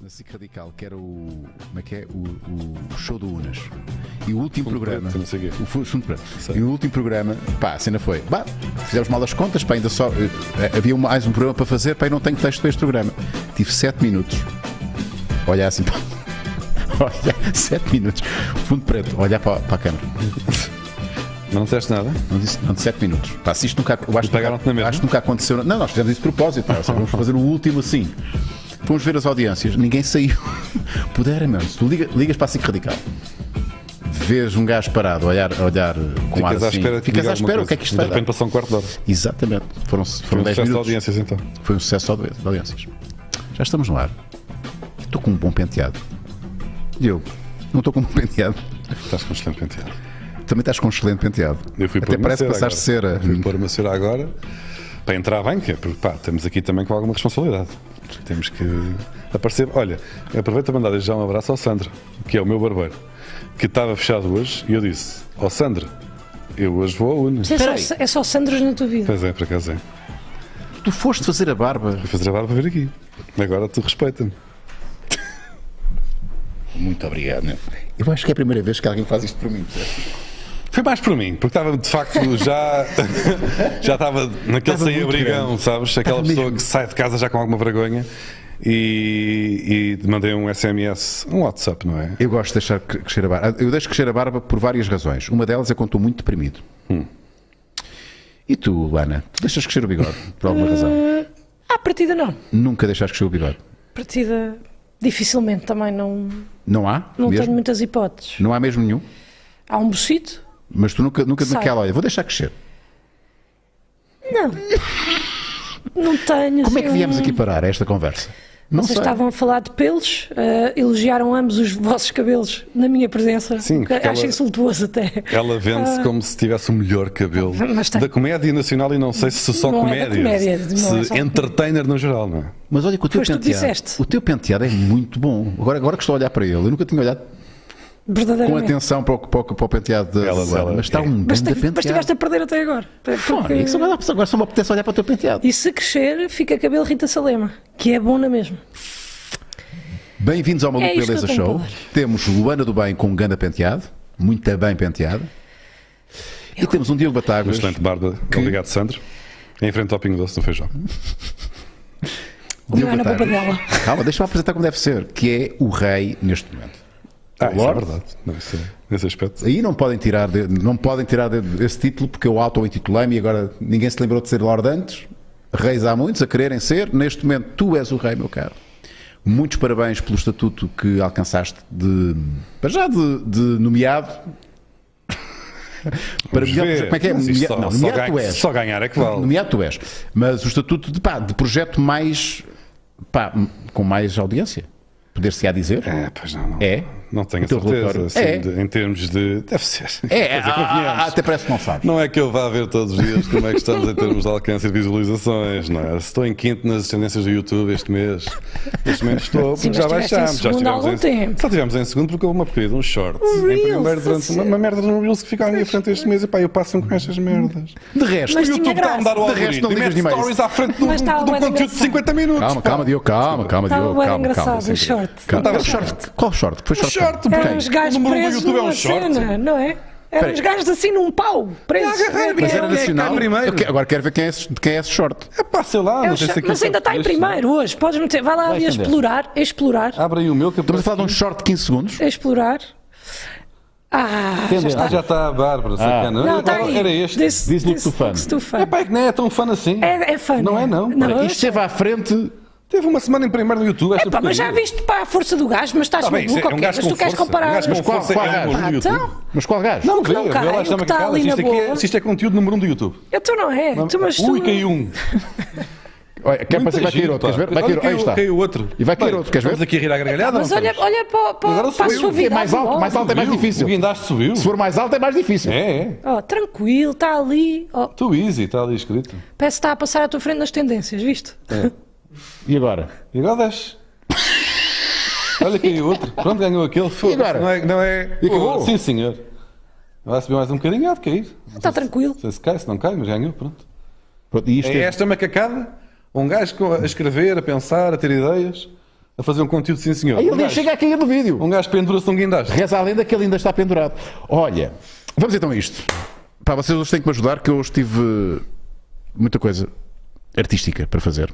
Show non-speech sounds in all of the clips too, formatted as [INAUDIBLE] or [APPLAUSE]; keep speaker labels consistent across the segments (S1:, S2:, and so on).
S1: na SIC Radical, que era o. Como é que é? O, o show do Unas. E o último
S2: Fundo
S1: programa.
S2: Preto, não sei o quê.
S1: o fu- fundo preto.
S2: Sei.
S1: E o último programa, pá, a cena foi. Bah, fizemos mal as contas, pá, ainda só. eh, Havia mais um programa para fazer, pá, e não tenho texto para este programa. Tive 7 minutos. Olhar assim [LAUGHS] para. Olha, 7 minutos. Fundo preto, olhar para, para a câmara.
S2: Mas não disseste nada?
S1: Não disse, não, de 7 minutos. Pá, se isto nunca, eu acho, que
S2: pagaram-te na
S1: nunca,
S2: mesma?
S1: acho que nunca aconteceu. Não, nós fizemos isso de propósito. pá, ou seja, vamos fazer o último assim. Vamos ver as audiências. Ninguém saiu. [LAUGHS] Pudera, mano. Se tu liga- ligas para a SIC Radical, vês um gajo parado, a olhar, a olhar com ar
S2: Ficas
S1: assim.
S2: à espera.
S1: ficas
S2: que diga
S1: à espera.
S2: alguma
S1: O
S2: coisa.
S1: que é que isto
S2: De
S1: vai dar?
S2: repente passou um quarto de hora.
S1: Exatamente. Foram,
S2: Foi
S1: foram
S2: um
S1: 10
S2: sucesso de
S1: minutos.
S2: audiências então.
S1: Foi um sucesso de de audiências. Já estamos no ar. Estou com um bom penteado. Diogo, não estou com um bom penteado.
S2: Estás com um excelente penteado.
S1: Também estás com um excelente penteado.
S2: Eu fui pôr
S1: Até
S2: uma
S1: parece que
S2: cera
S1: passaste
S2: agora.
S1: cera.
S2: Fui pôr uma cera agora para entrar bem, que é porque pá, estamos aqui também com alguma responsabilidade. Temos que aparecer. Olha, aproveito a mandar desde já um abraço ao Sandro, que é o meu barbeiro, que estava fechado hoje e eu disse: Ó Sandro, eu hoje vou ao Uno.
S3: Mas É só, é só Sandros na tua vida.
S2: Pois é, por acaso é.
S1: Tu foste fazer a barba.
S2: Vou fazer a barba para vir aqui. Agora tu respeita-me.
S1: Muito obrigado. Eu acho que é a primeira vez que alguém faz isto por mim.
S2: Foi mais por mim, porque estava de facto
S1: [LAUGHS]
S2: já, já estava naquele
S1: Estava
S2: sem abrigão,
S1: muito
S2: sabes? Aquela
S1: Estava
S2: pessoa
S1: mesmo.
S2: que sai de casa já com alguma vergonha e, e mandei um SMS, um WhatsApp, não é?
S1: Eu gosto de deixar cre- crescer a barba. Eu deixo crescer a barba por várias razões. Uma delas é quando estou muito deprimido.
S2: Hum.
S1: E tu, Lana, tu deixas crescer o bigode, por alguma
S3: Eh.
S1: razão?
S3: À partida não.
S1: Nunca deixaste crescer o bigode.
S3: Partida dificilmente também não,
S1: Não há?
S3: não
S1: mesmo?
S3: tenho muitas hipóteses.
S1: Não há mesmo nenhum?
S3: Há um bocito?
S1: Mas tu nunca, nunca
S3: Sai.
S1: naquela, olha, vou deixar crescer.
S3: Não. Não tenho.
S1: Como é que
S3: assim,
S1: viemos
S3: um-
S1: aqui parar a esta conversa? Não
S3: Vocês
S1: sei.
S3: estavam a falar de pelos, eh, elogiaram ambos os vossos cabelos na minha presença.
S2: Sim,
S3: o que
S2: porque
S3: acho
S2: ela-
S3: insultuoso até.
S2: Ela
S1: Ah.
S2: vende-se como se tivesse o melhor cabelo
S1: tá.
S3: Mas tem-
S2: da comédia nacional e não sei se só
S3: Não é
S2: comédia,
S3: da comédia, não é
S2: se
S3: só-
S2: entertainer no geral, não é?
S1: Mas olha que o teu
S3: Foste tu que
S1: penteado.
S3: disseste.
S1: O teu penteado é muito bom. Agora, agora que estou a olhar para ele, eu nunca tinha olhado com
S3: Verdadeiramente.
S1: atenção para o, para o- para o penteado da
S2: Ela-
S1: Lana,
S2: ela-
S1: Mas está
S2: é.
S1: um
S3: Mas,
S1: grande
S3: te- mas
S1: penteado.
S3: tiveste a perder até agora. Porque-
S1: Fónix, agora agora só me apetece olhar para o teu penteado.
S3: E se crescer, fica cabelo Rita Salema, que é bom na mesma.
S1: Bem-vindos ao Maluco
S3: É isto que
S1: Beleza
S3: eu tenho
S1: Show.
S3: para dar.
S1: Temos Luana do Bem com um ganda penteado, muito bem penteado. E temos um Diogo
S2: Uma
S1: Batagas.
S2: excelente barba. Obrigado, Sandro. Em frente ao Pingo Doce no Feijão.
S1: Uhum.
S3: Não é na boba dela.
S1: Calma, deixa-me apresentar como deve ser, que é o rei neste momento.
S2: Ah, isso é
S1: Lorde.
S2: verdade. Não, isso é- nesse aspecto.
S1: Aí não podem tirar, de- não podem tirar de- esse título porque eu auto-intitulei-me e agora ninguém se lembrou de ser Lord antes. Reis há muitos a quererem ser. Neste momento tu és o rei, meu caro. Muitos parabéns pelo estatuto que alcançaste de. para já de, de
S2: [LAUGHS]
S1: nomeado. para
S2: Vamos
S1: melhor-
S2: ver.
S1: como é que é?
S2: Mas isto
S1: Nomea-
S2: só-
S1: não,
S2: só
S1: nomeado
S2: ganha-
S1: tu és.
S2: Só ganhar é que vale.
S1: Nomeado tu és. Mas o estatuto de, pá, de projeto mais. pá, com mais audiência. Poder-se á dizer.
S2: É, pois não. não.
S1: É?
S2: Não tenho
S1: O teu
S2: certeza.
S1: relatório?
S2: assim,
S1: É.
S2: de- em termos de. Deve ser.
S1: É,
S2: Quer dizer,
S1: ah,
S2: convenhamos.
S1: ah, até parece que não sabes.
S2: Não é que eu vá ver todos os dias como é que estamos em termos de alcance e de visualizações, não é? Estou em quinto nas tendências do YouTube este mês. Este mês estou, porque
S3: mas
S2: já
S3: estiveste em
S2: baixámos. Já
S3: segundo há algum
S2: estivemos em,
S3: tempo.
S2: só estivemos em segundo porque houve uma porcaria de um short. em
S3: Reels,
S2: primeiro durante
S3: assim.
S2: uma, uma merda no Reels que fica à minha frente este mês e pá, eu passo-me com estas merdas.
S1: De resto.
S3: Mas
S2: o YouTube
S3: tinha
S2: está a mudar o
S1: graça. De
S2: algoritmo
S1: resto, não
S2: e
S1: ligas
S2: mete
S1: demais.
S2: stories à frente do,
S3: Mas tá está
S2: do
S3: bué de
S2: conteúdo de
S3: engraçado.
S2: 50 minutos.
S1: Calma,
S2: pá.
S1: calma, Diogo, calma, calma,
S3: Estava
S1: Diogo,
S3: bué
S1: calma,
S3: de
S1: calma.
S3: engraçado
S1: sem
S3: o
S1: querer. Calma.
S3: short.
S2: Não
S1: Qual
S2: estava
S1: short? Qual short? Foi short.
S2: short,
S1: Quem?
S3: Eram uns gajos
S2: O número do
S3: presos
S2: YouTube é um
S3: numa
S2: short.
S3: cena, não é? Eram
S1: Peraí.
S3: uns gajos assim num pau, presos.
S2: E agarrei,
S1: Mas era
S2: Quem é que
S1: nacional.
S2: está em primeiro?
S1: Eu que- agora quero ver quem é esse, de quem é esse short.
S2: É pá, sei lá, não
S3: É um
S2: sei se
S3: short,
S2: aquilo
S3: mas ainda está em
S2: triste, não é?
S3: primeiro hoje. Podes meter. Vai lá ali a
S1: entender.
S3: explorar, a explorar,
S2: Abre aí o meu que eu
S1: Estamos a falar de um short de 15 segundos.
S3: a explorar. Ah, já
S2: Ah,
S3: está.
S2: já está a Bárbara, sacana.
S3: Não, está
S2: Era-
S3: aí.
S2: Era este.
S3: This-
S1: Diz-lhe
S3: this
S1: que tu fã.
S3: looks too fun.
S2: É pá, é que nem é tão fã assim.
S3: É- é fã,
S2: Não
S3: não é?
S2: é, não.
S3: Não.
S2: Pá,
S1: Isto
S3: Hoje?
S1: esteve à frente.
S2: Teve uma semana em primeiro no YouTube. esta
S3: Epá, mas já
S2: porcaria.
S3: viste para a força do gajo, mas estás
S2: é Tá bem, isto
S3: maluco
S2: é
S3: ou
S2: um
S3: quê? Mas
S2: gajo
S3: tu
S2: com
S3: queres
S2: força. Um
S3: comparar.
S2: gajo com
S1: Mas qual-
S2: força
S1: qual
S2: é
S1: gajo?
S2: número
S3: Ah,
S2: do YouTube.
S3: então,
S1: Mas qual gajo?
S2: Não,
S3: não cai,
S2: ela
S3: o que
S2: está-me
S3: está
S2: calas.
S3: ali na
S2: Isto aqui é-
S3: boa.
S2: Isto é conteúdo número um do YouTube.
S3: então não é. Tu, mas tu-
S2: Ui, caiu um.
S1: Olha, quer
S2: Muita
S1: parecer que vai cair
S2: giro,
S1: é outro. Queres
S2: pá.
S1: ver? Vai cair
S2: Olha,
S1: Aí
S2: caiu-
S1: está.
S2: Caiu outro.
S1: E vai cair
S2: Bem,
S1: outro. Queres
S2: Estamos
S1: ver?
S2: aqui a rir à gargalhada.
S3: mas
S2: não
S3: olha,
S2: estamos?
S3: olha para, para,
S2: Agora
S3: para a
S2: subiu.
S3: sua vida.
S1: É mais alto, mais alto é mais
S2: Subiu.
S1: difícil.
S2: O guindaste subiu.
S1: Se for mais alto, é mais difícil.
S2: É, é.
S3: Oh, tranquilo, está ali. Oh,
S2: Tu easy, está ali escrito.
S3: parece que está a passar à tua frente nas tendências, viste?
S1: E agora?
S2: E agora desce. Olha, caiu outro. Pronto, ganhou aquele. Foi.
S1: agora?
S2: Não é. Não é...
S1: E acabou?
S2: Sim, senhor. Vai subir mais um bocadinho, há de cair. [LAUGHS]
S3: Está tranquilo.
S2: Não sei se cai, se não cai, mas ganhou, pronto.
S1: Pronto, e isto
S2: É
S1: é.
S2: esta macacada? Um gajo com- a escrever, a pensar, a ter ideias. a fazer um conteúdo, sim senhor.
S1: Aí
S2: um,
S1: ele
S2: gajo,
S1: chega a cair no vídeo.
S2: um gajo pendura-se num guindaste.
S1: Reza a lenda que ele ainda está pendurado. Olha, vamos então a isto. Pá, vocês hoje têm que me ajudar, que eu hoje tive muita coisa artística para fazer.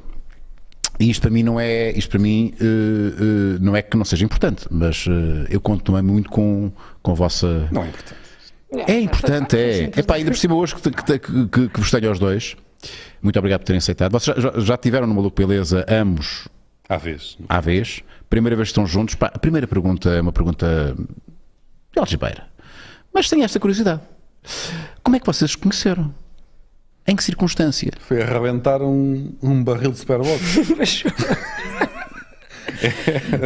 S1: E isto para mim não é, isto para mim eh, eh, não é que não seja importante, mas eh, eu conto também muito com, com a vossa.
S2: Não é importante.
S1: É importante, é. Epá, ainda por cima hoje que, que, que- que vos tenho aos dois. Muito obrigado por terem aceitado. Vocês já, já- já tiveram no Maluco Beleza ambos
S2: À vez.
S1: à vez. Primeira vez que estão juntos. Pá, a primeira pergunta é uma pergunta de algebeira. Mas tenho esta curiosidade. Como é que vocês se conheceram? Em que circunstância?
S2: Foi arrebentar um, um barril de Superbox. [LAUGHS]
S3: Mas,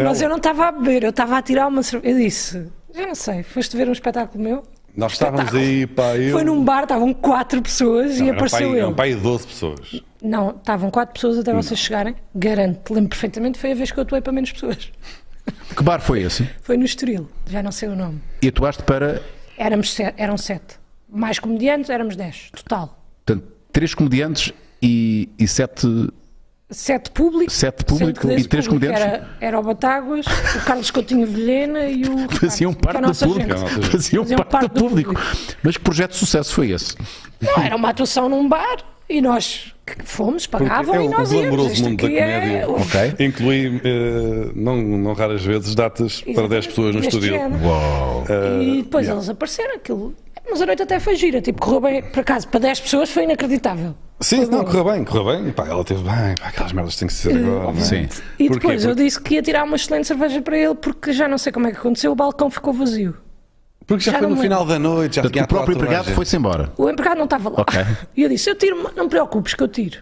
S3: Mas eu não estava a beber, eu estava a tirar uma cerveja. Eu disse, já não sei, foste ver um espetáculo meu?
S2: Nós estávamos aí, pá, eu...
S3: Foi num bar, estavam quatro pessoas e
S2: Não, um
S3: apareceu
S2: eram para aí-
S3: ele.
S2: Eram para aí 12 pessoas.
S3: Não, estavam quatro pessoas até
S2: Hum.
S3: vocês chegarem. Garanto, lembro perfeitamente, foi a vez que eu atuei para menos pessoas. [LAUGHS]
S1: Que bar foi esse?
S3: Foi no Estoril, já não sei o nome.
S1: E atuaste para
S3: Éramos sete, eram sete. Mais comediantes, éramos dez, total.
S1: portanto, três comediantes e, e sete.
S3: Sete públicos.
S1: Sete público e três comediantes.
S3: Era, era o Batáguas, o Carlos Coutinho Vilhena e o.
S1: [LAUGHS]
S3: Ricardo,
S1: Faziam
S3: que é a
S1: parte um do
S3: nossa
S1: público.
S2: gente.
S1: [LAUGHS] Faziam, parte, do público. Mas que projeto de sucesso foi esse?
S3: Não, era uma atuação num bar e nós que fomos, pagavam
S2: é
S3: e
S2: o
S3: nós íamos.
S2: glamouroso
S3: Ah, Isto
S2: mundo da
S3: aqui é...
S2: comédia. Inclui, eh, não, não raras vezes, datas para 10 pessoas no
S3: Deste
S2: estúdio. Uh,
S3: género.
S1: Uau!
S3: E depois eles apareceram, aquilo. Mas a noite até foi gira, tipo, correu bem, por acaso, para 10 pessoas foi inacreditável.
S2: Sim, não, correu bem, correu bem. Pá, ela teve bem, pá, aquelas merdas têm que ser agora. não é?
S1: Sim.
S3: Eh, E
S2: Porquê?
S3: depois eu
S2: Porque-
S3: disse que ia tirar uma excelente cerveja para ele, porque já não sei como é que aconteceu, o balcão ficou vazio.
S2: Porque já,
S3: Já
S2: foi
S3: não
S2: no
S3: me
S2: final da noite, já
S1: Portanto,
S2: tinha
S1: o próprio
S2: atuado toda a
S1: empregado
S2: gente.
S1: foi-se embora.
S3: O empregado não estava lá.
S1: Ok.
S3: E eu disse: Eu tiro, uma- não me preocupes que eu tiro.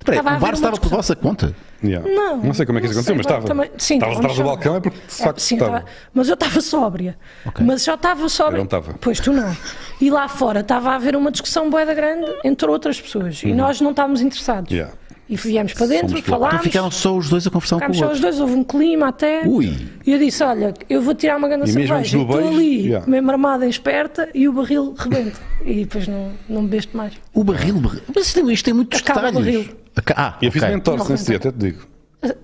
S1: Espera aí,
S3: Estava a
S1: o bar
S3: haver uma
S1: estava por
S3: discussão.
S1: vossa conta. Então
S2: Yeah.
S3: Não,
S2: não sei como é que isso
S3: não sei,
S2: aconteceu, mas
S3: agora
S2: estava.
S3: também- sim,
S2: estava atrás do
S3: estávamos
S2: balcão, é porque de
S3: É,
S2: facto
S3: sim, eu
S2: estava.
S3: tava- mas eu estava sóbria. Mas já estava sóbria.
S2: Eu não estava.
S3: Pois tu não. E lá fora estava a haver uma discussão boeda grande entre outras pessoas. E nós não estávamos interessados.
S2: Uhum. Yeah.
S3: E viemos para dentro,
S2: Somos
S1: Então
S3: falámos.
S1: ficaram só os dois a conversar um com
S3: Ficámos
S1: o
S3: só
S1: outro.
S3: os dois, houve um clima até.
S1: Ui.
S3: E eu disse: Olha, eu vou tirar uma grande
S2: E mesmo
S3: cerveja.
S2: antes do
S3: E Estou
S2: beijo,
S3: ali,
S2: yeah.
S3: mesmo armada, esperta, e o barril rebenta. e depois não, não bebeste mais.
S1: O barril, barril. Mas isto, isto tem muitos
S3: Acaba o
S1: detalhes.
S3: barril.
S1: Aca- Ah,
S2: E eu fiz
S1: ok.
S2: mentor
S3: Não
S2: nesse dia, até te digo.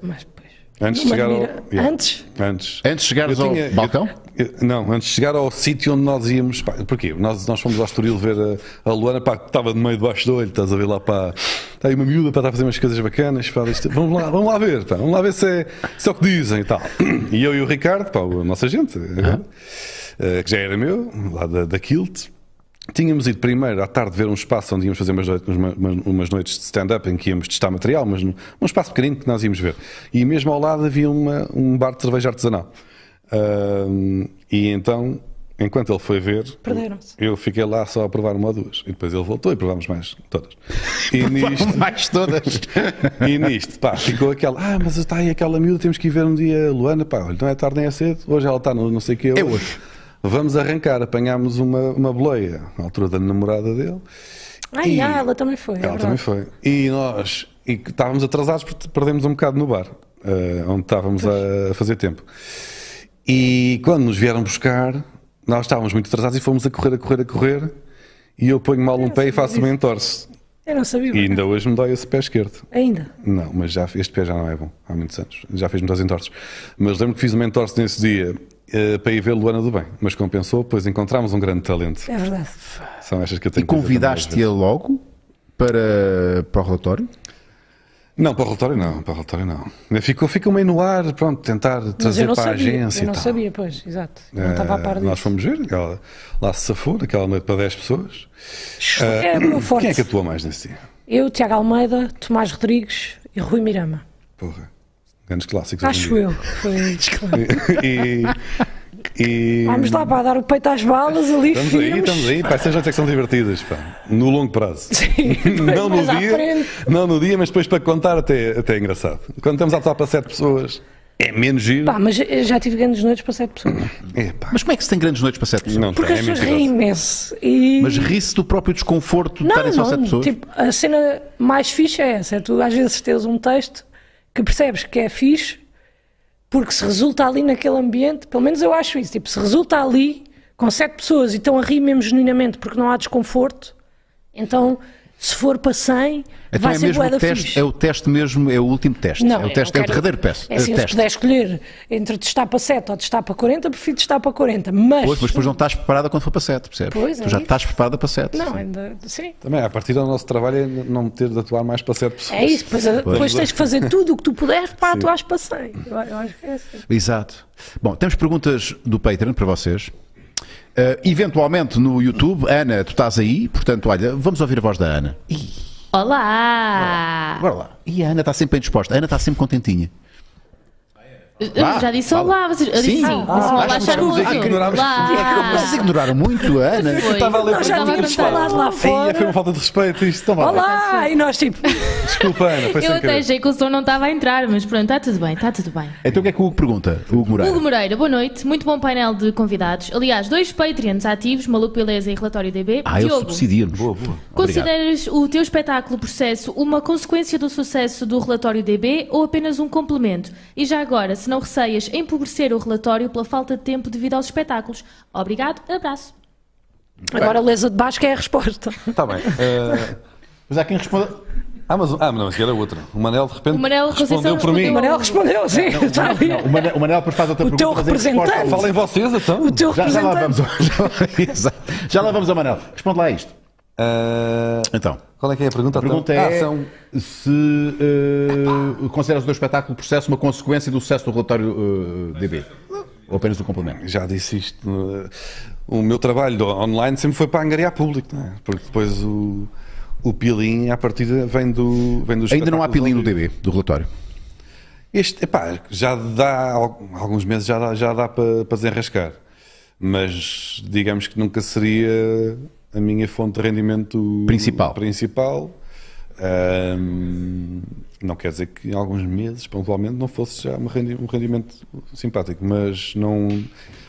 S3: Mas depois.
S2: Antes de
S3: Não me
S2: chegar ao.
S3: admira. Antes?
S2: Antes.
S1: Antes de chegares
S2: Eu
S1: ao
S2: tinha- eu-
S1: balcão?
S2: eu- não, antes de chegar ao sítio onde nós íamos. Pá, porquê? Nós, nós fomos ao Estoril ver a, a Luana, pá, que estava de meio debaixo do olho, estás a ver lá, pá. Está aí uma miúda para estar a fazer umas coisas bacanas. Pá, isto- vamos, lá, vamos lá ver, pá, vamos lá ver se é, se é o que dizem e tal. [CLEARS THROAT] E eu e o Ricardo, pá, a nossa gente, agora, eh, que já era meu, lá da, da Kilt. Tínhamos ido primeiro à tarde ver um espaço onde íamos fazer umas noites, umas- umas- umas noites de stand-up em que íamos testar material, mas num- um espaço pequenino que nós íamos ver. E mesmo ao lado havia uma- um bar de cerveja artesanal. Ahm, e então, enquanto ele foi ver,
S3: Perderam-se.
S2: eu fiquei lá só a provar uma ou duas. E depois ele voltou e provámos mais todas. E
S1: [LAUGHS]
S2: nisto,
S1: Mais todas.
S2: e nisto, pá, ficou aquela, ah, mas está aí aquela miúda, temos que ir ver um dia a Luana, pá, olha, não é tarde nem é cedo, hoje ela está no não sei o que
S1: É hoje.
S2: Vamos arrancar, apanhámos uma, uma boleia, na altura da namorada dele,
S3: Ai,
S2: E-
S3: ah, ela também foi. é
S2: ela também
S3: verdade.
S2: foi. E nós e que estávamos atrasados porque perdemos um bocado no bar, eh, onde estávamos a, a fazer tempo. E quando nos vieram buscar, nós estávamos muito atrasados e fomos a correr, a correr, a correr. E eu ponho mal um pé e faço uma entorse.
S3: Eu não sabia.
S2: E ainda hoje me dói esse pé esquerdo.
S3: Ainda.
S2: Não, mas já, este pé já não é bom, há muitos anos. Já fiz muitas entorses. Mas lembro que fiz uma entorse nesse dia eh, para ir ver Luana do Bem. Mas compensou, pois encontramos um grande talento.
S3: É verdade.
S2: São estas que eu tenho
S1: E
S2: que dizer também às vezes.
S1: convidaste-a logo para, para o relatório?
S2: Não, para o relatório não, para o relatório não. Ainda Ficou, ficou meio no ar, pronto, tentar
S3: Mas eu
S2: trazer
S3: não
S2: para a
S3: sabia.
S2: agência
S3: Eu
S2: e
S3: não
S2: tal.
S3: sabia, pois, exato. Não estava a
S2: Eh,
S3: par
S2: Nós
S3: disso.
S2: fomos ver, aquela, lá se safou, naquela noite para 10 pessoas.
S3: É o meu forte.
S2: Quem é que atuou mais nesse dia?
S3: Eu, Tiago Almeida, Tomás Rodrigues e Rui Mirama.
S2: Porra, grandes clássicos. hoje em
S3: Acho
S2: dia.
S3: eu. Foi
S2: e, [LAUGHS] e-
S3: Vamos lá para dar o peito às balas ali
S2: Estamos
S3: firmes.
S2: aí, estamos aí. Pá, essas noites é que são divertidas, pá. No longo prazo.
S3: Sim,
S2: [LAUGHS] não no
S3: mais à
S2: dia,
S3: frente.
S2: não no dia, mas depois para contar até, até é engraçado. Quando estamos a atuar para sete pessoas, é menos giro.
S3: Pá, mas eu já tive grandes noites para sete pessoas.
S2: É, pá.
S1: Mas como é que se tem grandes noites para sete pessoas?
S2: Não,
S3: Porque
S2: tem,
S3: as
S2: é
S3: pessoas
S2: mentiroso.
S3: riem imenso. E...
S1: Mas ri-se do próprio desconforto de
S3: não,
S1: estarem só sete
S3: não,
S1: pessoas?
S3: tipo, a cena mais fixe é essa. É tu às vezes tens um texto que percebes que é fixe porque se resulta ali naquele ambiente, pelo menos eu acho isso, tipo, se resulta ali com sete pessoas e estão a rir mesmo genuinamente porque não há desconforto, então se for para 100,
S1: Então
S3: vai
S1: é
S3: ser
S1: mesmo o
S3: boeda
S1: teste,
S3: fixe.
S1: é o teste mesmo, é o último teste. é o
S3: eu
S1: teste, é o
S3: quero-
S1: derradeiro peço,
S3: É assim, se
S1: teste.
S3: puder escolher entre testar para 7 ou testar para 40, prefiro testar para 40. Mas.
S1: Pois, mas depois não estás preparada quando for para 7, percebes?
S3: Pois,
S1: tu
S3: é
S1: já
S3: isso.
S1: estás preparada para 7.
S3: Não, é ainda. Sim.
S2: Também, a partir do nosso trabalho é n- não ter de atuar mais para sete pessoas.
S3: É isso, depois, depois tens que fazer tudo o que tu puderes para atuar para 100. Eu, eu acho que é assim.
S1: Exato. Bom, temos perguntas do Patreon para vocês. Eh, eventualmente no YouTube, Ana, tu estás aí, portanto, olha, vamos ouvir a voz da Ana. Ih,
S4: Olá!
S1: bora lá. E a Ana está sempre bem disposta, a Ana está sempre contentinha.
S4: Eu
S1: Vá,
S4: já disse
S1: fala.
S4: olá, vocês, eu disse sim.
S1: Sim.
S4: Disse um
S1: Ah,
S4: olá
S1: acho que
S4: charmoso.
S2: desculpa, ignorámos.
S1: [LAUGHS] Vocês
S4: Olá!
S1: ignoraram muito a Ana.
S4: Foi.
S2: Estava a ler
S4: Nós
S3: Já
S4: Estava a
S3: tínhamos
S4: cantar.
S3: falado lá
S2: Aí foi uma
S3: fora.
S2: falta de respeito isto. Então, vá.
S3: Olá! E nós tipo.
S2: Desculpa, Ana, foi
S4: Eu
S2: sem
S4: até
S2: querer.
S4: achei que o som não estava a entrar, mas pronto, está tudo bem, está tudo bem.
S1: Então o que é que o Hugo pergunta? O Hugo Moreira.
S4: Hugo Moreira, boa noite, muito bom painel de convidados. Aliás, dois Patreons ativos, Maluco Beleza e Relatório DB.
S1: Ah, ele
S4: Diogo,
S1: subsidia-nos.
S2: Boa, boa.
S1: Obrigado.
S4: consideras o teu espetáculo Processo uma consequência do sucesso do Relatório DB ou apenas um complemento? E já agora, se não receias empobrecer o relatório pela falta de tempo devido aos espetáculos? Obrigado, abraço.
S3: Agora lês a de baixo que é a resposta.
S2: Está bem. eh,
S1: Mas há quem responda.
S2: Amazon. Ah, mas não, isso era outra. O Manel de repente
S4: O Manel
S2: respondeu
S4: Conceição
S2: por mim.
S4: respondeu.
S3: Manel respondeu, sim. está ali.
S1: O Manel, o Manel depois faz outra
S3: O
S1: pergunta.
S3: teu
S1: mas em resposta ao
S3: representante.
S1: Hugo.
S2: Falem vocês então.
S3: O teu
S1: Já, já lá vamos. [LAUGHS]
S3: representante.
S1: ao- Já lá, Exato. já lá vamos ao Manel. Responde lá a isto.
S2: Eh,
S1: Então.
S2: qual é que é a pergunta?
S1: A pergunta
S2: então?
S1: é
S2: Ah, são-
S1: se eh, consideras o teu espetáculo processo uma consequência do sucesso do relatório eh, DB. Ou apenas um complemento.
S2: Já disse isto. eh, O meu trabalho do- online sempre foi para angariar público, não é? Porque depois o, o pilim, à partida, vem do vem dos
S1: Ainda não há
S2: espetáculos
S1: pilinho
S2: ao
S1: do
S2: vivo.
S1: DB, do relatório.
S2: Este, epá, já dá, al- alguns meses já dá, já dá para, para desenrascar. Mas digamos que nunca seria a minha fonte de rendimento
S1: Principal.
S2: principal. Ahm, não quer dizer que em alguns meses, pontualmente, não fosse já um rendi- um rendimento simpático, mas não.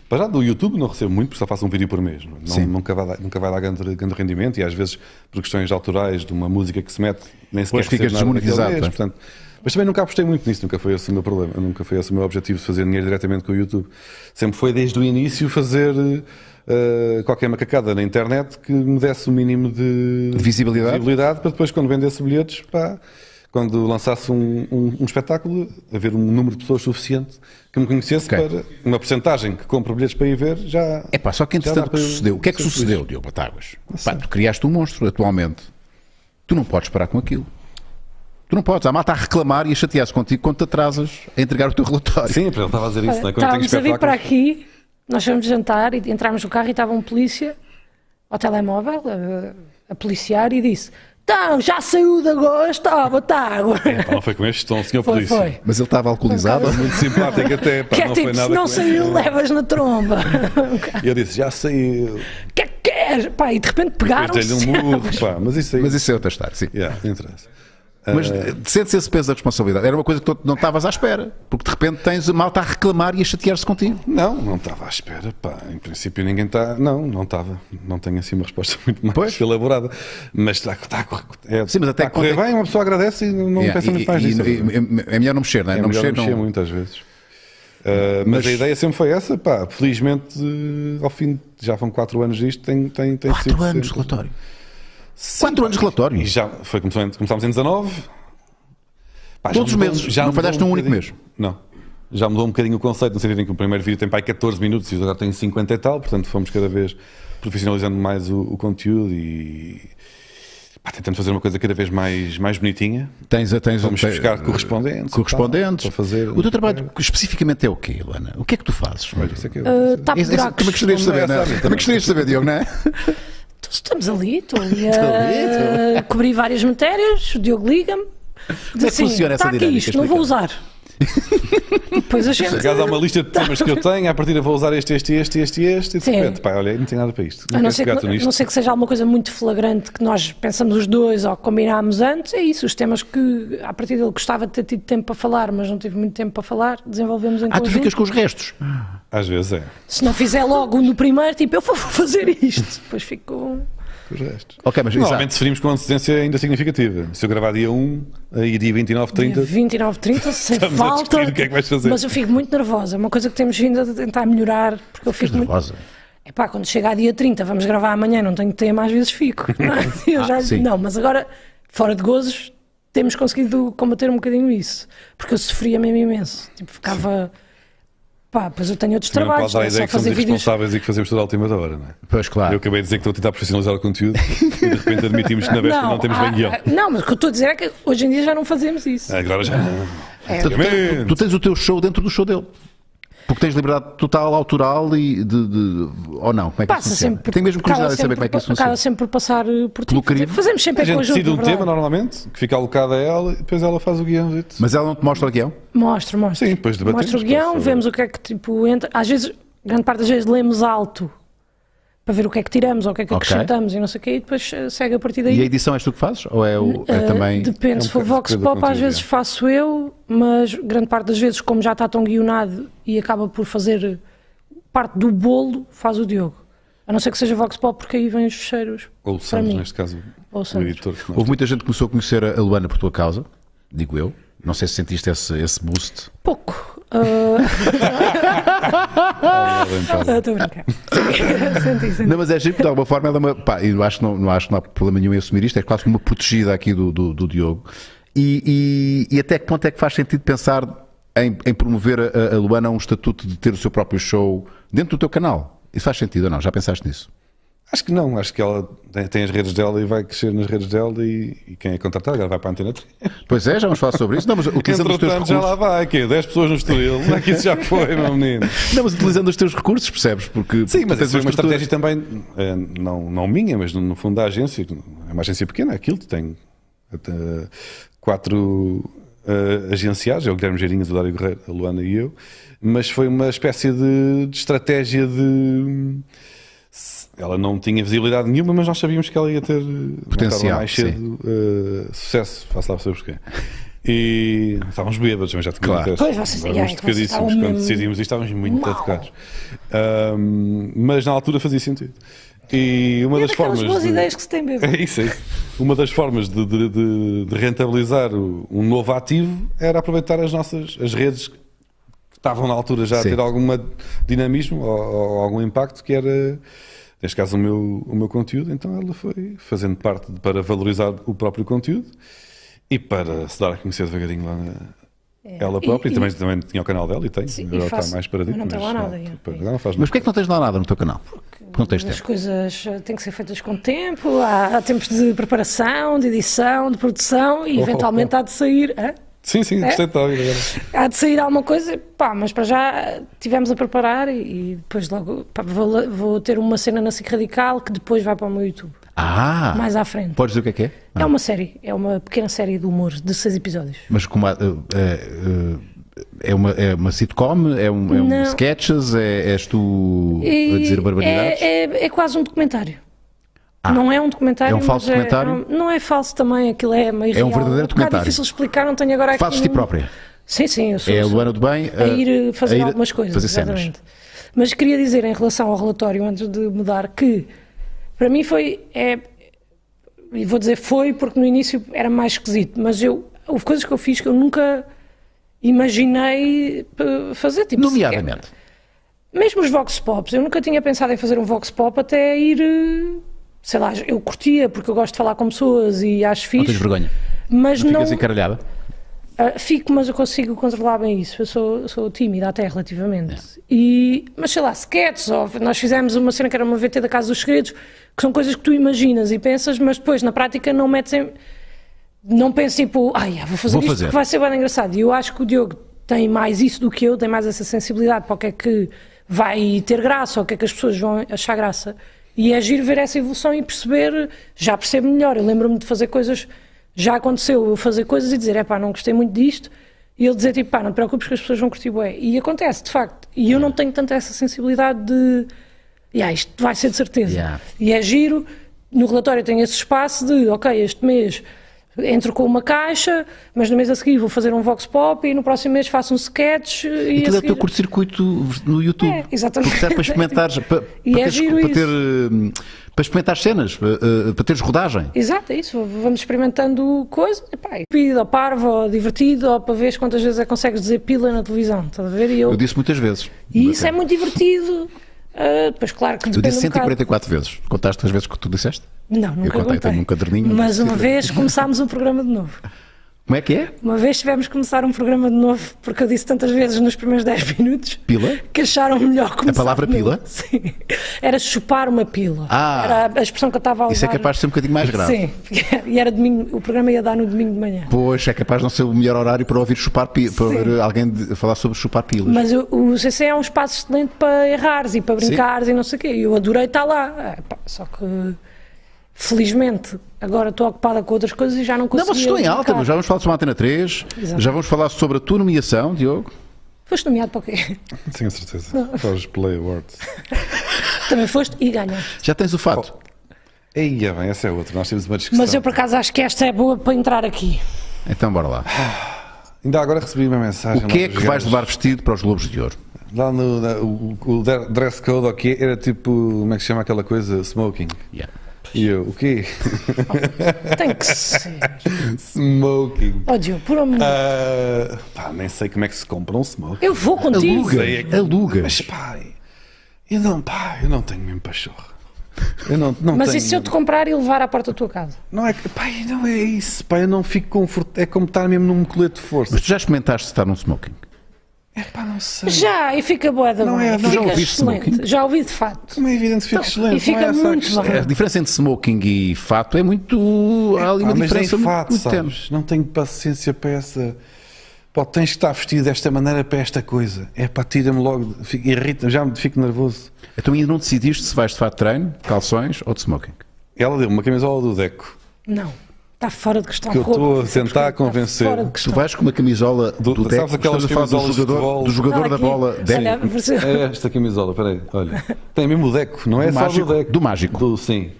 S2: Para já do YouTube não recebo muito, porque só faço um vídeo por mês. Não,
S1: Sim.
S2: nunca, vai dar, nunca vai dar grande, grande rendimento e às vezes, por questões autorais de uma música que se mete, nem sequer
S1: Depois ficas
S2: recebo nada naquele
S1: desmonetizado,
S2: mês,
S1: não é?
S2: portanto, mas também nunca apostei muito nisso, nunca foi esse o meu problema, nunca foi esse o meu objetivo de fazer dinheiro diretamente com o YouTube. Sempre foi desde o início fazer eh, qualquer macacada na internet que me desse o mínimo de,
S1: De visibilidade?
S2: visibilidade para depois, quando vendesse bilhetes, pá, quando lançasse um, um- um espetáculo, haver um número de pessoas suficiente que me conhecesse
S1: Ok.
S2: para uma porcentagem que compra bilhetes para ir ver já.
S1: É pá, só que
S2: já dá
S1: entretanto o que
S2: para eu
S1: sucedeu? O que é que
S2: ser feliz.
S1: sucedeu, Diogo Batáguas? Pá, tu criaste um monstro atualmente. Tu não podes parar com aquilo. Tu não podes. A malta a reclamar e a chatear-se contigo quando te atrasas a entregar o teu relatório.
S2: Sim, eu estava a dizer isso, não é? Quando tenho
S3: Estávamos a vir para
S2: espetáculos.
S3: aqui, nós fomos jantar e entrámos no carro e estava um polícia ao telemóvel eh, a, a policiar e disse: Então, já saiu de agosto, ó, Batágua.
S2: Pá, Não foi com este tom, senhor
S3: Foi,
S2: polícia.
S3: foi.
S1: Mas ele estava alcoolizado.
S2: Muito simpático até, pá,
S3: Que é
S2: não foi
S3: tipo,
S2: nada
S3: se não
S2: com-
S3: saiu, levas na tromba. [LAUGHS]
S2: E eu disse, já saiu.
S3: O que é que queres? Pá, e de repente
S2: Mas
S3: pegaram-se.
S2: dei-lhe um murro, pá, mas isso aí.
S1: Mas isso é outra história, sim.
S2: Yeah, não interessa.
S1: Mas eh, sentes esse peso da responsabilidade. Era uma coisa que tu não estavas à espera. Porque de repente tens a malta a reclamar e a chatear-se contigo.
S2: Não, não estava à espera, pá. Em princípio ninguém está. Não, não estava. Não tenho assim uma resposta [LAUGHS] muito mais
S1: Pois.
S2: elaborada. Mas está tá, a correr- é,
S1: Sim, mas até
S2: tá a correr
S1: quando é
S2: bem, uma pessoa agradece e não
S1: Yeah,
S2: pensa
S1: e-
S2: muito mais
S1: e-
S2: nisso.
S1: e- é- é melhor não mexer, não é?
S2: É
S1: não
S2: melhor
S1: mexer,
S2: não mexer
S1: não-
S2: muito às vezes. Uh, mas, a ideia sempre foi essa, pá. Felizmente, eh, ao fim de, já vão 4 anos disto, tem, tem, tem sido.
S1: Quatro anos de
S2: sempre-
S1: relatório. Quatro anos de relatório.
S2: E já foi, começou em- começámos em 19. Pá,
S1: Todos os
S2: mudou- um
S1: meses. Não
S2: mudou
S1: falhaste num único
S2: bocadinho- Não. Já mudou um bocadinho o conceito, no sentido em que o primeiro vídeo tem para aí 14 minutos e agora tem 50 e tal, portanto fomos cada vez profissionalizando mais o, o conteúdo e pá, tentando fazer uma coisa cada vez mais, mais bonitinha.
S1: Tens, tens
S2: Vamos
S1: tens-
S2: buscar correspondentes.
S1: eh, correspondentes.
S2: Para fazer
S1: O teu trabalho especificamente é o quê, Luana? O que é que tu fazes?
S2: Olha, isso é que eu-
S3: Ah, Tapa
S1: Esse- esse-
S3: buracos.
S1: também gostarias de saber,
S2: Não é
S1: não é?
S2: essa a mim,
S1: Também gostarias de saber, Diogo, não é?
S3: Então, Estamos ali, estou ali
S1: [LAUGHS]
S3: a [LAUGHS] cobrir várias matérias, o Diogo liga-me. Como
S1: é que funciona essa
S3: Está aqui
S1: dinâmica?
S3: isto, não vou usar.
S1: [LAUGHS]
S3: Depois a gente.
S2: Chegares a uma lista de temas que eu tenho, à partida vou usar este, este, este, este, este, e de
S3: Sim.
S2: repente, pá, olha, não tem nada para isto.
S3: A não,
S2: queres
S3: ser
S2: pegar tu
S3: que,
S2: nisto.
S3: não ser que seja alguma coisa muito flagrante que nós pensamos os dois ou combinámos antes, é isso. Os temas que, a partir dele, gostava de ter tido tempo para falar, mas não tive muito tempo para falar, desenvolvemos em
S1: Ah, tu
S3: conjunto.
S1: ficas com os restos.
S2: Às vezes é.
S3: Se não fizer logo no primeiro, tipo, eu vou [LAUGHS] fazer isto. Depois fico.
S2: Com os restos.
S1: Ok, mas
S2: Normalmente
S1: exato.
S2: definimos com uma antecedência ainda significativa. Se eu gravar dia 1, aí dia 29, 30.
S3: 29,
S2: [LAUGHS]
S3: 30, sem
S2: Estamos a
S3: falta.
S2: discutir o que é que vais fazer.
S3: Mas eu fico muito nervosa. É uma coisa que temos vindo a tentar melhorar, porque eu fico muito.
S1: Nervosa.
S3: Epá, quando chega a dia 30, vamos gravar amanhã, não tenho tema, às vezes fico.
S2: [LAUGHS]
S3: [LAUGHS] Eu já-
S1: Ah, sim.
S3: não, mas agora, fora de gozos, temos conseguido combater um bocadinho isso. Porque eu sofria mesmo imenso. Tipo, ficava. Pá, pois eu tenho outros
S2: Também não pode
S3: trabalhos,
S2: dar
S3: não
S2: a
S3: é
S2: ideia
S3: só
S2: que somos
S3: fazer vídeos.
S2: irresponsáveis e que fazemos tudo à última da hora, não é?
S1: Pois claro.
S2: Eu acabei de dizer que estou a tentar profissionalizar o conteúdo e de repente admitimos que na véspera não, temos
S3: ah,
S2: bem guião. É,
S3: ah, Não, mas o que eu estou a dizer é que hoje em dia já não fazemos isso.
S2: Agora já.
S3: É.
S1: Tu, tu- tu tens o teu show dentro do show dele. Porque tens liberdade total, autoral e de. de- ou não? Como é que isso
S3: Passa
S1: funciona?
S3: sempre. por-
S1: Tenho mesmo curiosidade
S3: acaba
S1: em saber
S3: sempre
S1: como é que
S3: por-
S1: isso funciona.
S3: Acaba sempre por passar eh, por ti.
S1: Pelo crivo.
S3: Fazemos sempre
S2: A
S3: em
S2: gente
S3: conjunto.
S2: decide um
S3: na verdade.
S2: tema normalmente, que fica alocado a ela e depois ela faz o guião. Mas
S1: Mas ela não te mostra o guião?
S3: Mostro, mostro.
S2: Sim, depois debatemos,
S3: Mostra o
S2: depois
S3: guião,
S2: sobre-
S3: vemos o que é que tipo entra. Às vezes, grande parte das vezes lemos alto para ver o que é que tiramos ou o que é que
S1: Ok.
S3: acrescentamos e não sei o quê, e depois eh, segue a partir
S1: E a
S3: daí.
S1: edição és tu que fazes? Ou é, o, é
S3: Eh,
S1: também.
S3: Depende,
S2: é um
S3: se for
S2: bocado
S3: vox
S2: depende do
S3: pop às
S2: conteúdo,
S3: vezes
S2: é.
S3: faço eu, mas grande parte das vezes, como já está tão guionado e acaba por fazer parte do bolo, faz o Diogo. A não ser que seja vox pop, porque aí vêm os fecheiros.
S2: Ou o
S3: Para
S2: Sandro,
S3: mim.
S2: neste caso,
S3: Ou o
S2: o
S3: Sandro.
S2: editor. que não-
S1: Houve muita gente que começou a conhecer a Luana por tua causa, digo eu. Não sei se sentiste esse, esse boost.
S2: [LAUGHS]
S3: Pouco. Ah,
S2: Ah, bem, pá.
S3: Estou a brincar. [LAUGHS] Senti, senti.
S1: Não, mas é giro, porque de alguma forma ela é uma. Pá, eu acho que não, não acho que não há problema nenhum em assumir isto, é quase como uma protegida aqui do, do, do Diogo. E, e- e até que ponto é que faz sentido pensar em, em promover a, a Luana a um estatuto de ter o seu próprio show dentro do teu canal? Isso faz sentido ou não? Já pensaste nisso?
S2: Acho que não, acho que ela tem, tem as redes dela e vai crescer nas redes dela e, e quem é contratado agora vai para a antena.
S1: Pois é, já vamos falar sobre isso.
S2: [LAUGHS]
S1: Não, mas utilizando os teus
S2: Entretanto, já
S1: recursos.
S2: lá vai, quê? 10 pessoas no Estoril, Como é que isso já foi, meu menino.
S1: Não, mas utilizando os teus recursos, percebes? Porque
S2: Sim, mas
S1: tu tens
S2: essa foi uma
S1: estrutura-
S2: estratégia também, eh, não, não minha, mas no, no fundo da agência, que é uma agência pequena, aquilo tem até quatro eh, agenciados, é o Guilherme Geirinhas, o Dário Guerreiro, a Luana e eu, mas foi uma espécie de, de estratégia de... Ela não tinha visibilidade nenhuma, mas nós sabíamos que ela ia ter eh,
S1: Potencial,
S2: tarde ou mais
S1: sim.
S2: cedo eh, sucesso, faço lá para saber porquê. E estávamos bêbados, mas já tinha
S1: Claro.
S2: acontecido.
S3: Pois, vocês-
S2: Estávamos
S3: é, vocês
S2: tocadíssimos
S3: estavam
S2: quando
S3: mesmo-
S2: decidimos e estávamos muito
S3: Mal.
S2: tocados. Ahm, mas na altura fazia sentido. E uma
S3: É
S2: das
S3: daquelas
S2: formas.
S3: boas
S2: de-
S3: ideias que se tem bebê.
S2: É isso, é isso. Uma das formas de, de- de- de rentabilizar o- um novo ativo era aproveitar as nossas as redes que estavam na altura já
S1: Sim.
S2: a ter algum dinamismo ou, ou algum impacto, que era, neste caso, o meu, o meu conteúdo. Então ela foi fazendo parte de- para valorizar o próprio conteúdo e para se dar a conhecer devagarinho lá na. Ela própria, e,
S3: É. E-
S2: também, também tinha o canal dela e tem,
S3: Sim,
S2: agora
S3: e
S2: está
S3: faço-
S2: mais para
S3: eu não tenho lá nada, eu-
S2: Agora não faz
S1: Mas porquê é que não tens lá nada no teu canal? Porque não tens
S3: As
S1: tempo.
S3: coisas eh, têm que ser feitas com tempo, há, há tempos de preparação, de edição, de produção e
S2: Oh,
S3: eventualmente
S2: oh, oh.
S3: há de sair. hã?
S2: Sim,
S3: É?
S2: sim, gostei de estar a ouvir agora.
S3: Há de sair alguma coisa, pá, mas para já eh, tivemos a preparar e, e depois logo pá, vou, la- vou ter uma cena na SIC Radical que depois vai para o meu YouTube,
S1: Ah!
S3: mais à frente.
S1: Podes dizer o que é que é?
S3: É uma série, é uma pequena série de humor de seis episódios.
S1: Mas como há, eh, eh, eh, é, uma, é uma sitcom? É um, é um
S3: Não.
S1: sketches? É, és tu a dizer
S3: E
S1: barbaridades?
S3: É, é- é quase um documentário. Não é um documentário.
S1: É um falso
S3: mas
S1: documentário?
S3: não- não é falso também, aquilo é meio
S1: É um
S3: real.
S1: verdadeiro
S3: bocado
S1: documentário.
S3: difícil de explicar, não tenho agora aqui.
S1: Fazes ti
S3: um-
S1: própria.
S3: Sim, sim, eu sou.
S1: É a
S3: sou-
S1: Luana do Bem
S3: a ir fazer
S1: a ir
S3: algumas coisas.
S1: Fazer cenas.
S3: exatamente. Mas queria dizer em relação ao relatório, antes de mudar, que para mim foi. É, e vou dizer foi porque no início era mais esquisito, mas eu houve coisas que eu fiz que eu nunca imaginei eh, fazer. Tipo, sequer-
S1: Nomeadamente.
S3: mesmo os Vox Pops, eu nunca tinha pensado em fazer um Vox Pop até ir. eh, Sei lá, eu curtia porque eu gosto de falar com pessoas e acho
S1: Não tens
S3: fixe.
S1: vergonha.
S3: mas
S1: Não
S3: não.
S1: ficas encaralhada.
S3: ah, fico, mas eu consigo controlar bem isso. Eu sou, sou tímida até relativamente.
S1: É.
S3: E, mas sei lá, sketches, ou nós fizemos uma cena que era uma VT da Casa dos Segredos, que são coisas que tu imaginas e pensas, mas depois na prática não metes em. Não penses tipo, ai, ah, vou fazer
S1: Vou
S3: isto
S1: fazer.
S3: que vai ser bem engraçado. E eu acho que o Diogo tem mais isso do que eu, tem mais essa sensibilidade para o que é que vai ter graça, ou o que é que as pessoas vão achar graça. E é giro ver essa evolução e perceber, já percebo melhor. Eu lembro-me de fazer coisas, já aconteceu eu fazer coisas e dizer, é pá, não gostei muito disto. E ele dizer, tipo, pá, não te preocupes que as pessoas vão curtir bué. E acontece, de facto. E eu não tenho tanta essa sensibilidade de, yeah, isto vai ser de certeza.
S1: Yeah.
S3: E é giro, no relatório tem esse espaço de, ok, este mês entro com uma caixa, mas no mês a seguir vou fazer um vox pop e no próximo mês faço um sketch e a
S1: Aquilo é o
S3: seguir...
S1: teu curto-circuito no YouTube.
S3: É, exatamente.
S1: Porque serve para
S3: [LAUGHS]
S1: experimentares, para,
S3: E
S1: para
S3: é
S1: teres-
S3: giro
S1: para
S3: isso.
S1: ter, hum, para experimentar cenas, para, eh, para teres rodagem.
S3: Exato, é isso, vamos experimentando coisas, epá, e pedido ao parvo, ou divertido, ou para ver quantas vezes é que consegues dizer pila na televisão, estás a ver? E eu-
S1: Eu disse muitas vezes.
S3: E isso é muito divertido. Ah, Ah, depois, claro que
S1: Tu
S3: depende
S1: disse
S3: um bocado-
S1: 144 vezes. Contaste as vezes que tu disseste?
S3: Não, nunca
S1: contei,
S3: contei.
S1: tenho um caderninho.
S3: Mas uma vez começámos um programa de novo.
S1: Como é que é?
S3: Uma vez tivemos que começar um programa de novo, porque eu disse tantas vezes nos primeiros 10 minutos
S1: Pila?
S3: que acharam melhor começar.
S1: palavra
S3: de novo.
S1: pila?
S3: Sim. Era chupar uma pila.
S1: Ah.
S3: Era a expressão que eu estava a usar.
S1: Isso é capaz de ser um bocadinho mais grave.
S3: Sim, e era domingo, o programa ia dar no domingo de manhã.
S1: Pois, é capaz de não ser o melhor horário para ouvir chupar pi- para
S3: Sim.
S1: ouvir alguém de- falar sobre chupar pilas.
S3: Mas o, o CC é um espaço excelente para errares e para brincares e não sei o quê. E Eu adorei estar lá. Ah, pá, Só que, felizmente, agora estou ocupada com outras coisas e já não
S1: não,
S3: consigo.
S1: vocês estão em alta, mas já vamos falar sobre a Antena 3,
S3: Exato.
S1: já vamos falar sobre a tua nomeação, Diogo.
S3: Foste nomeado para o quê? [LAUGHS]
S2: Tenho certeza. Para os Play Awards.
S3: Também foste e ganhaste.
S1: Já tens o fato.
S2: Oh. Aí é bem, essa é outra. Nós temos uma discussão.
S3: Mas eu, por acaso, acho que esta é boa para entrar aqui.
S1: Então bora lá.
S2: Ah, Ainda agora recebi uma mensagem.
S1: O que
S2: lá
S1: é
S2: dos
S1: que vais
S2: gajos.
S1: levar vestido para os Globos de Ouro?
S2: Lá no. na- o, o dress code, ok? Era tipo. Como é que se chama aquela coisa? Smoking. E eu, o quê? [LAUGHS]
S3: Tem que ser.
S2: Smoking.
S3: Ó Diogo, por amor.
S2: Ah, pá, nem sei como é que se compra um smoking.
S3: Eu vou contigo.
S1: Aluga,
S2: Sei é que-
S1: aluga.
S2: Mas pai, eu não, pá, eu não tenho mesmo pachorra. Eu não, não
S3: Mas
S2: tenho.
S3: e se eu te comprar e levar à porta da tua casa?
S2: Não é que, pai, não é isso, pai, eu não fico confortável. É como estar mesmo num colete de força.
S1: Mas tu já experimentaste estar num smoking?
S2: É pá, não sei.
S3: Já, e fica boa da
S2: Não
S3: bem.
S2: é, não.
S3: fica
S2: Já
S1: ouviste
S3: excelente.
S1: smoking?
S3: Já ouvi de fato.
S2: Como é evidente, fica
S3: Então,
S2: excelente.
S3: e fica
S2: não é essa a
S3: muito
S2: questão.
S3: bem.
S1: A diferença entre smoking e fato é muito. Há ali
S2: Pá,
S1: uma
S2: Ah, mas nem
S1: diferença muito,
S2: fato,
S1: muito
S2: sabes?
S1: tenue.
S2: Não tenho paciência para essa. Pá, tens que estar vestido desta maneira para esta coisa. É pá, tira-me logo, fico- irrita-me, já me fico nervoso.
S1: Então ainda não decidiste se vais de fato de treino, calções ou de smoking?
S2: Ela deu uma camisola do Deco.
S3: Não. Está fora de questão.
S2: Que eu
S3: roupa,
S2: estou a
S3: sabes que
S2: tentar
S3: está
S2: convencer.
S3: fora de
S1: Tu
S3: questão.
S1: vais com uma camisola do, do
S2: Do- sabes
S1: Deco,
S2: aquelas
S1: estamos a falar do
S2: camisolas de
S1: jogador,
S2: futebol?
S1: do jogador
S3: Está
S1: da
S3: Ah, aqui.
S1: bola Deco.
S3: Olha, apareceu.
S2: É esta camisola, peraí, olha. Tem mesmo o Deco, não é
S1: Do
S2: só
S1: mágico,
S2: do Deco.
S1: do mágico.
S2: Do- sim.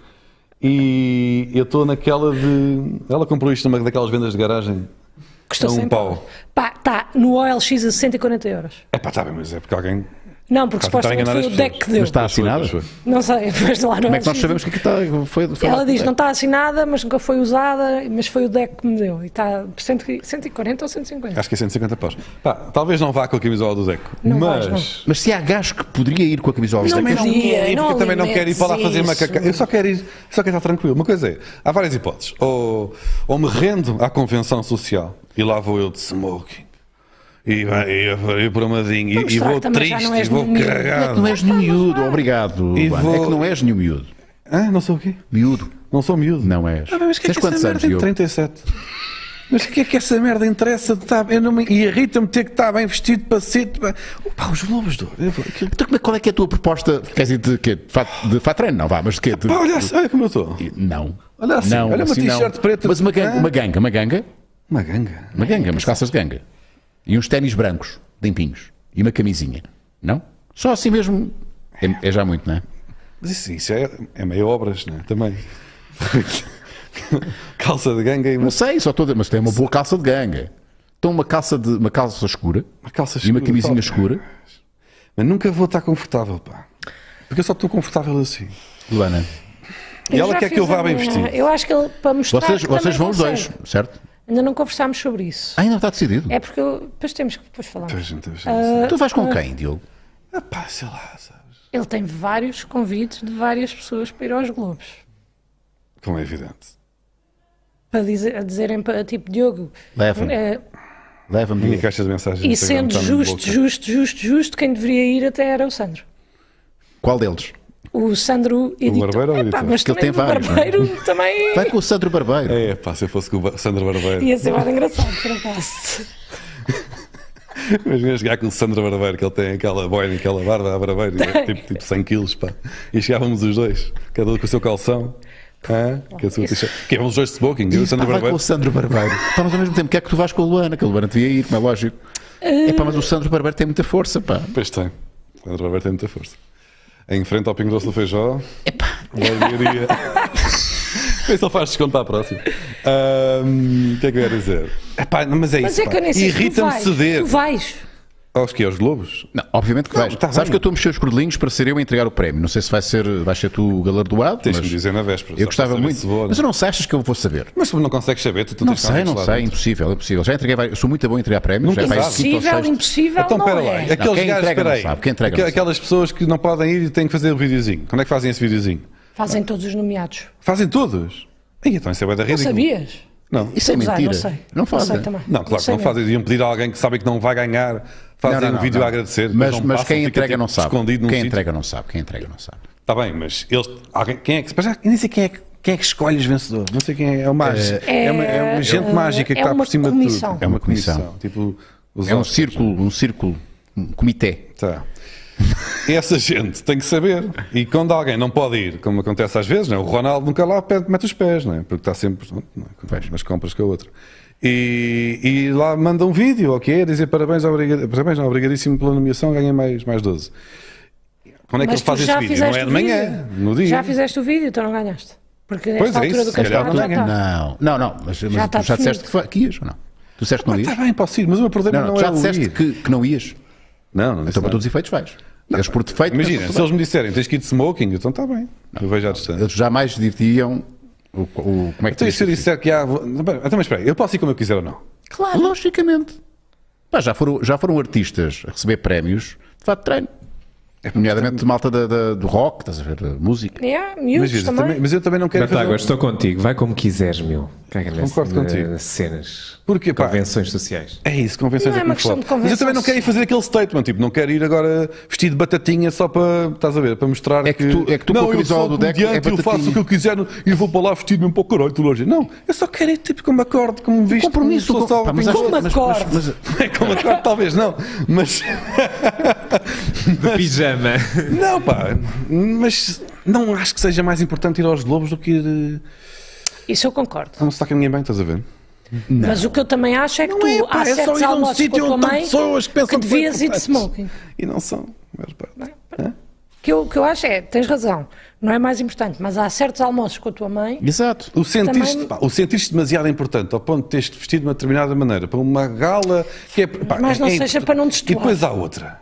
S2: E eu estou naquela de. Ela comprou isto numa daquelas vendas de garagem.
S3: Custou
S2: É um
S3: 100
S2: pau.
S3: Pá, está no OLX a 140 euros.
S2: É pá, está bem, mas é porque alguém.
S3: Não, porque
S2: Está a tentar enganar
S3: supostamente foi o
S2: as tá.
S3: deck que deu.
S1: Mas está assinada?
S2: Pois foi.
S1: Como
S3: Não sei, [LAUGHS] mas lá no
S1: é que nós
S3: OLX.
S1: sabemos que aqui está? Foi, foi lá
S3: Ela
S1: do
S3: diz,
S1: Deco.
S3: não está assinada, mas nunca foi usada, mas foi o deck que me deu. E tá está por 100 140 ou 150.
S2: Acho que é 150 paus. Pá, talvez não vá com a camisola do Deco,
S3: Não
S2: mas.
S3: vais, não.
S1: Mas se há gajo que poderia ir com a camisola é do
S3: Não,
S1: Deco,
S2: Eu
S3: mas-
S2: não
S3: Dia,
S2: quero ir,
S3: não
S2: porque eu também não quero ir para lá
S3: alimentes
S2: fazer
S3: isso.
S2: macacão. Eu só quero ir, só quero estar tranquilo. Uma coisa é, há várias hipóteses. Ou, ou me rendo à convenção social e lá vou eu de smoking. E, e, e, e brumadinho.
S3: Vamos
S2: E, e
S3: mostrar
S2: vou
S3: que também já
S2: triste,
S3: não és
S2: e vou
S3: nenhum miúdo.
S1: é que não
S2: carregado.
S1: és nenhum miúdo, obrigado.
S2: E
S1: Luana.
S2: vou-
S1: É que não és nenhum miúdo.
S2: Ah, não sou o quê?
S1: Miúdo,
S2: Não sou miúdo.
S1: não és.
S2: Ah, mas o que é
S1: Tens
S2: que essa
S1: quantos anos,
S2: merda em
S1: Diogo?
S2: 37? Mas o que é que essa merda interessa? de estar- eu não me- Irrita-me ter que estar bem vestido para ser. pá, Pá, os lobos do. eu vou- aquilo-
S1: Então como é- qual é que é a tua proposta? Queres ir de quê? De fato de fato de treino? Não, vá, mas de quê? De-
S2: Pá, olha, assim, olha como eu estou.
S1: Não.
S2: Olha assim,
S1: não,
S2: olha uma
S1: assim não.
S2: t-shirt preta.
S1: Mas uma ganga,
S2: Ah.
S1: uma ganga, uma ganga,
S2: Uma ganga.
S1: uma ganga, umas calças de ganga. E uns ténis brancos, limpinhos. E uma camisinha. Não? Só assim mesmo. É, é já muito, não é?
S2: Mas isso, isso é, é meio obras, né? Também. [LAUGHS] calça de ganga e uma,
S1: Não sei, só toda, mas tem uma boa calça de ganga. Então uma calça de uma calça escura
S2: uma calça
S1: e
S2: escura.
S1: uma camisinha
S2: tal.
S1: escura,
S2: Mas nunca vou estar confortável, pá. Porque eu só estou confortável assim.
S1: Luana.
S2: E ela
S3: já
S2: quer que
S3: fiz
S2: eu vá
S3: a
S2: bem
S3: minha-
S2: vestido.
S3: Eu acho que ele, para mostrar
S1: Vocês,
S3: que
S1: vocês
S3: também
S1: vão os
S3: consegue.
S1: dois, certo?
S3: Ainda não conversámos sobre isso.
S1: Ainda não está decidido.
S3: É porque eu- depois temos que depois falar.
S2: Pois, então, já
S3: Ah.
S2: sei.
S1: Tu vais com quem, Diogo?
S2: Ah, pá, sei lá, sabes?
S3: Ele tem vários convites de várias pessoas para ir aos Globos.
S2: Como é evidente.
S3: Para dizer, a dizerem para tipo Diogo.
S2: É,
S1: Leva-me.
S3: eh,
S1: Leva-me.
S2: Minha
S1: Diogo.
S2: caixa de mensagens. no
S3: e
S2: Instagram
S3: sendo
S2: está na
S3: justo,
S2: boca.
S3: justo, justo, justo, quem deveria ir até era o Sandro.
S1: Qual deles?
S3: O Sandro editor.
S2: barbeiro ou
S3: Epá,
S2: editor?
S3: mas
S1: Que ele
S3: também
S1: tem
S3: o
S1: vários, não é?
S3: barbeiro [LAUGHS] também
S1: Vai com o Sandro Barbeiro.
S2: É, pá, se eu fosse com o Ba- Sandra Barbeiro.
S3: ia ser mais engraçado, por acaso.
S2: Mas eu ia chegar com o Sandra Barbeiro, que ele tem aquela boina, aquela barba a barbeiro, e é tipo, tipo 100 quilos, pá. E chegávamos os dois, cada um com o seu calção. Hã? Que a sua
S3: Isso.
S2: t-shirt. Que é uns dois de smoking, eu e o
S1: Pá,
S2: Sandra
S1: vai com
S2: Barbeiro.
S1: o Sandro Barbeiro. Pá, mas ao mesmo tempo, quer que tu vais com a Luana, que a Luana devia ir, como é lógico. É pá, mas o Sandro Barbeiro tem muita força, pá.
S2: Pois tem. O André Roberto tem muita força. Em frente ao Pingo Doce do Feijó.
S3: [LAUGHS]
S2: Barbearia. Vê se ele faz desconto para a próxima. Ahm, O que é que eu ia dizer? Epá, não, mas é
S3: Mas
S2: isso.
S3: é que
S2: pá.
S3: eu nem sei se tu
S2: Irrita-me
S3: vais.
S2: ceder.
S3: Tu vais.
S2: Aos que? Aos Globos?
S1: Não, obviamente que vais.
S2: tá
S1: Sabes
S2: bem.
S1: que eu estou a mexer os cordelinhos para ser eu a entregar o prémio. Não sei se vai ser, vais ser tu galardoado.
S2: Tens de
S1: mas
S2: me dizer na véspera.
S1: eu gostava muito. mas
S2: mas,
S1: eu não sei, achas que eu vou saber?
S2: mas tu não consegues saber, tu, tu
S1: não
S2: tens
S1: sei,
S2: alguém
S1: não
S2: lá
S1: sei, é
S2: dentro.
S1: impossível, é impossível. Já entreguei vários. Eu sou muito bom a entregar prémios. é
S2: Nunca
S1: já vai
S2: sabes.
S1: cinco ou
S3: é Impossível,
S1: seis.
S3: impossível,
S2: Então,
S3: não
S2: espera lá.
S3: é.
S1: quem
S2: Aqueles gajos,
S1: entrega
S2: espera
S1: não
S2: aí.
S1: sabe, quem entrega não
S2: Aquelas, aquelas pessoas que não podem ir e têm que fazer o videozinho. Quando é que fazem esse videozinho?
S3: Fazem todos os nomeados.
S2: Fazem todos. Ih, então isso é bué da
S3: Não
S2: ridículo.
S3: sabias?
S2: Não.
S1: Isso é
S3: Usar,
S1: mentira.
S3: Não sei.
S1: Não fazem.
S3: sei também.
S2: Não, claro que
S3: sei
S2: não
S3: mesmo.
S2: fazem. Iam pedir a alguém que sabem que não vai ganhar, fazem
S1: Não, não,
S2: um
S1: não,
S2: vídeo
S1: não.
S2: a agradecer. depois
S1: Mas,
S2: não
S1: mas
S2: passam,
S1: quem
S2: fica,
S1: entrega
S2: tipo,
S1: não sabe.
S2: Escondido num
S1: Quem
S2: sítio.
S1: entrega não sabe. Quem entrega não sabe.
S2: Está bem, mas eles. Alguém, quem é que. Para já, nem sei quem é, que- quem é que escolhe os vencedores. Não sei quem é. É o mágico. É, uma, é uma gente
S3: é-
S2: mágica que
S3: é
S2: está
S3: uma
S2: por cima
S3: comissão.
S2: de tudo. É uma comissão. Tipo, os
S1: É um
S2: Oscars.
S1: círculo, um círculo, um comitê.
S2: Tá. Essa gente tem que saber. E quando alguém não pode ir, como acontece às vezes, não é? o Ronaldo nunca lá pede- mete os pés, não é? porque está sempre pronto, não é? nas compras com a outra. E, e lá manda um vídeo, ok? A dizer parabéns, obriga- parabéns não, obrigadíssimo pela nomeação, ganhei mais, mais 12. Quando é que
S3: Mas
S2: ele faz
S3: tu já
S2: esse vídeo? Não
S3: fizeste
S2: é de
S3: o vídeo.
S2: manhã, no dia.
S3: Já fizeste o vídeo, então não ganhaste. Porque
S2: Pois
S3: nesta
S2: é
S3: altura
S2: isso,
S3: do
S2: se calhar
S3: campeonato já tá.
S2: não é.
S3: está.
S1: Não, não, não. Mas, mas
S3: Já está
S1: tu já disseste
S3: definido.
S1: que, fa- que ias ou não? Tu disseste que não
S2: Está
S1: ias?
S2: Tá bem, posso ir, mas o meu problema
S1: Não, não,
S2: não, é
S1: tu já
S2: o
S1: disseste
S2: ir.
S1: que, que não ias.
S2: Não, não disse
S1: Então, para
S2: nada.
S1: todos os efeitos, vais. Eles por defeito.
S2: Imagina,
S1: mas-
S2: se eles me disserem tens que ir de smoking, então está bem. Eu vejo à distância.
S1: Eles jamais divertiam o, o- como é que
S2: Então, e se eu
S1: dizes?
S2: disser que há. Não, pera, Então, mas espera, aí, eu posso ir como eu quiser ou não?
S3: Claro.
S1: Ah, Logicamente. Pá, já, foram, já foram artistas a receber prémios de fato de treino.
S2: É
S1: Nomeadamente de malta da- da- do rock, estás a ver? da Música.
S3: Yeah,
S2: Mas,
S3: miúdos
S2: vezes,
S3: também.
S2: também- mas eu também não
S1: tá,
S2: quero fazer.
S5: Bertágua,
S1: um-
S5: estou contigo. Vai como quiseres, meu. Caga nesse-
S2: Concordo
S5: na-
S2: contigo.
S5: nas cenas.
S2: Porque, pá,
S5: Convenções sociais.
S2: É isso, convenções
S3: Não é
S2: que
S3: uma
S2: me
S3: questão
S2: fode.
S3: de convenções.
S2: Mas eu também não quero ir fazer aquele statement, tipo, não quero ir agora vestido de batatinha só para, estás a ver, para mostrar
S1: É que tu- é que tu
S2: não,
S1: com a
S2: eu
S1: camisola
S2: sou
S1: do Deco é
S2: comediante, eu faço
S1: batatinha.
S2: o que eu quiser e vou para lá um vestido mesmo para o caralho, tu longe. Não, eu só quero ir tipo como acordo, como visto.
S1: Compromisso.
S2: como
S1: Com,
S2: sou só um
S1: pá, mas
S2: pingo-
S1: acho-
S3: Como
S1: mas-
S3: acorde.
S1: mas- mas-
S2: É como acordo, talvez não, mas... [LAUGHS]
S5: De
S1: [LAUGHS]
S5: pijama.
S2: Não, pá, mas não acho que seja mais importante ir aos Globos do que ir... eh,
S3: Isso eu concordo.
S2: Não se está com ninguém bem, estás a ver?
S3: Mas o que eu também acho é que tu
S2: é, pá,
S3: há
S2: é só
S3: certos
S2: ir a um
S3: almoços
S2: sítio
S3: com a tua
S2: onde estão
S3: mãe
S2: pessoas que pensam que são
S3: devias ir de
S2: importantes.
S3: smoking.
S2: E não são, a maior parte. Hã?
S3: Que eu, que eu acho é, tens razão, não é mais importante, mas há certos almoços com a tua mãe
S1: Exato.
S2: O sentiste,
S3: Também-
S2: pá, o sentiste demasiado importante ao ponto de teres vestido de uma determinada maneira para uma gala que é. Pá,
S3: Mas não
S2: é
S3: seja
S2: import-
S3: para não
S2: E
S3: destoar.
S2: depois há outra.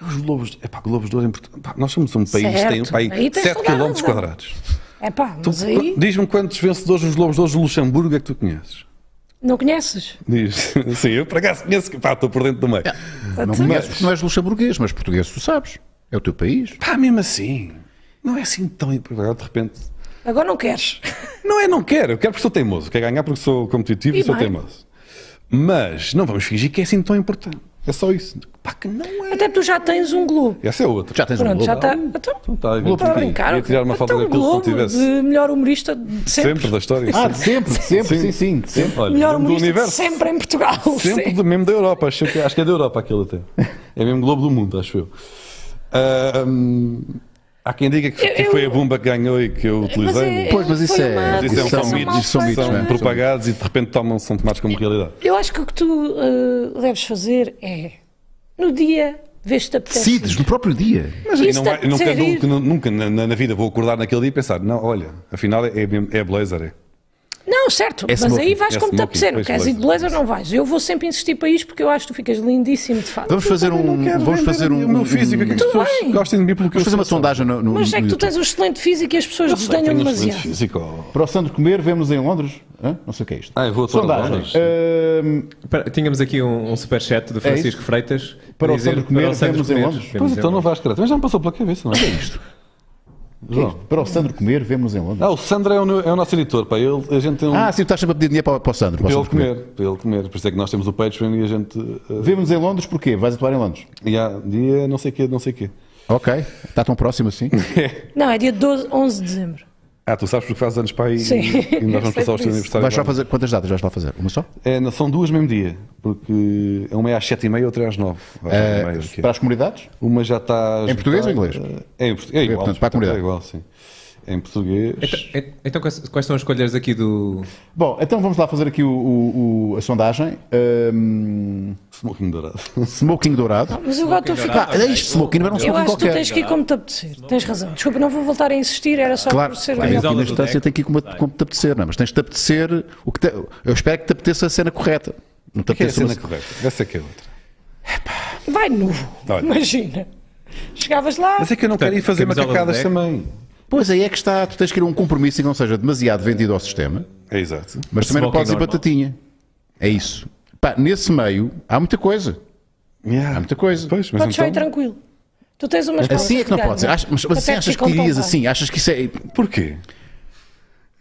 S2: É Os Globos, é pá, Globos de Ouro é importante. Pá, nós somos um país que tem
S3: Certo.
S2: pá, aí
S3: Aí tens
S2: 7
S3: toda a
S2: km
S3: razão.
S2: quadrados.
S3: é pá, mas aí
S2: Diz-me quantos vencedores dos Globos de Ouro de Luxemburgo é que tu conheces?
S3: não conheces.
S2: Diz. [LAUGHS] Sim, eu por acaso conheço, que pá, estou por dentro do meio.
S3: É.
S1: Não
S3: Até-
S1: conheces porque não és luxemburguês, mas português tu sabes. É o teu país.
S2: Pá, mesmo assim, não é assim tão importante. De repente.
S3: Agora não queres.
S2: Não é, não quero. Eu quero porque sou teimoso. Quero ganhar porque sou competitivo e,
S3: E
S2: sou
S3: bem.
S2: teimoso. Mas não vamos fingir que é assim tão importante. É só isso. Pá, que não é.
S3: Até tu já tens um globo.
S2: Essa é outra.
S1: Já tens um
S3: Pronto,
S1: globo.
S3: já está.
S2: Tá,
S3: Estou a
S2: ia-
S3: brincar.
S2: ia tirar uma foto
S3: Até um
S2: daquilo se não
S3: globo
S2: tivesse.
S3: de melhor humorista de sempre.
S2: Sempre da história.
S1: Ah, de sempre, de sempre, sim, sim. de sempre.
S2: Olha,
S3: Melhor
S2: mesmo do
S3: humorista de
S2: universo.
S3: sempre em Portugal.
S2: Sempre
S3: sim.
S2: do- mesmo da Europa. Acho que, acho que é da Europa aquele até. É mesmo Globo do Mundo, acho eu. Ah, hum, há quem diga que,
S3: Eu-
S2: que foi a bomba que ganhou e que eu utilizei.
S3: é-
S1: Pois, mas isso
S3: Foi
S1: é.
S3: uma-
S2: Mas isso é um
S3: São
S2: são mitos,
S3: mal
S2: são,
S3: feitos,
S1: não é?
S2: propagados e de repente tomam, são tomados como realidade.
S3: Eu acho que o que tu eh, deves fazer é, no dia, vês te apetece.
S1: Decides no próprio dia.
S2: Mas
S3: Isso
S2: e não, vai-
S3: deve
S2: nunca,
S3: é ser
S2: nunca,
S3: ir.
S2: nunca na, na- na vida vou acordar naquele dia e pensar, não, olha, afinal é, é, mesmo- é blazer. é.
S3: Não, certo,
S1: É
S3: mas
S1: smoking,
S3: aí vais
S2: é
S3: como te
S2: smoking,
S3: apetecer. Não
S2: pois,
S3: queres ir de blazer, não vais. Eu vou sempre insistir para isto porque eu acho que tu ficas lindíssimo de fato.
S1: Vamos fazer
S2: Eu não
S1: um.
S2: quero
S1: Vamos
S2: vender
S1: fazer
S2: o
S1: um.
S2: meu
S1: um-
S2: físico. é que as
S3: Tudo
S2: pessoas
S3: bem.
S2: gostem de mim pelo que
S1: Vamos
S2: eu
S1: fazer uma
S2: sou.
S1: sondagem no. no
S3: Mas é
S1: no
S3: que tu
S1: YouTube.
S3: tens um excelente físico e as pessoas
S2: Eu sei,
S3: desdenham
S2: tenho um excelente
S3: demasiado.
S2: físico.
S1: Para o Santo comer, vemos em Londres? Hã? Não sei o que é isto.
S2: Ah, eu vou a todas
S1: Sondagem. Hum,
S2: Londres.
S1: Ahm,
S5: Espera, Tínhamos aqui um, um superchat do Francisco
S1: É isso?
S5: Freitas
S1: Para o
S5: dizer-
S1: Sandro comer,
S5: para o Sandro
S1: vemos em
S5: comer.
S1: Londres.
S5: Vemos
S2: Pois
S5: em
S2: então não
S5: Londres.
S2: vais caralho. Mas já me passou pela cabeça, não é? isto? é João.
S1: é para o Sandro comer, vemos em Londres.
S2: Ah, o Sandro é o, é o nosso editor, pá. Ele, a gente tem um.
S1: Ah, sim, tu estás sempre a pedir dinheiro para, para o Sandro. Para
S2: para
S1: o
S2: ele
S1: Sandro comer.
S2: comer. Para ele comer. Por isso é que nós temos o Patreon e a gente. Uh,
S1: Vemos em Londres porquê? Vais atuar em Londres?
S2: e há dia não sei o quê, não sei o quê.
S1: Ok. Está tão próximo assim?
S3: Não, é dia 12, 11 de dezembro.
S2: Ah, tu sabes porque fazes anos para aí
S3: Sim,
S2: e nós
S3: eu
S2: vamos
S3: [LAUGHS]
S2: passar
S3: sei
S2: os teus
S3: disso.
S2: aniversários.
S1: Vais
S2: lá.
S1: lá fazer. Quantas datas vais lá fazer? Uma só?
S2: É, não, são duas no mesmo dia, porque uma é às sete e meia, outra é às nove. Às nove e meia, o quê?
S1: Eh, Para as comunidades?
S2: Uma já está. esgotada.
S1: português ou inglês?
S2: É, em portu- é igual.
S1: portanto, para a comunidade.
S2: É igual, sim. Em português.
S5: E- Então quais quais são as escolhas aqui do.
S1: Bom, então vamos lá fazer aqui o- o- o- a sondagem. Ahm,
S2: Smoking [LAUGHS] dourado.
S1: smoking dourado.
S3: Mas eu agora estou a ficar.
S1: Pá, é isto, smoking, não era um
S3: Eu
S1: smoking
S3: acho que tu
S1: qualquer.
S3: tens que ir como te apetecer. Tens razão. Desculpa, não vou voltar a insistir, era só
S1: Claro,
S3: por ser
S1: claro,
S3: o
S1: aqui
S3: melhor.
S1: na instância tem que ir como, como te apetecer, não é? mas tens de te apetecer. O que te- eu espero que te apeteça a cena correta. Não te
S2: Que é a
S1: apeteça
S2: cena
S1: uma-
S2: correta. Essa é que é outra.
S3: Vai novo.
S1: Tá
S2: Olha.
S3: Imagina. Chegavas lá.
S2: Mas é que eu não quero ir fazer
S5: camisola do
S2: macacadas
S5: Deco.
S2: também.
S1: Pois aí é que está, tu tens que ir a um compromisso em que não seja demasiado vendido ao sistema,
S2: É exato.
S1: mas também não
S5: Smoking
S1: podes ir
S5: normal.
S1: batatinha. É isso. Pá, nesse meio há muita coisa.
S2: Yeah.
S1: Há muita coisa.
S2: Pois, mas
S3: Podes só ir
S2: então...
S3: tranquilo. Tu tens umas
S1: Assim é que não pode ser. Acho- mas mas assim achas que irias assim? Achas que isso é.
S2: Porquê?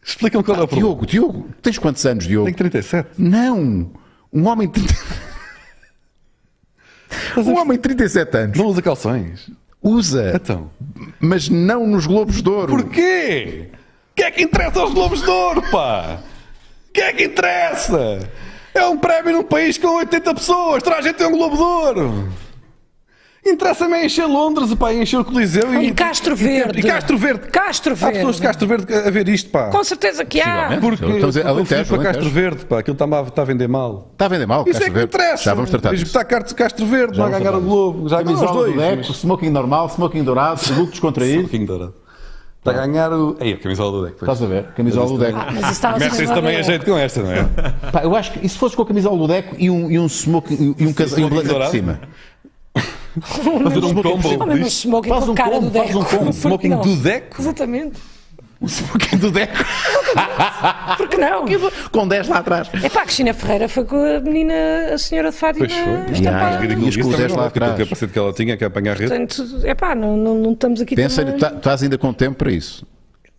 S2: Explica-me qual é o problema.
S1: Diogo, Diogo, tens quantos anos, Diogo?
S2: Tenho 37.
S1: Não! Um homem de
S2: [LAUGHS]
S1: 30 um homem de 37 anos
S2: Não usa calções.
S1: usa,
S2: Então.
S1: mas não nos Globos de Ouro.
S2: Porquê? O que é que interessa aos Globos de Ouro, pá? O que é que interessa? É um prémio num país com 80 pessoas, traz gente tem um Globo de Ouro. Interessa-me é encher Londres, pá, encher o Coliseu
S3: E Um Castro Verde.
S2: E Castro Verde.
S3: Castro
S2: Há
S3: Verde.
S2: pessoas de Castro Verde a ver isto, pá.
S3: Com certeza que há.
S1: Possivelmente.
S2: Porque
S1: é? Estamos a-
S2: eu fui
S1: Alentejo,
S2: para
S1: Alentejo.
S2: Castro Verde, pá, aquilo está a vender mal.
S1: Está Tá a vender mal,
S2: Isso
S1: queres
S2: é que
S1: ver?
S2: interessa. É
S1: Já vamos tratar disso. Tá
S2: Está Castro, Castro
S1: Já
S2: Verde, não a
S1: vamos
S2: ganhar o
S1: tratar
S2: Globo. Já ganhou os
S1: Camisola
S2: dois.
S1: do Deco, smoking normal, smoking dourado,
S2: [LAUGHS]
S1: look descontraído.
S2: Pouquinho dourado. Está a ganhar o. Aí, a camisola do Deco. pois. é-
S1: Estás a ver? Camisola do Deco.
S3: Ah, Mas isso estava assim
S2: Merece isso também a jeito com esta, não é?
S1: Pá, eu acho que e se fosse com a camisola do Deco e um, e um smoking e um, casa, e um blazer por
S2: dourado.
S1: cima.
S2: Fazer um
S1: smoking
S2: combo.
S3: Mas não se é smoking
S1: Faz
S3: com
S1: um
S3: a cara
S1: combo,
S3: do
S1: faz um
S3: Deco.
S1: combo.
S3: Por que
S2: Smoking
S3: não?
S2: do Deco?
S3: Exatamente.
S1: Um smoking do
S2: [LAUGHS]
S1: Deco
S3: Por que não?
S1: com 10 lá atrás.
S3: É pá, a Cristina Ferreira foi com a menina, a senhora de Fátima.
S2: Pois foi.
S1: Yeah, yeah.
S3: estampada.
S1: E as
S2: Isso também
S1: coisas
S2: não,
S1: lá
S2: porque aquele
S1: atrás.
S2: é capacete que ela tinha, que é apanhar rede.
S3: Portanto, é pá, não, não, não estamos aqui
S1: Pensa,
S3: também...
S1: tá- estás ainda com tempo para isso.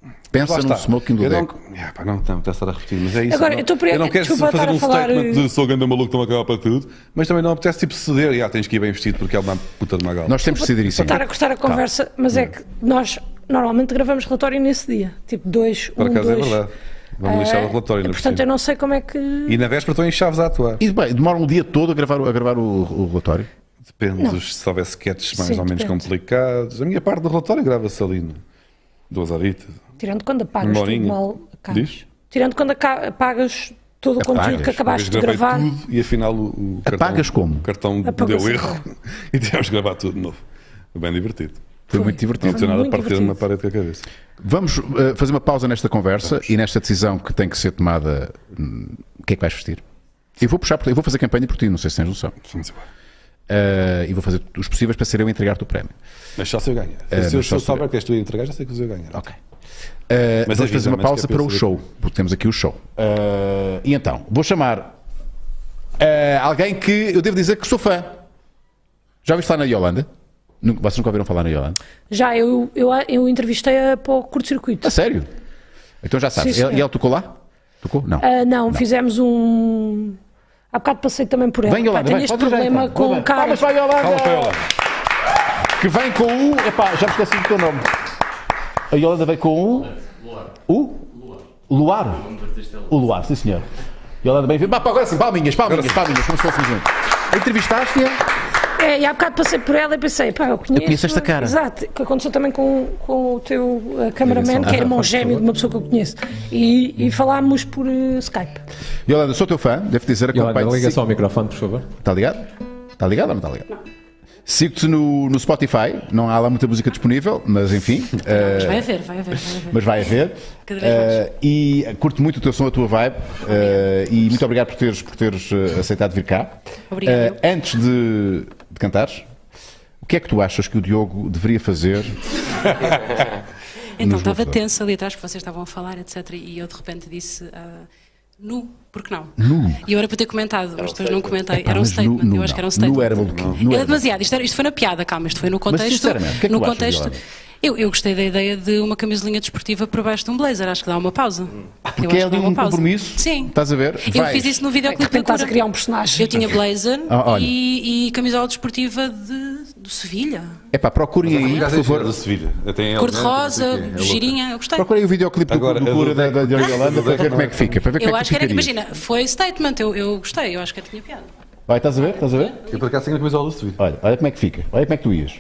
S2: Lá
S1: Pensa
S2: está.
S1: num smoking do
S2: Eu
S1: Deco.
S2: Não, Ah, pá, não, não, está a estar a repetir, mas é isso.
S3: Agora,
S2: não,
S3: eu estou pre-
S2: não quero
S3: desculpa
S2: fazer
S3: estar a
S2: um
S3: falar,
S2: statement
S3: eh,
S2: de sou ganda maluco, estou a acabar para tudo, mas também não apetece tipo ceder. E ah, tens que ir bem vestido porque é uma puta de uma gala.
S1: Nós temos de decidir isso.
S3: Vou estar a cortar a conversa, mas é que nós normalmente gravamos relatório nesse dia. Tipo, dois,
S2: Por
S3: um,
S2: acaso é
S3: dois.
S2: verdade. Vamos
S3: Ah,
S2: deixar o relatório,
S3: e,
S2: não é
S3: Portanto, eu não sei como é que...
S2: E na véspera estou em Chaves a atuar.
S1: E bem, demora um dia todo a gravar, o- a gravar o, o relatório.
S2: Depende, dos- se houver sketches mais
S3: Sim,
S2: ou menos
S3: depende.
S2: complicados. A minha parte do relatório grava-se ali, não? duas horitas.
S3: Tirando quando apagas
S2: Uma horinha.
S3: tudo mal, acabas.
S2: Diz?
S3: Tirando quando aca- apagas todo o conteúdo que
S1: Apagas.
S3: acabaste de
S2: gravei
S3: gravar.
S2: tudo e afinal o, o cartão,
S1: Apagas como?
S2: o cartão
S3: Apaga-se
S2: deu
S3: agora.
S2: erro [LAUGHS] e tivemos que gravar tudo de novo. Foi Bem divertido.
S1: Foi muito
S2: Não
S1: divertido.
S2: tinha nada
S3: muito
S2: partido na
S3: divertido.
S2: parede com a cabeça.
S1: Vamos eh, fazer uma pausa nesta conversa e nesta decisão que tem que ser tomada. hum, o que é que vais vestir? Eu vou puxar por ti, eu vou fazer campanha por ti, não sei se tens noção.
S2: Vamos embora.
S1: Eh, e vou fazer os possíveis para ser eu a entregar-te o prémio.
S2: Mas só se eu ganhar.
S1: É,
S2: se eu,
S1: mas
S2: se
S1: só
S2: eu
S1: se eu-
S2: souber que és tu a entregar, já sei que o eu ganhar.
S1: Ok. Eh,
S2: Mas
S1: vamos
S2: avisa,
S1: fazer uma
S2: mas
S1: pausa
S2: que é
S1: para o
S2: para eu
S1: show, porque temos aqui o show. Eh, e então, vou chamar eh, alguém que eu devo dizer que sou fã. Já ouviste falar na Yolanda? Nunca- Vocês nunca ouviram falar na Yolanda?
S3: Já, eu, eu, eu entrevistei-a para o curto-circuito.
S1: A sério? Então já sabes.
S3: Sim,
S1: Ele-
S3: senhor.
S1: e ele tocou lá? Tocou? Não.
S3: Ah, não, fizemos um... Há bocado passei também por ela.
S1: Vem, Yolanda,
S3: tenho
S1: vem.
S3: este
S1: Pode já
S3: problema
S1: entrar.
S3: com
S1: Vai,
S3: caras.
S1: vai, Yolanda!
S2: Fala para ela.
S1: Que vem com o. Epá, já me esqueci do teu nome. A Yolanda vem com o. O? Luar. O é Luar, sim senhor. Yolanda, bem-vindo. Pá, pá, Agora sim, palminhas, palminhas, palminhas, como se um fôssemos juntos. Entrevistaste-a?
S3: É, e há bocado passei por ela e pensei, pá, eu conheço.
S1: conheço esta cara.
S3: Exato, que aconteceu também com, com o teu eh, cameraman, que é irmão gêmeo de uma pessoa que eu conheço. E, e falámos por eh, Skype.
S1: Yolanda, sou teu fã, devo dizer,
S5: Yolanda,
S1: acompanho-te.
S5: liga
S1: Sigo-
S5: só o microfone, por favor.
S1: Está Tá ligado? Está ligado ou não está ligado? Sigo-te no, no Spotify, não há lá muita música disponível, mas enfim, eh,
S6: Mas vai haver, vai haver, vai haver.
S1: mas vai haver.
S6: Cada vez mais.
S1: Eh, e curto muito o teu som, a tua vibe, eh, e muito obrigado por teres, por teres eh, aceitado vir cá.
S6: Obrigada,
S1: Eh, antes de, de cantares, o que é que tu achas que o Diogo deveria fazer?
S6: Então
S1: nos
S6: estava
S1: Globos.
S6: tenso ali atrás porque vocês estavam a falar, etc. E eu de repente disse ah, nu, porque não? Nu. E eu era para ter comentado, mas depois não comentei.
S1: Epá,
S6: era um
S1: mas nu-
S6: statement,
S1: nu
S6: eu acho
S1: não.
S6: que era um statement.
S1: Nu era maluquinho, nu
S6: Era
S1: era
S6: demasiado, isto, era- isto foi na piada, calma, isto foi no contexto.
S1: sinceramente, o que é que
S6: no
S1: tu achas,
S6: contexto
S1: Yolanda?
S6: eu, eu gostei da ideia de uma camisolinha desportiva por baixo de um blazer, acho que dá uma
S2: Hum.
S6: pausa. Eu
S1: Porque é
S6: acho que dá
S1: ali
S6: uma
S1: um
S6: pausa.
S1: compromisso.
S6: Sim.
S1: Estás a ver?
S6: Eu
S1: Vais.
S6: fiz isso no videoclipe
S3: Portanto, estás a
S6: Cultura.
S3: criar um personagem.
S6: Eu tinha blazer
S1: Ah, olha.
S6: e, e camisola desportiva de, do Sevilha.
S1: Epá, procurem aí, por favor.
S2: Do Sevilha. Até em
S6: Cor-de-rosa,
S2: Algarve, não sei o quê, é louca.
S6: girinha, eu gostei.
S1: Procurem o videoclipe do,
S2: Agora,
S1: do
S2: a do
S1: Cura da, da, da Yolanda para ver como é que fica. Para ver como
S6: Eu
S1: é
S6: acho que era,
S1: ficaria.
S6: imagina, foi statement, eu, eu gostei, eu acho que eu tinha piada.
S1: Vai, estás a ver? Estás a ver?
S2: Eu por acaso tenho a camisola do Sevilha.
S1: Olha, olha como é que fica. Olha como é que tu ias.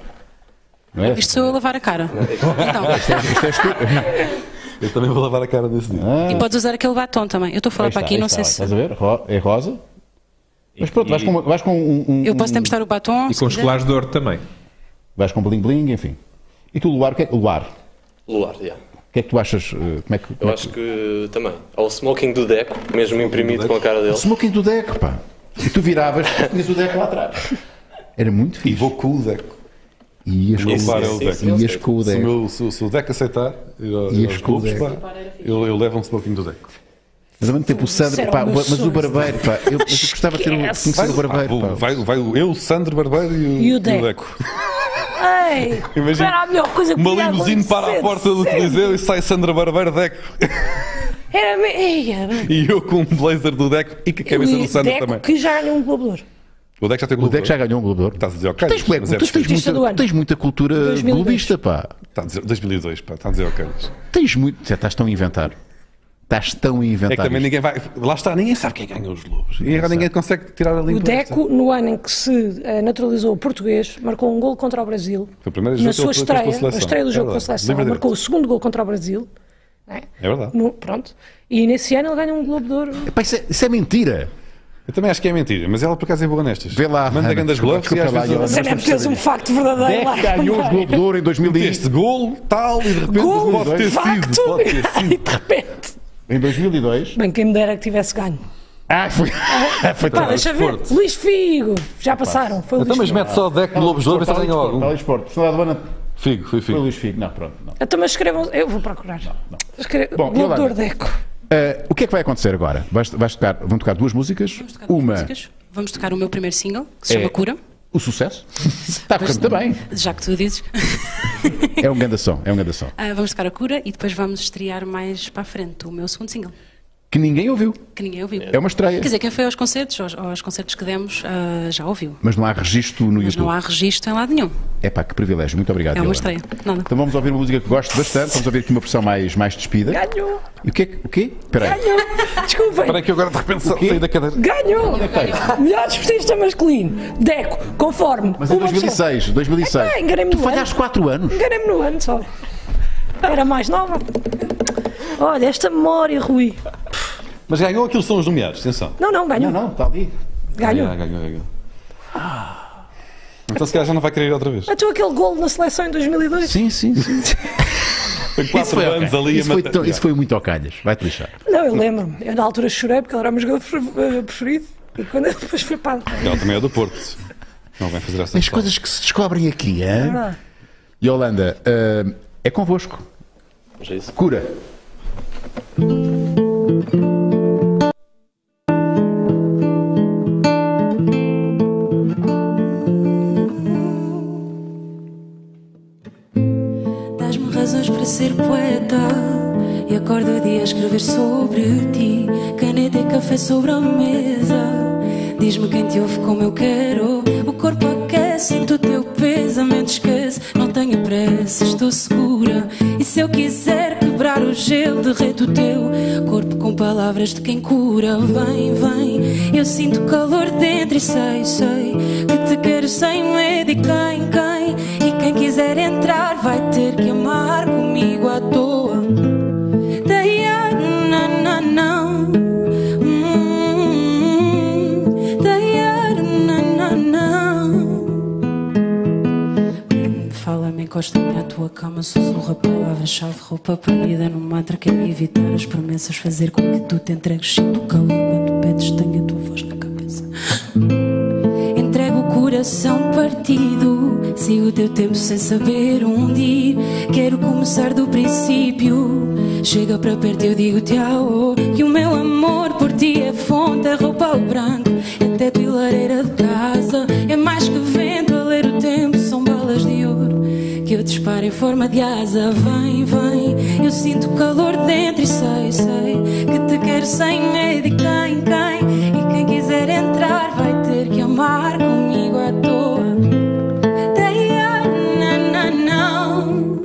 S1: Não é?
S6: Isto sou eu a lavar a cara. Então,
S1: Isto és tu.
S2: Eu também vou lavar a cara nesse dia.
S6: e podes usar aquele batom também. Eu estou a falar
S1: Aí está,
S6: para aqui,
S1: aí
S6: não
S1: está,
S6: sei se.
S1: Estás a ver? Ro- É rosa. Mas pronto, vais com, uma- vais com um, um-
S6: Eu posso até mostrar o batom.
S5: E
S6: se
S5: com os
S6: quiser.
S5: colares de ouro também.
S1: Vais com bling bling, enfim. E tu, Luar, o que é, Luar, o
S7: Luar, já.
S1: que é que tu achas? eh, Como é que,
S7: Eu
S1: como é que-
S7: acho que também. Ou o smoking do Deco, mesmo imprimido com a cara dele.
S1: Smoking do Deco, pá. E tu viravas, tinhas o Deco lá atrás. Era muito
S2: E
S1: fixe.
S2: vou com o Deco.
S1: E as
S2: Sim, sim,
S1: coisas.
S2: sim, sim,
S1: E
S7: sim.
S1: as coisas.
S2: Se, o meu- se o- se o Deco aceitar, ir ao-
S1: E
S2: aos
S1: este com o
S2: clubes,
S1: Deco.
S2: pá, eu, eu levo um smoking do Deco.
S1: Mas ao mesmo tempo o Sandro,
S3: Isso
S1: pá,
S3: era um
S1: o- mas o
S3: absurdo.
S1: barbeiro, pá, eu, mas eu gostava de ter um, o- de
S3: Esquece.
S1: conhecer o barbeiro,
S2: Ah, vou-
S1: pá.
S2: vai, vai o- eu, o Sandro Barbeiro e o,
S3: E o Deco. Ei,
S2: Imagina,
S3: era a melhor coisa que
S2: Uma
S3: podia
S2: limusine para a
S3: acontecer,
S2: porta do
S3: sempre.
S2: Coliseu e sai Sandro Barbeiro Deco.
S3: Era me- Ei, era-
S2: E eu com um blazer do Deco e com a cabeça
S3: E
S2: do Sandro
S3: Deco
S2: também.
S3: que já ganhou um Globo de Ouro.
S2: O Deco já tem
S1: O Deco já ganhou um Globo de Ouro.
S2: Estás a dizer, ok.
S1: Tens,
S2: mas é
S1: tu tens,
S2: fresco.
S3: Artista do
S1: muita,
S3: ano.
S1: tens muita cultura
S3: 2002.
S1: globista, pá.
S2: Está a dizer- 2002, pá, está a dizer, ok. É
S1: Tens muito. Já estás tão a inventar. Estás tão a inventar.
S2: que também
S1: isto.
S2: ninguém vai. Lá está, ninguém sabe quem é ganha os lobos. E agora ninguém consegue tirar a língua.
S3: O Deco, no ano em que se eh, naturalizou português, marcou um gol contra o Brasil.
S2: Foi o primeiro jogo
S3: Na sua
S2: que ele fez
S3: estreia,
S2: pela
S3: na
S2: seleção.
S3: estreia do
S2: É
S3: jogo com a
S2: verdade.
S3: seleção,
S2: Livre
S3: marcou o segundo gol contra o Brasil. né?
S2: É verdade.
S3: No- pronto. E nesse ano ele ganha um Globo de Ouro.
S1: Pá, isso, é, isso é mentira.
S2: Eu também acho que é mentira, mas ela por acaso é boa nestas.
S1: Vê lá,
S2: Manda
S1: Ana,
S2: grandes
S1: desculpa,
S2: bluffs e às
S1: desculpa lá,
S2: vezes.
S1: Joana.
S3: Mas é
S1: nós
S3: mesmo
S1: vamos
S3: teres um facto verdadeiro lá.
S1: Deco ganhou os Globo de Ouro em 2010.
S2: Este gol, tal, e de repente
S3: Gol,
S2: pode ter
S3: facto,
S2: sido. Pode ter sido.
S3: [LAUGHS] e de repente.
S1: Em 2002.
S3: Bem, quem me dera que tivesse ganho.
S1: Ah, foi. foi
S3: Pá, deixa ver. Luís Figo. Já passaram. Foi o Luís Figo.
S2: só o Deco no Lobos
S1: Está esporte. Personalidade do ano
S2: Figo,
S1: foi
S2: foi Figo.
S1: Luís Figo. Não, pronto. não.
S3: Então, mas escrevam. Eu vou procurar. Escre...
S1: Bom,
S3: Globo de
S1: Yolanda.
S3: Ouro Deco.
S1: Ah, o que é que vai acontecer agora? Vais, vais tocar, vão tocar duas músicas.
S6: Vamos tocar duas
S1: Uma,
S6: músicas. Vamos tocar o meu primeiro single, que se
S1: É.
S6: chama Cura,
S1: o sucesso. Está a correr muito bem.
S6: já que tu dizes. [LAUGHS]
S1: É um grande som, é um grande som.
S6: Ah, vamos tocar a Cura e depois vamos estrear mais para a frente o meu segundo single,
S1: Que ninguém ouviu.
S6: que ninguém ouviu.
S1: É uma estreia.
S6: Quer dizer, quem foi aos concertos, aos, aos concertos que demos, ah, já ouviu.
S1: Mas não há registro no
S6: Mas
S1: YouTube.
S6: não há registro em lado nenhum.
S1: É pá, que privilégio. Muito obrigado.
S6: É uma
S1: Yolanda.
S6: estreia. Nada.
S1: Então vamos ouvir uma música que gosto bastante. Vamos ouvir aqui uma versão mais, mais despida.
S3: Ganhou.
S1: E o que é que. O quê? Espera aí.
S2: [LAUGHS]
S3: Ganhou. Desculpem.
S2: Espera aí que eu agora de repente sa- saí da cadeira.
S3: Ganhou! Melhor desportista masculino. Deco, conforme.
S1: Mas em 2006, 2006.
S3: É, enganei-me
S1: tu
S3: no ano.
S1: falhaste 4 anos.
S3: Enganei-me no ano só. Era mais nova. Olha, esta memória, Rui.
S2: Mas ganhou aquilo que são os nomeados, atenção.
S3: Não, não, ganhou.
S1: Não, não, está ali.
S3: Ganhou.
S2: Ah, Ganhou, ganhou. Então se calhar já não vai querer ir outra vez.
S3: Até Ah, aquele gol na seleção em 2002.
S1: Sim, sim, sim.
S2: [LAUGHS] Foi quatro
S1: ao
S2: anos
S1: calhas.
S2: ali
S1: isso,
S2: a
S1: foi
S2: matar.
S1: tão- isso foi muito ao calhas. Vai-te lixar.
S3: Não, eu lembro-me. Eu na altura chorei porque ele era o meu jogador pre- eh, preferido. E quando ele depois foi para.
S2: Ela também é do Porto. Não vem fazer essa
S1: As coisas que se descobrem aqui, hein?
S3: Ah,
S1: Yolanda, hum, é convosco.
S7: Vamos a é isso.
S1: Cura.
S8: Dás-me razões para ser poeta E acordo o dia a escrever sobre ti Caneta e café sobre a mesa Diz-me quem te ouve como eu quero O corpo aquece, sinto o teu pensamento esquece Não tenho pressa, estou segura E se eu quiser quebrar o gelo, derreto o teu Corpo com palavras de quem cura Vem, vem, eu sinto calor dentro E sei, sei, que te quero sem medo E quem, quem, e quem quiser entrar vai ter que amar comigo à toa. Daí ah, na na não. Hum, daí ah, na na não. Fala-me, encosta-me à tua cama, um sussurra palavras-chave, roupa perdida no mantra. Quero evitar as promessas, fazer com que tu te entregues. Sinto o calor quando pedes, tenho a tua voz na cabeça. Entrego o coração partido. Sigo o teu tempo sem saber onde ir. Quero começar do princípio. Chega para perto, eu digo te ao Que o meu amor por ti é fonte, é roupa ao branco, é teto e lareira de casa. É mais que vento a ler o tempo, são balas de ouro. Que eu disparo em forma de asa. Vem, vem, eu sinto calor dentro e sei, sei que te quero sem medo. E quem, quem, e quem quiser entrar vai ter que amar comigo à toa. Daí ah, na, na, não.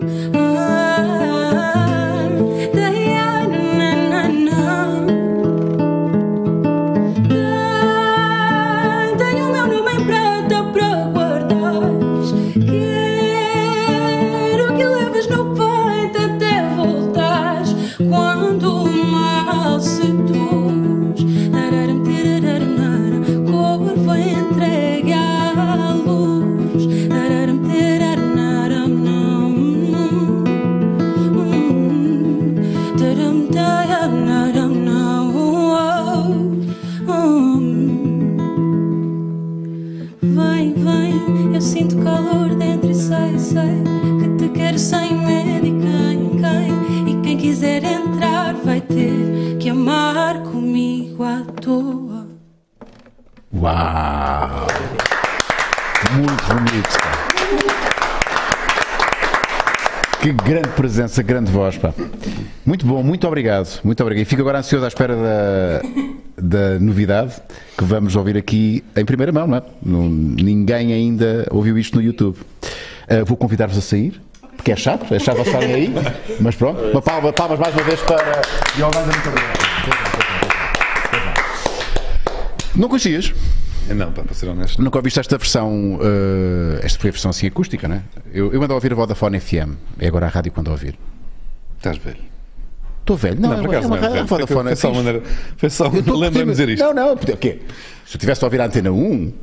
S8: Ah, daí ah, na, na, não. Tenho o meu nome em prata para guardares. Quero que leves no peito até voltares. Quando o mal se tuz, corpo entregue à luz.
S1: Uau! Muito bonito, pá. Que grande presença, grande voz, pá. Muito bom, muito obrigado, muito obrigado. E fico agora ansioso à espera da, da novidade que vamos ouvir aqui em primeira mão, não é? Não- ninguém ainda ouviu isto no YouTube. Ah, vou convidar-vos a sair, porque é chato, é chato vocês estarem aí, mas pronto. Uma palma, palmas mais uma vez para Yolanda, muito obrigado. Não conhecias?
S2: Não, pá, para ser honesto.
S1: Nunca ouviste esta versão, eh, esta foi a versão assim acústica, né? Eu, eu ando a ouvir a Vodafone FM, é agora a rádio quando a ouvir.
S2: Estás velho.
S1: Estou velho, não,
S2: Não, por
S1: é,
S2: acaso
S1: uma
S2: não. é
S1: rádio- a
S2: velho. Foi-
S1: Vodafone
S2: Foi só uma
S1: FM.
S2: maneira. Foi só. [LAUGHS] Lembra-me dizer isto.
S1: Não, não, porque- o quê? Se eu tivesse a ouvir a Antena 1,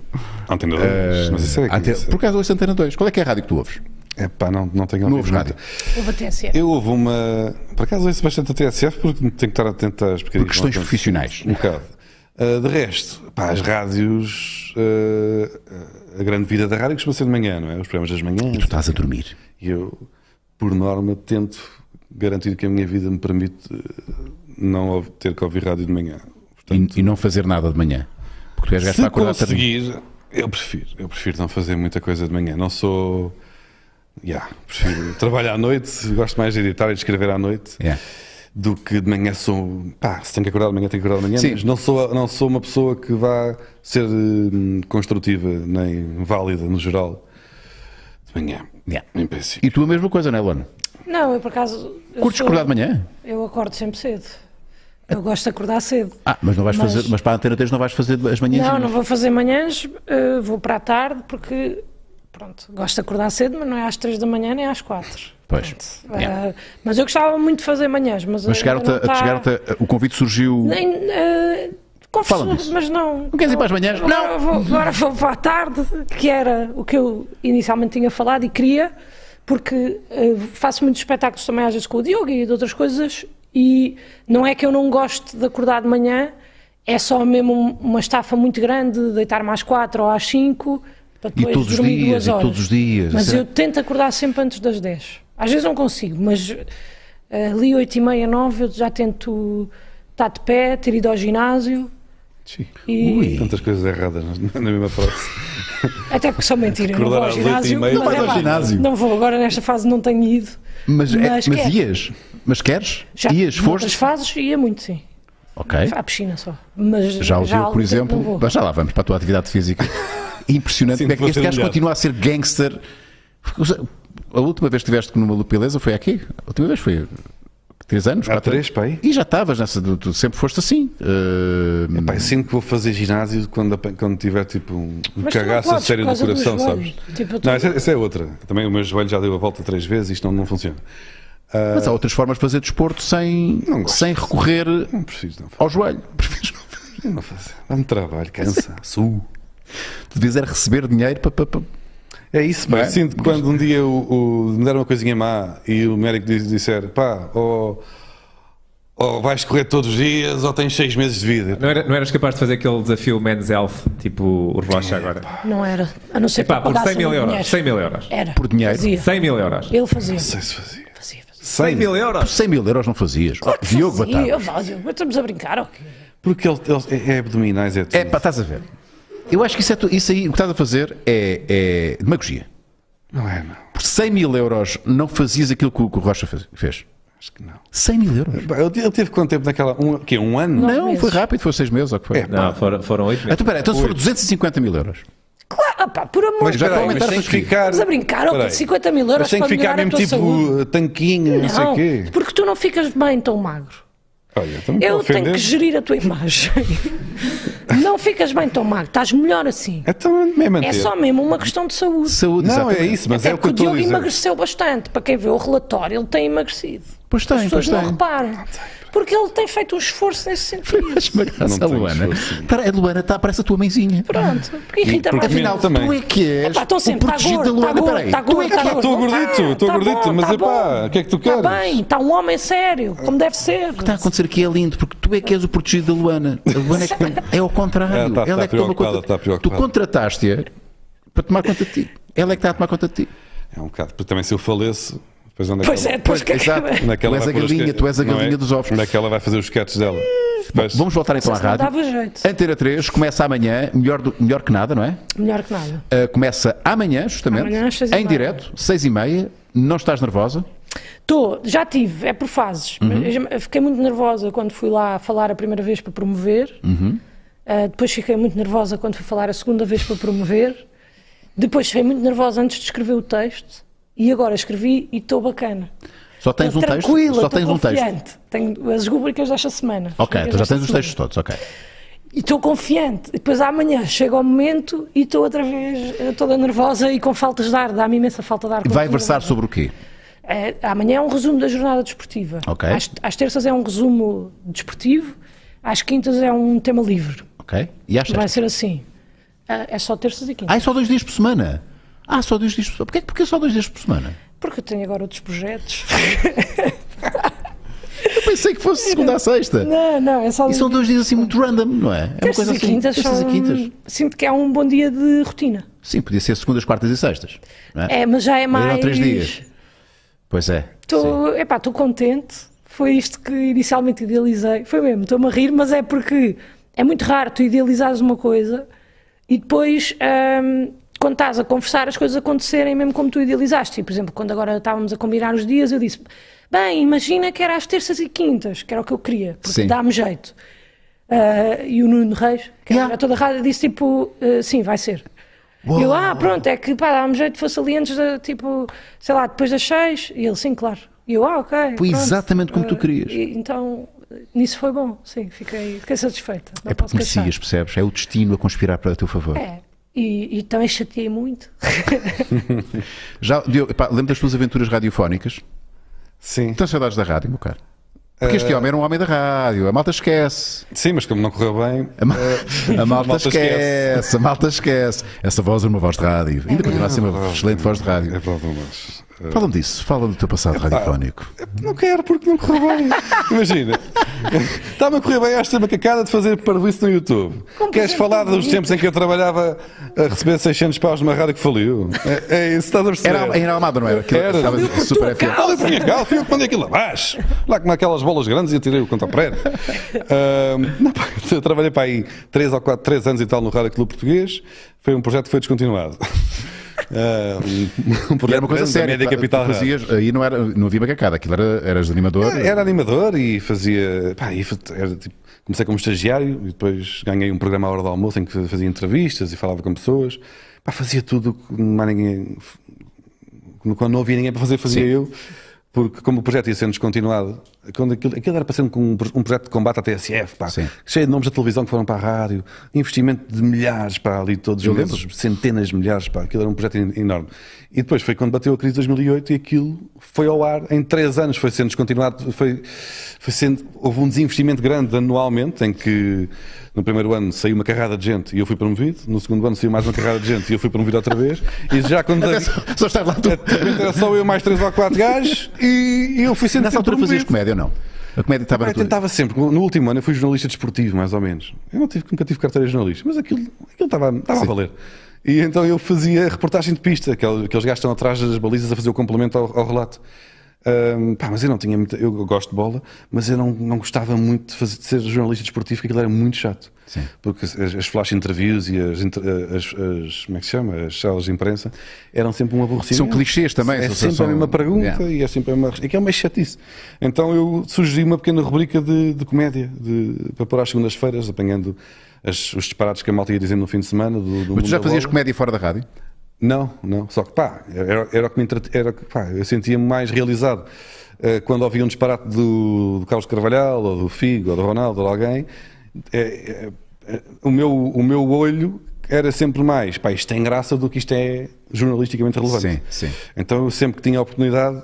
S2: Antena
S1: Eh,
S2: 2. um Mas isso é que.
S1: Antena,
S2: isso é-
S1: por acaso ouço a Antena 2, qual é que é a rádio que tu ouves?
S2: É pá, não, não tenho
S1: Não
S2: ouvido
S1: ouves
S2: muito.
S1: rádio?
S3: Houve a TSF.
S2: Eu houve uma. Por acaso ouço bastante a TSF porque tenho que estar atento às
S1: Por
S2: pequenas
S1: questões profissionais.
S2: Um bocado. Ah, de resto, pá, as rádios. ah, a grande vida da rádio costuma ser de manhã, não é? Os programas das manhãs.
S1: Tu estás a dormir.
S2: E eu, por norma, tento garantir que a minha vida me permite eh, não ouv- ter que ouvir rádio de manhã.
S1: E,
S2: Portanto,
S1: e não fazer nada de manhã. Porque tu és gajo para
S2: se
S1: acordar tarde.
S2: conseguir, eu prefiro. Eu prefiro não fazer muita coisa de manhã. Não sou. Yeah, prefiro trabalho à noite, gosto mais de editar e de escrever à noite
S1: Yeah.
S2: do que de manhã sou. Pá, se tenho que acordar de manhã, tenho que acordar de manhã,
S1: Sim.
S2: mas não sou, não sou uma pessoa que vá ser hum, construtiva nem válida no geral de manhã.
S1: Yeah.
S2: Em princípio.
S1: E tu a mesma coisa, não é, Luana?
S3: Não, eu por acaso. eu
S1: Curtes
S3: sou-
S1: acordar de manhã?
S3: Eu acordo sempre cedo. Eu gosto de acordar cedo.
S1: Ah, mas não vais
S3: Mas-
S1: fazer, mas para a Antena 3 não vais fazer as manhãs?
S3: Não, não vou fazer manhãs, eh, vou para a tarde porque, pronto, gosto de acordar cedo, mas não é às três da manhã nem às quatro.
S1: Pois.
S3: Pronto.
S1: Yeah.
S3: Eh, mas eu gostava muito de fazer manhãs, mas,
S1: É. Mas
S3: ainda
S1: chegaram-te
S3: não
S1: a-
S3: tá-
S1: chegaram-te a- o convite surgiu.
S3: Nem, eh, confesso,
S1: Hum. Fala disso.
S3: mas não. Não
S1: queres ir é para as manhãs? Não.
S3: Agora vou, agora vou para a tarde, que era o que eu inicialmente tinha falado e queria, porque eh, faço muitos espetáculos também às vezes com o Diogo e de outras coisas, e não é que eu não gosto de acordar de manhã, é só mesmo um- uma estafa muito grande, deitar-me às quatro ou às cinco, para
S1: E
S3: depois
S1: todos os
S3: dormir
S1: dias,
S3: duas
S1: e
S3: horas.
S1: todos os dias. é
S3: Mas
S1: Será-
S3: eu tento acordar sempre antes das 10. Às vezes não consigo, mas eh, ali 8 e meia, 9 eu já tento estar de pé, ter ido ao ginásio.
S2: Sim.
S3: E...
S1: Ui.
S2: Tantas coisas erradas na na mesma frase.
S3: Até porque são mentiras, não
S2: Acordar
S3: vou ao
S2: às oito e
S3: ginásio.
S2: meia. Não
S1: vais ao
S3: é pá,
S1: ginásio.
S3: Não vou, agora nesta fase não tenho ido.
S1: Mas, é-
S3: Mas
S1: mas
S3: quer-
S1: ias? Mas queres?
S3: Já
S1: ias,
S3: noutras
S1: foste?
S3: fases ia muito, sim.
S1: Ok.
S3: À piscina só. Mas
S1: É? Já ouviu,
S3: há algum
S1: por
S3: tempo não
S1: exemplo.
S3: vou.
S1: Mas já lá vamos para a tua atividade
S3: [LAUGHS]
S1: física. Impressionante
S2: Sim,
S1: como é que
S2: vou
S1: este
S2: ser
S1: gajo
S2: humilhado.
S1: continua a ser gangster. A última vez que estiveste numa lupileza foi aqui? A última vez foi. Três anos?
S2: Há
S1: quatro
S2: três,
S1: anos?
S2: pai.
S1: E já estavas nessa. Tu, tu sempre foste assim. Eh,
S2: Pai, sinto que vou fazer ginásio quando, apan- quando tiver tipo um um
S3: Mas tu não
S2: cagaço a
S3: podes
S2: sério
S3: por
S2: do
S3: causa do
S2: coração,
S3: joelho.
S2: sabes?
S3: Tipo, tu-
S2: Não, essa, essa é outra. Também o meu joelho já deu a volta três vezes e isto não, não funciona.
S1: mas há outras formas de fazer desporto sem,
S2: Não gosto.
S1: sem recorrer
S2: Não preciso, não
S1: ao joelho. [LAUGHS]
S2: fazer. Não fazer. Dá-me trabalho, cansa, suo.
S1: Devias era receber dinheiro para. para- para-
S2: É isso,
S1: Não
S2: pá.
S1: é?
S2: Eu Sinto que quando um dia o, o- me deram uma coisinha má e o médico diz- disser, pá, ou, ou vais correr todos os dias ou tens seis meses de vida.
S5: Não, era, não eras capaz de fazer aquele desafio Men's Health, tipo o Rocha agora?
S3: Não era. A não ser
S5: Epá,
S3: que eu
S5: por 100
S3: pagasse
S5: mil
S3: muito
S5: euros.
S3: dinheiro.
S5: 100 mil euros.
S3: Era.
S1: Por dinheiro?
S3: Fazia.
S5: 100 mil euros.
S3: Ele fazia.
S2: Não sei se fazia.
S3: Fazia, fazia.
S5: 100 mil euros?
S1: 100 mil euros não fazias. Oh, Diogo
S3: fazia.
S1: Batalha.
S3: Eu, vá, Diogo, mas estamos a brincar, ok?
S2: Porque ele, ele- é, é abdominais, é tudo.
S1: É pá, estás a ver. Eu acho que isso, é tu- isso aí, o que estás a fazer é, é demagogia.
S2: Não é, não.
S1: Por 100 mil euros não fazias aquilo que o, que o Rocha faz- fez.
S2: Acho que não.
S1: 100 mil euros?
S2: Pá, Ele te- ele teve quanto tempo naquela. Um, quê, um ano?
S1: Não,
S3: meses.
S1: foi rápido, foi 6 meses ou o que foi.
S2: É,
S5: Não, foram, foram 8 mil.
S1: Então, peraí, então se foram 250 mil euros.
S3: Claro, ah pá, por amor
S2: Mas
S3: de
S1: já
S2: espera
S1: estão
S2: aí,
S1: a
S2: mas
S1: aumentar
S2: tem
S1: as
S2: que
S1: pesquisas.
S2: ficar.
S3: Estamos a brincar,
S2: Espera
S3: ó,
S2: aí.
S3: 50 mil euros
S2: Mas tem que
S3: para
S2: ficar
S3: melhorar a
S2: mesmo
S3: tua
S2: tipo
S3: saúde.
S2: tanquinho, não, sei o quê.
S3: porque tu não ficas bem tão magro.
S2: Olha, então me
S3: Eu
S2: ofender.
S3: tenho que gerir a
S2: [LAUGHS]
S3: tua imagem. não ficas bem tão magro, estás melhor assim.
S2: Então é manter.
S3: É só mesmo uma questão de saúde.
S1: Saúde,
S2: Não,
S1: exatamente. [LAUGHS]
S2: é isso, mas
S3: Até
S2: é o que
S3: porque
S2: eu estou a
S3: o Diogo
S2: dizer.
S3: emagreceu bastante. Para quem vê o relatório, ele tem emagrecido.
S1: Pois tem,
S3: As pessoas
S1: pois
S3: não
S1: tem.
S3: reparam. Porque ele tem feito um esforço nesse sentido.
S1: Mas graças a
S2: Não tenho
S1: Luana.
S2: esforço.
S1: Espera, a Luana está, parece a tua mãezinha.
S3: Pronto, porque irrita
S2: porque
S3: mais.
S1: Afinal,
S2: também.
S1: tu é que és
S3: Epá, estão
S1: o
S3: sempre, tá
S1: protegido
S3: gordo,
S1: da Luana.
S3: tá gordo,
S1: Peraí,
S3: tá
S1: tu é
S3: gordo,
S1: que
S3: tá
S2: Estou
S3: gordo.
S2: gordito, estou
S3: Tá
S2: gordito,
S3: bom,
S2: mas
S3: tá
S2: epá,
S3: bom.
S2: o que é que tu
S3: Está
S2: queres?
S3: bem, está um homem sério, como deve ser.
S1: está a acontecer aqui é lindo, porque tu é que és o protegido da Luana. A Luana é, que tem- é ao contrário.
S2: É, tá-
S1: Ela
S2: tá
S1: é que toma
S2: preocupada,
S1: conta.
S2: tá
S1: tu
S2: preocupada.
S1: contrataste-a para tomar conta de ti. Ela é que está a tomar conta de ti.
S2: É um bocado, porque também se eu faleço, depois onde é que
S3: Pois
S2: ela-
S3: é, depois que
S1: exato.
S3: acaba.
S2: onde é que ela
S1: Tu és
S2: vai
S1: a
S2: pôr os
S1: galinha,
S2: que-
S1: tu és a
S2: não é?
S1: galinha dos ovos.
S2: Onde é que ela vai fazer os quietos dela? Mas-
S1: Vamos voltar então à
S3: Isso não
S1: rádio.
S3: dava jeito.
S1: Antena 3 começa amanhã, melhor, do- melhor que nada, não é?
S3: [LAUGHS] Melhor que nada.
S1: Uh, começa amanhã, justamente,
S3: Amanhã às seis e
S1: em
S3: meia.
S1: direto, 6 e meia. Não estás nervosa?
S3: Estou, já tive, é por fases.
S1: Uhum.
S3: Mas eu fiquei muito nervosa quando fui lá falar a primeira vez para promover.
S1: Uhum.
S3: Ah, depois fiquei muito nervosa quando fui falar a segunda vez para promover. Depois fiquei muito nervosa antes de escrever o texto. E agora escrevi e estou bacana.
S1: Só tens
S3: Tô
S1: um texto?
S3: tranquila,
S1: Só
S3: tô
S1: tens um texto.
S3: confiante. Tenho as rubricas desta semana. as
S1: Ok,
S3: rubricas
S1: então já
S3: desta
S1: tens os
S3: semana.
S1: textos todos, ok.
S3: E estou confiante. E Depois amanhã chega o momento e estou outra vez eh, toda nervosa e com faltas de ar. Dá-me imensa falta de ar. quando
S1: Vai
S3: estou
S1: versar
S3: nervosa.
S1: sobre o quê?
S3: É, amanhã é um resumo da jornada desportiva.
S1: Ok.
S3: Às, às terças é um resumo desportivo, às quintas é um tema livre.
S1: Ok? E às
S3: Vai
S1: sextas?
S3: ser assim. Ah, É só terças e quintas.
S1: Ah, é só dois dias por semana? Ah, só dois dias por semana. Porquê, porquê só dois dias por semana?
S3: Porque eu tenho agora outros projetos. [LAUGHS]
S1: Eu pensei que fosse segunda a sexta.
S3: não, não, é só.
S1: E são dois dias assim muito random, não é? É uma
S3: terças
S1: coisa
S3: e
S1: assim.
S3: quintas
S1: Terças e
S3: são-
S1: quintas.
S3: Sinto que é um bom dia de rotina.
S1: Sim, podia ser segundas, quartas e sextas. não é?
S3: É, mas já é
S1: Mas
S3: mais.
S1: eram três dias. Pois é. sim.
S3: Estou, epá, estou contente. Foi isto que inicialmente idealizei. Foi mesmo, estou-me a rir, mas é porque é muito raro tu idealizares uma coisa e depois, hum, quando estás a conversar, as coisas acontecerem mesmo como tu idealizaste. E, por exemplo, quando agora estávamos a combinar os dias, eu disse: Bem, imagina que era às terças e quintas, que era o que eu queria, porque
S1: Sim.
S3: dá-me jeito. Ah, e o Nuno Reis, que
S1: Yeah.
S3: era toda errada, disse tipo: "Ah, Sim, vai ser. E eu, ah, pronto, é que pá, dá-me jeito que fosse ali antes, da, tipo, sei lá, depois das seis. E ele, sim, claro. E eu, ah, ok.
S1: Foi
S3: pronto.
S1: exatamente como tu
S3: Ah,
S1: querias.
S3: e então, nisso foi bom, sim, fiquei, fiquei satisfeita. Não
S1: É porque
S3: posso queixar.
S1: merecias, percebes? É o destino a conspirar para o teu favor.
S3: É, e, e também chateei muito. [LAUGHS]
S1: Já, Diogo, pá, lembro das tuas aventuras radiofónicas?
S2: Sim.
S1: Tens saudades da rádio, meu caro? Porque
S2: Eh,
S1: este homem era um homem da rádio. A malta esquece.
S2: Sim, mas como não correu bem,
S1: A, ma- [LAUGHS] a malta,
S2: eh, malta
S1: esquece.
S2: esquece.
S1: A malta esquece. Essa voz era uma voz de rádio. Ainda continua a ser uma excelente voz de
S2: é
S1: rádio.
S2: pronto, mas. eh,
S1: Fala-me disso. Fala do teu passado radiofónico.
S2: Não quero porque não correu bem. [LAUGHS] Imagina. Estava a correr bem esta macacada de fazer parvoíce no YouTube. Queres falar dos tempos em que eu trabalhava a receber 600 paus numa rádio que faliu? É, é isso, estás a perceber?
S1: Era em Almada, não era? Aquilo
S2: Era.
S1: que estava super FM.
S2: Olha por minha calça, fui eu que mandei aquilo abaixo. Lá com aquelas bolas grandes e atirei o contra a parede. Ahm, não, pá, [LAUGHS] eu trabalhei para aí 3 ou 4, 3 anos e tal no Rádio Clube Português. Foi um projeto que foi descontinuado. [LAUGHS] Ah, um, um
S1: E era uma coisa
S2: grande da
S1: séria.
S2: Média
S1: pá, tu
S2: Capital Rádio.
S1: fazias- aí não, era, não havia macacada. Aquilo era, eras animador.
S2: Era animador e fazia. Pá, e fa- era, tipo, comecei como estagiário e depois ganhei um programa à hora do almoço em que fazia entrevistas e falava com pessoas. Pá, fazia tudo o que não há ninguém. Quando não havia ninguém para fazer, fazia eu. Porque, como o projeto ia sendo descontinuado, quando aquilo, aquilo era para ser um, um pro- um projeto de combate à TSF, pá,
S1: Sim.
S2: cheio de nomes da televisão que foram para a rádio, investimento de milhares para ali todos os meses, centenas de milhares, pá, aquilo era um projeto en- enorme. E depois foi quando bateu a crise de 2008 e aquilo foi ao ar em três anos, foi sendo descontinuado, foi, foi sendo, houve um desinvestimento grande anualmente em que no primeiro ano saiu uma carrada de gente e eu fui promovido, no segundo ano saiu mais uma carrada de gente e eu fui promovido outra vez, e já quando...
S1: Até Só, [LAUGHS] só estás lá tu.
S2: Era só eu mais três ou quatro gajos e eu fui sendo
S1: Nessa
S2: sempre um
S1: altura fazias
S2: promovido.
S1: comédia ou não? A comédia estava
S2: Pá,
S1: na
S2: eu
S1: tua-
S2: tentava sempre. No último ano eu fui jornalista desportivo, mais ou menos. Eu não tive, nunca tive carteira de jornalista, mas aquilo, aquilo estava, estava a valer. E então eu fazia reportagem de pista, aquele- aqueles gajos que estão atrás das balizas a fazer o complemento ao, ao relato. Ahm, pá, mas eu não tinha muita. Eu gosto de bola, mas eu não, não gostava muito de, fazer- de ser jornalista desportivo, porque aquilo era muito chato. Porque as, as flash interviews e as, inter- as- as- Como é que se chama? As salas de imprensa eram sempre um aborrecimento.
S1: São clichês também,
S2: É
S1: são-
S2: sempre
S1: são-
S2: a mesma pergunta
S1: Yeah.
S2: e é sempre uma, é que é uma chatice. Então eu sugeri uma pequena rubrica de, de comédia de- para pôr às segundas-feiras, apanhando as- os disparates que a malta ia dizendo no fim de semana. Do, do
S1: Mas tu já
S2: mundo da
S1: fazias
S2: bola.
S1: comédia fora da rádio?
S2: Não, não. Só que pá, era, era o que me entrete- era, o que- pá, eu sentia-me mais realizado eh, quando ouvia um disparate do, do Carlos Carvalhal, ou do Figo, ou do Ronaldo, ou de alguém. Eh, eh, eh, o, meu, o meu olho era sempre mais, pá, isto tem graça do que isto é jornalisticamente relevante.
S1: Sim, sim.
S2: Então eu sempre que tinha a oportunidade,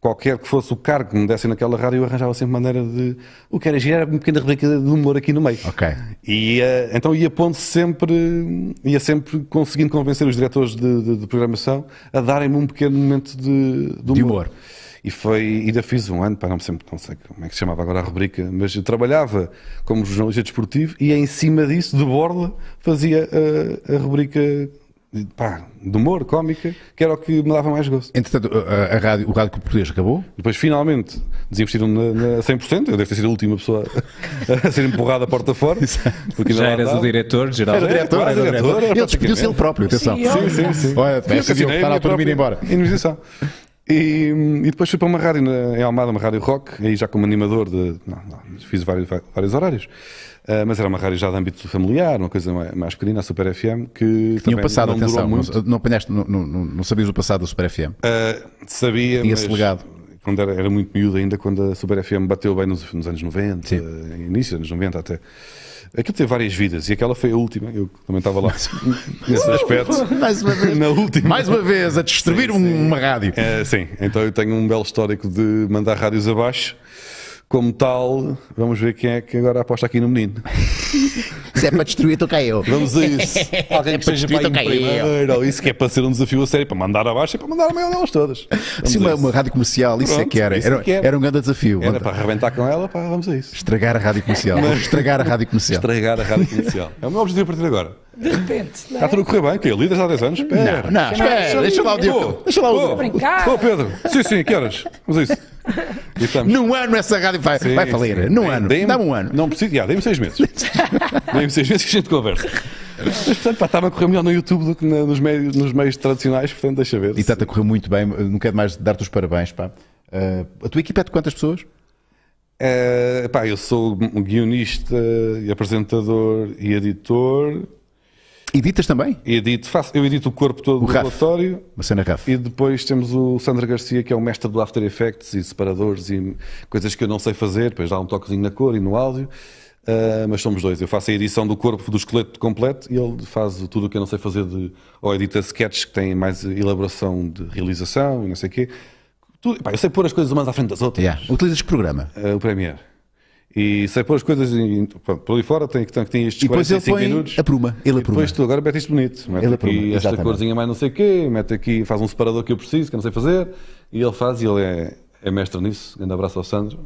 S2: qualquer que fosse o cargo que me dessem naquela rádio, eu arranjava sempre maneira de. O que era girar era uma pequena rubrica de humor aqui no meio.
S1: Ok.
S2: E eh, então ia pondo sempre, ia sempre conseguindo convencer os diretores de, de- de programação a darem-me um pequeno momento de, de humor.
S1: De humor.
S2: E foi, e ainda fiz um ano, para não, sempre, não sei como é que se chamava agora a rubrica, mas eu trabalhava como jornalista desportivo e em cima disso, de borda, fazia eh, a, rubrica pá, de humor, cómica, que era o que me dava mais gozo.
S1: Entretanto, a, a- a rádio, o rádio Clube Português acabou.
S2: Depois finalmente desinvestiram na, na 100%, eu devo ter sido a última pessoa [LAUGHS] a ser empurrada a porta fora. Porque ainda
S5: Já
S2: lá
S5: eras o
S2: dava.
S5: diretor geral.
S2: Era diretor,
S1: Agora,
S2: era
S1: agora,
S2: Tá diretor,
S1: agora.
S2: era
S1: Ele despediu-se ele
S2: praticamente.
S1: próprio, atenção.
S2: é. Sim, sim, sim.
S1: Olha,
S2: Fui
S1: esta
S2: assinei
S1: dizia que está
S2: a
S1: na altura de me ir
S2: própria
S1: embora.
S2: Indemnização. E, e depois fui para uma rádio na, em Almada, uma rádio rock, aí já como animador de. Não, não, fiz vários, vários horários. Ah, mas era uma rádio já de âmbito familiar, uma coisa mais, mais pequenina, a Super FM, que.
S1: Tinha
S2: também
S1: o passado,
S2: não durou
S1: atenção.
S2: muito.
S1: Não, não apanhaste, não, não, não- não sabias o passado do Super FM.
S2: Ah, sabia.
S1: Tinha-se
S2: mas
S1: legado.
S2: Quando era, era muito miúdo ainda, quando a Super FM bateu bem nos, nos anos 90,
S1: Sim.
S2: ah, início dos anos 90 até. Aquilo teve várias vidas e aquela foi a última, eu também estava lá [LAUGHS] nesse aspecto.
S1: Mais uma vez.
S2: Na última.
S1: Mais uma vez, a destruir
S2: Sim, sim.
S1: uma rádio.
S2: É, sim, então eu tenho um belo histórico de mandar rádios abaixo. Como tal, vamos ver quem é que agora aposta aqui no menino.
S1: Se é para destruir, então cá eu.
S2: Vamos a isso. [LAUGHS] Alguém que
S1: É Para
S2: seja
S1: destruir,
S2: para ir
S1: toca eu.
S2: primeiro, ou isso que é para ser um desafio a sério, para mandar abaixo e para mandar a maior delas todas.
S1: [LAUGHS]
S2: Vamos
S1: Sim,
S2: a
S1: uma,
S2: isso.
S1: uma rádio comercial, isso é
S2: Pronto,
S1: que era.
S2: isso é
S1: Era,
S2: que era.
S1: era um grande desafio.
S2: Era para arrebentar com ela, pá, vamos a isso.
S1: Estragar a rádio comercial. Vamos Estragar a rádio comercial.
S2: Estragar a rádio comercial. [LAUGHS] É o meu objetivo a partir de agora.
S3: De repente, não é?
S2: Está tudo a correr bem, que é líder já há 10 anos.
S1: Não,
S2: Espera.
S1: não, espera, deixa lá o Diogo.
S2: Pô,
S1: Deixa lá o
S2: pô,
S1: Diogo.
S3: Brincar.
S2: Pô, Pedro. Sim, sim, que horas?
S1: [LAUGHS]
S2: Vamos a isso. E estamos.
S1: Num ano essa rádio vai,
S2: Sim,
S1: vai falir.
S2: sim.
S1: Num
S2: Dei-
S1: ano.
S2: dei-me-
S1: Dá-me um ano.
S2: Não preciso, já, dei-me seis
S1: [LAUGHS]
S2: meses. dei-me seis meses que a gente conversa. Mas, portanto, pá, estava a correr melhor no YouTube do que na- nos, meios, nos meios tradicionais, portanto, deixa ver.
S1: E está-te a correr muito bem. Não quero mais dar-te os parabéns, pá. Ah, a tua equipa é de quantas pessoas?
S2: Eh, pá, eu sou guionista, e apresentador e editor.
S1: Editas também?
S2: Edito, faço, eu edito o corpo todo
S1: O
S2: do
S1: Raf.
S2: relatório.
S1: Uma cena Rafa.
S2: E depois temos o Sandra Garcia, que é o mestre do After Effects e separadores e coisas que eu não sei fazer, depois dá um toquezinho na cor e no áudio. Ah, mas somos dois. Eu faço a edição do corpo, do esqueleto completo e ele faz tudo o que eu não sei fazer, de, ou edita sketches que têm mais elaboração de realização e não sei o quê. Tudo- pá, eu sei pôr as coisas umas à frente das outras.
S1: Yeah. Utilizas que programa?
S2: Ah, o Premiere. E sei pôr as coisas em- pronto, por ali fora, tem, tem, tem estes
S1: E depois ele
S2: 45
S1: põe
S2: minutos.
S1: a pluma. Ele
S2: E depois
S1: apruma.
S2: tu agora mete isto bonito. Mete
S1: Ele
S2: aqui
S1: apruma,
S2: esta
S1: exatamente.
S2: corzinha mais não sei o quê, mete aqui, faz um separador que eu preciso, que eu não sei fazer, e ele faz e ele é, é mestre nisso. Grande abraço ao Sandro.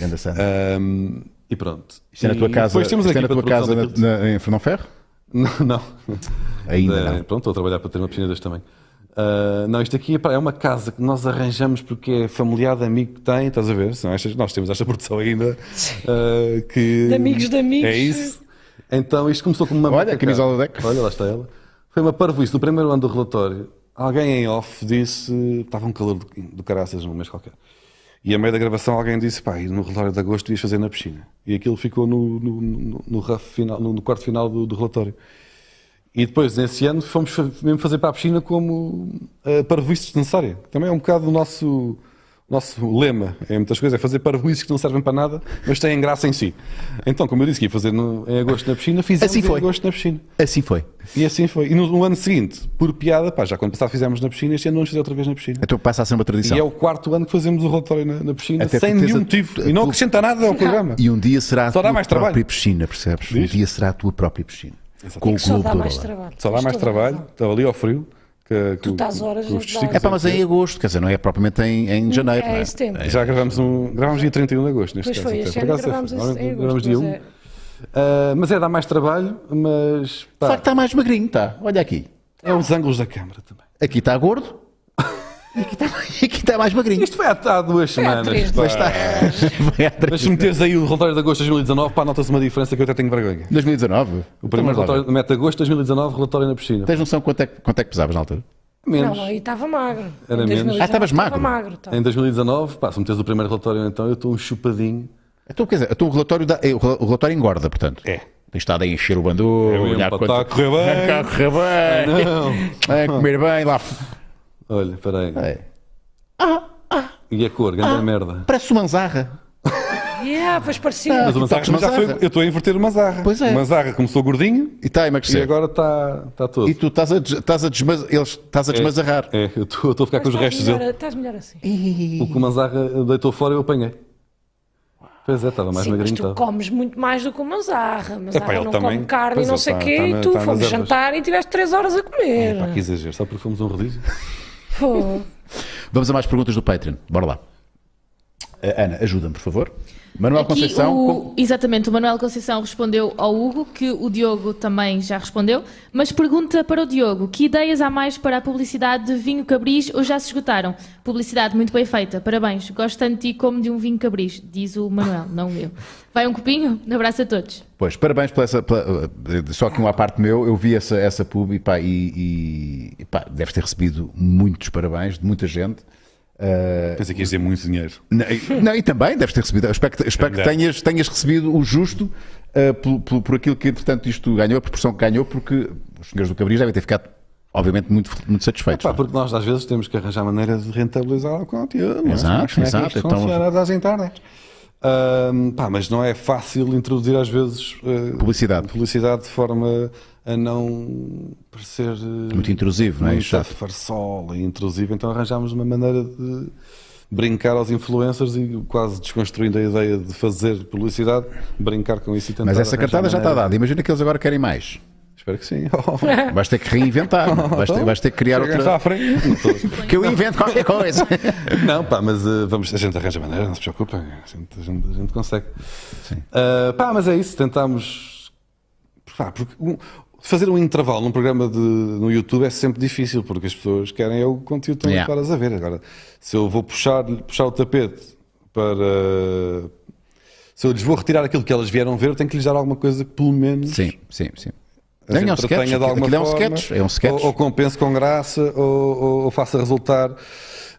S1: Ganda Sandra.
S2: Ahm, e pronto.
S1: Isto é na
S2: Ah, E
S1: tua casa,
S2: Depois temos
S1: isto é
S2: aqui
S1: na tua casa na- na- em Fernão Ferro?
S2: [LAUGHS] Não, não.
S1: Ainda
S2: Eh,
S1: não.
S2: Pronto, estou a trabalhar para ter uma piscina deste também. não, isto aqui epá, é uma casa que nós arranjamos porque é familiar de amigo que tem, estás a ver? São estas- nós temos esta produção ainda. ah, que
S3: De amigos de amigos.
S2: É isso. Então isto começou como uma.
S1: Olha,
S2: beca,
S1: a camisola
S2: cara.
S1: Deco.
S2: Olha, lá está ela. Foi uma parvoíce. No primeiro ano do relatório, alguém em off disse. Estava um calor do, do caraças num mês qualquer. E a meio da gravação alguém disse: pá, e no relatório de agosto devias fazer na piscina. E aquilo ficou no, no, no, no rough final, no, no quarto final do, do relatório. E depois, nesse ano, fomos fa- mesmo fazer para a piscina como uh, parvoíce desnecessária. Também é um bocado o nosso, o nosso lema em muitas coisas, é fazer parvoíces que não servem para nada, mas têm graça em si. Então, como eu disse que ia fazer no- em agosto na piscina, fizemos
S1: Assim foi.
S2: em agosto na piscina.
S1: Assim foi.
S2: E assim foi. E no, no ano seguinte, por piada, pá, já quando passado fizemos na piscina, este ano vamos fazer outra vez na piscina.
S1: Então passa a ser uma tradição.
S2: E é o quarto ano que fazemos o relatório na, na piscina,
S1: Até
S2: sem
S1: porque tens
S2: nenhum
S1: a- a
S2: motivo. E não
S1: tua-
S2: acrescenta nada ao programa.
S1: E um dia será a
S2: Só dá
S1: tua
S2: mais
S1: própria
S2: trabalho.
S1: piscina, percebes?
S2: Diz?
S1: Um dia será a tua própria piscina. Com o
S3: Só dá
S1: todo
S3: mais
S1: lá.
S3: trabalho.
S2: Só dá mais
S3: Toda a razão.
S2: trabalho, estava ali ao frio. Que, tu
S3: estás horas, não te dá.
S1: É para mas é em agosto, quer dizer, não é propriamente em, em janeiro. não
S3: É em setembro.
S2: Já gravámos um. Gravámos dia 31 de agosto, neste
S3: Pois
S2: caso.
S3: foi,
S2: até.
S3: este
S2: Por
S3: ano
S2: acaso,
S3: gravámos
S2: agora
S3: em
S2: gravámos
S3: agosto.
S2: dia 1.
S3: mas é-
S2: Ah, mas é dar mais trabalho, mas. pá,
S1: De facto, está mais magrinho, está. Olha aqui.
S2: é os ângulos da câmara também.
S1: Aqui está gordo [LAUGHS] e aqui está, e aqui está mais magrinho.
S2: Isto foi há, há duas semanas.
S3: três,
S2: pá.
S1: Mas está.
S2: É.
S1: Vai há três-
S2: Mas se meteres aí o relatório de agosto de 2019, pá, nota-se uma diferença que eu até tenho vergonha.
S3: Então,
S1: 2019. Então,
S2: O primeiro
S1: mas lá
S2: relatório, mete agosto de 2019, relatório na piscina.
S1: Tens noção quanto é, que- quanto é que pesavas na altura?
S2: Menos.
S3: Não, aí estava magro.
S2: um. Era
S3: Em
S2: menos.
S3: 2019
S1: Ah, estavas
S3: estava
S1: magro?
S3: magro tá. estava.
S2: Em 2019, pá, se meteres o primeiro relatório, então eu estou um chupadinho.
S1: Então, quer dizer, então o relatório, dá- é, o rel- o relatório engorda, portanto.
S2: É.
S1: Tem estado a encher o bandu,
S2: É mesmo,
S1: olhar
S2: pá,
S1: quanto-
S2: está a correr bem.
S1: [LAUGHS] Está a correr bem.
S2: Não. [LAUGHS]
S1: a comer bem lá.
S2: Olha, peraí.
S1: É.
S2: E a cor,
S3: Ah.
S2: grande merda.
S1: Parece uma manzarra.
S3: Yeah, pois parecia.
S2: Mas o Manzarra,
S1: toques
S2: mas já foi,
S1: Manzarra.
S2: eu estou a inverter o Manzarra.
S1: Pois é.
S2: O Manzarra começou gordinho
S1: E está a
S2: e
S1: emagrecer.
S2: agora tá, está está todo.
S1: E tu estás a, des- estás a, desmaz, eles, estás a desmazarrar.
S2: É, eu estou a ficar com os
S3: Estás
S2: restos
S3: tá melhor-
S2: dele.
S3: Estás melhor assim.
S2: O que o Manzarra deitou fora eu apanhei. Pois é, estava mais
S3: Sim, mas
S2: magrinho.
S3: tu
S2: estava.
S3: comes muito mais do que o Manzarra. Manzarra
S2: Epá, ele
S3: ah, não
S2: também.
S3: come carne
S2: Pois
S3: e não
S2: ele
S3: sei o
S2: tá-
S3: quê.
S2: tá na-
S3: e tu
S2: tá nas
S3: fomos
S2: ervas.
S3: jantar e tiveste 3 horas a comer.
S2: Pá, que exagero, só porque fomos a um rodízio.
S3: Pô.
S1: Vamos a mais perguntas do Patreon. Bora lá. Eh, Ana, ajuda-me, por favor. Manuel
S4: Aqui
S1: Conceição.
S4: o-
S1: com-
S4: Exatamente, o Manuel Conceição respondeu ao Hugo, que o Diogo também já respondeu, mas pergunta para o Diogo: que ideias há mais para a publicidade de vinho cabris ou já se esgotaram? Publicidade muito bem feita, parabéns, gosto tanto de ti como de um vinho cabris, diz o Manuel, não eu. Vai um copinho? Abraço a todos.
S1: Pois, parabéns pela essa. pela- eh, só que um à parte meu, eu vi essa, essa pub e pá, e, e, pá, deves ter recebido muitos parabéns de muita gente. Eh,
S2: Pensei que ias dizer muito dinheiro.
S1: Não, e-
S2: [LAUGHS]
S1: não, e também deves ter recebido. Eu espero que, espero que
S2: Verdade.
S1: tenhas, tenhas recebido o justo ah, pelo- pelo- por aquilo que, entretanto, isto ganhou, a proporção que ganhou, porque os senhores do Cabril devem ter ficado, obviamente, muito, muito satisfeitos.
S2: Pá,
S1: não é?
S2: porque nós às vezes temos que arranjar maneira de rentabilizar o conteúdo. não é?
S1: Exato,
S2: Como é que
S1: exato,
S2: isto
S1: então-
S2: funciona das internet. é? Ahm, pá, mas não é fácil introduzir às vezes eh,
S1: Publicidade.
S2: publicidade de forma a não parecer eh,
S1: Muito intrusivo, não é? E
S2: muito
S1: chato.
S2: farsola e intrusivo. Então arranjámos uma maneira de brincar aos influencers e quase desconstruindo a ideia de fazer publicidade, brincar com isso e tentar
S1: Mas essa
S2: arranjar
S1: cartada já está
S2: maneira-
S1: dada. Imagina que eles agora querem mais.
S2: Espero que sim. [LAUGHS] É.
S1: Vais ter que reinventar, não é? vais ter, vais ter que criar
S2: Chegas à
S1: outra.
S2: frente. Não estou-
S1: Que eu invento qualquer
S2: [LAUGHS]
S1: coisa.
S2: Não, pá, mas eh, vamos, a gente arranja maneira, não se preocupem, a gente, a gente- a gente consegue. Ah, pá, mas é isso, tentámos. pá, porque um- fazer um intervalo num programa de, no YouTube é sempre difícil, porque as pessoas querem é o conteúdo também
S1: Yeah.
S2: para as a ver. Agora, se eu vou puxar, puxar o tapete para. Se eu lhes vou retirar aquilo que elas vieram ver, eu tenho que lhes dar alguma coisa que pelo menos
S1: Sim, sim, sim.
S2: a gente
S1: Não, é um
S2: entretenha
S1: sketch.
S2: de alguma
S1: Aquilo é um
S2: forma,
S1: sketch. É um sketch.
S2: Ou, ou compense com graça, ou, ou- ou faça resultar,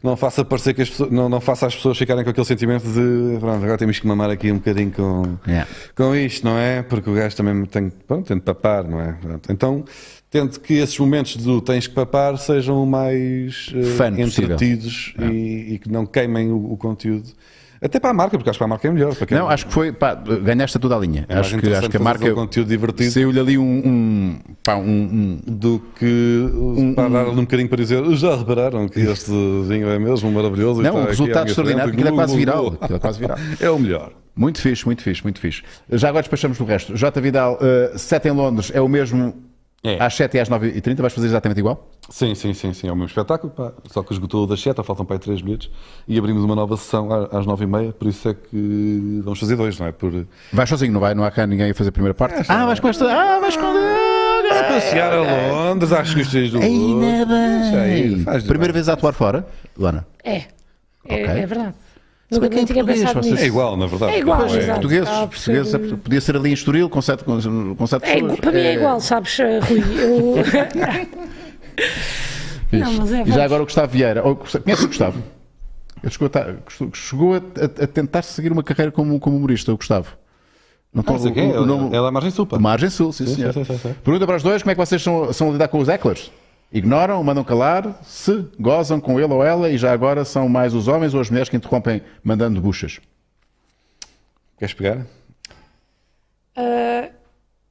S2: não faça parecer que as pessoas, não, não faça as pessoas ficarem com aquele sentimento de pronto, agora temos que mamar aqui um bocadinho com,
S1: Yeah.
S2: com isto, não é? Porque o gajo também tem, que- pronto, tem de papar, não é? Pronto, Então, tente que esses momentos do tens que papar sejam o mais eh,
S1: Fun possível. É.
S2: entretidos e, e que não queimem o, o conteúdo. Até para a marca, porque acho que para a marca é melhor. Para quem-
S1: Não, acho que foi. Pá, ganhaste toda a linha.
S2: mais
S1: acho, que, acho que a
S2: interessante fazer
S1: marca.
S2: um conteúdo divertido.
S1: Saiu-lhe ali um. um, pá, um- um
S2: do que parar um bocadinho para dizer já repararam que este vinho é mesmo maravilhoso
S1: Não, um
S2: um
S1: resultado extraordinário, aquilo é quase viral. Aquilo é quase viral.
S2: [LAUGHS] é o melhor
S1: Muito fixe, muito fixe, muito fixe. Já agora despachamos do resto. J. Vidal, 7 em Londres é o mesmo
S2: É.
S1: às 7 e às 9h30? Vais fazer exatamente igual?
S2: sim, sim, sim, sim, é o mesmo espetáculo pá. só que esgotou o das 7, faltam para aí 3 bilhetes e abrimos uma nova sessão à- às 9 e meia por isso é que vamos fazer dois, não é? por
S1: Vais sozinho, não vai? Não há cá ninguém a fazer a primeira parte?
S2: É,
S1: ah, vais com esta. Ah, vais com.
S2: passear a Londres às custas do
S1: Ainda
S2: Deixa aí,
S1: bem!
S2: faz de
S1: Primeira
S2: bem.
S1: vez a atuar fora, Luana?
S3: É. É,
S1: Ok.
S3: é verdade.
S1: Se bem
S3: Nunca
S1: que é em
S3: nem tinha
S1: português,
S3: pensado
S1: vocês-
S3: nisso.
S2: é igual, na verdade
S3: É igual,
S2: Não
S3: exato.
S1: Portugueses,
S3: Ah, percebo.
S1: portugueses, é- podia ser ali em Estoril, com 7 com, com sete
S3: É
S1: pessoas.
S3: igu- para mim é igual, sabes, eh, Rui? Eu- [LAUGHS] Não, mas é
S1: E já
S3: verdade.
S1: agora o Gustavo Vieira. Oh, Gustavo- Conhece o Gustavo? Ele chegou a, ta- chegou a- a- a tentar seguir uma carreira como, como humorista, o Gustavo. Não
S2: Ah,
S1: estou-
S2: isso aqui é,
S1: o- o nome-
S2: ela é a margem sul pá.
S1: Margem Sul, sim,
S2: Sim,
S1: senhor.
S2: sim, sim, sim.
S1: Pergunta para os dois como é que vocês são, são a lidar com os hecklers. Ignoram, mandam calar, se gozam com ele ou ela e já agora são mais os homens ou as mulheres que interrompem mandando buchas.
S2: queres pegar?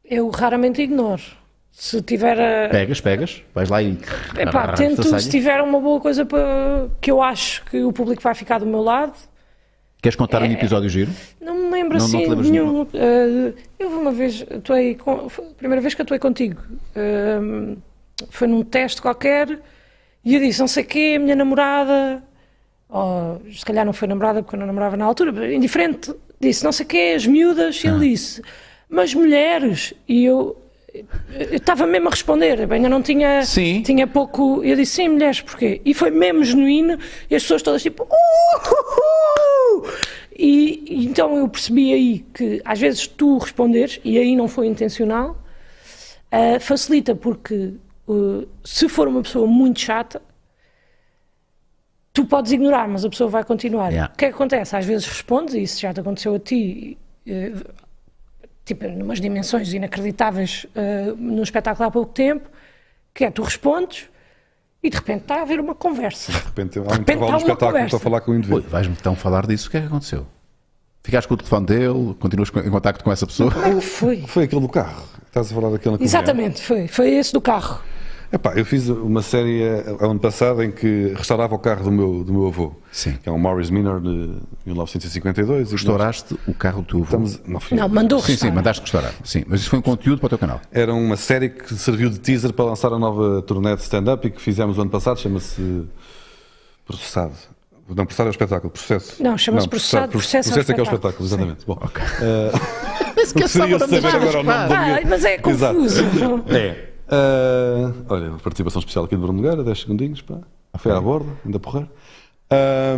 S3: Eu raramente ignoro. Se tiver a.
S1: Pegas, pegas, vais lá e. [LAUGHS]
S3: Epá, tento, se tiver uma boa coisa para que eu acho que o público vai ficar do meu lado.
S1: Queres contar
S3: É.
S1: um episódio giro?
S3: Não me lembro
S1: Não- não
S3: assim
S1: te lembras de
S3: nenhum. Eh, eu uma vez, atuei com, foi a primeira vez que atuei contigo. Ehm, foi num teste qualquer e eu disse: não sei o quê, a minha namorada, ou se calhar não foi namorada porque eu não namorava na altura, mas indiferente, disse: não sei o quê, as miúdas, e
S1: Ah.
S3: ele disse: mas mulheres. E eu. Eu estava mesmo a responder, bem, eu não tinha,
S1: Sim.
S3: tinha pouco. Eu disse sim, mulheres, porquê? E foi mesmo genuíno, e as pessoas todas tipo. "Uh, uh, uh!" E, e então eu percebi aí que às vezes tu responderes, e aí não foi intencional, ah, facilita porque uh, se for uma pessoa muito chata, tu podes ignorar, mas a pessoa vai continuar.
S1: Yeah.
S3: O que é que acontece? Às vezes respondes, e isso já te aconteceu a ti, eh, tipo, numas dimensões inacreditáveis eh, num espetáculo há pouco tempo, que é tu respondes e de repente está a haver
S2: [LAUGHS]
S3: uma conversa.
S2: de repente há um
S3: repente
S2: intervalo
S3: há
S2: no
S3: uma
S2: espetáculo
S3: conversa.
S2: estou a falar com o
S1: Ui,
S2: indivíduo
S1: vais-me então falar disso? O que é que aconteceu? Ficaste com o telefone dele? Continuas co- em contacto com essa
S2: [LAUGHS]
S1: pessoa?
S3: Ah, Foi.
S2: foi aquele do carro estás a falar daquele na conversa.
S3: Exatamente, foi. Foi esse do carro.
S2: Epá, eu fiz uma série eh, ano passado em que restaurava o carro do meu, do meu avô,
S1: Sim.
S2: que é um Morris Minor de 1952. e
S1: Restauraste o carro do teu avô?
S2: nós Estamos, não, fui
S3: Não,
S2: eu.
S3: mandou
S1: Sim, sim,
S3: restaurar.
S1: mandaste restaurar. Sim, mas isso foi um conteúdo para o teu canal.
S2: Era uma série que serviu de teaser para lançar a nova turnê de stand-up e que fizemos o ano passado, chama-se Processado. Não, processar é o espetáculo, processo.
S3: Não, chama-se processado, processo é o
S2: Processo é que é o
S3: espetáculo.
S2: espetáculo, exatamente. Bom,
S1: [LAUGHS] Mas
S2: [LAUGHS]
S1: que eu
S2: Precisaria saber agora o nome da
S3: Ah,
S2: minha...
S3: mas é
S2: Exato. [LAUGHS]
S3: confuso.
S2: É. Ah, olha, participação especial aqui de Bruno Nogueira, 10 segundinhos, pá. Foi à borda, ainda porrar. Ah,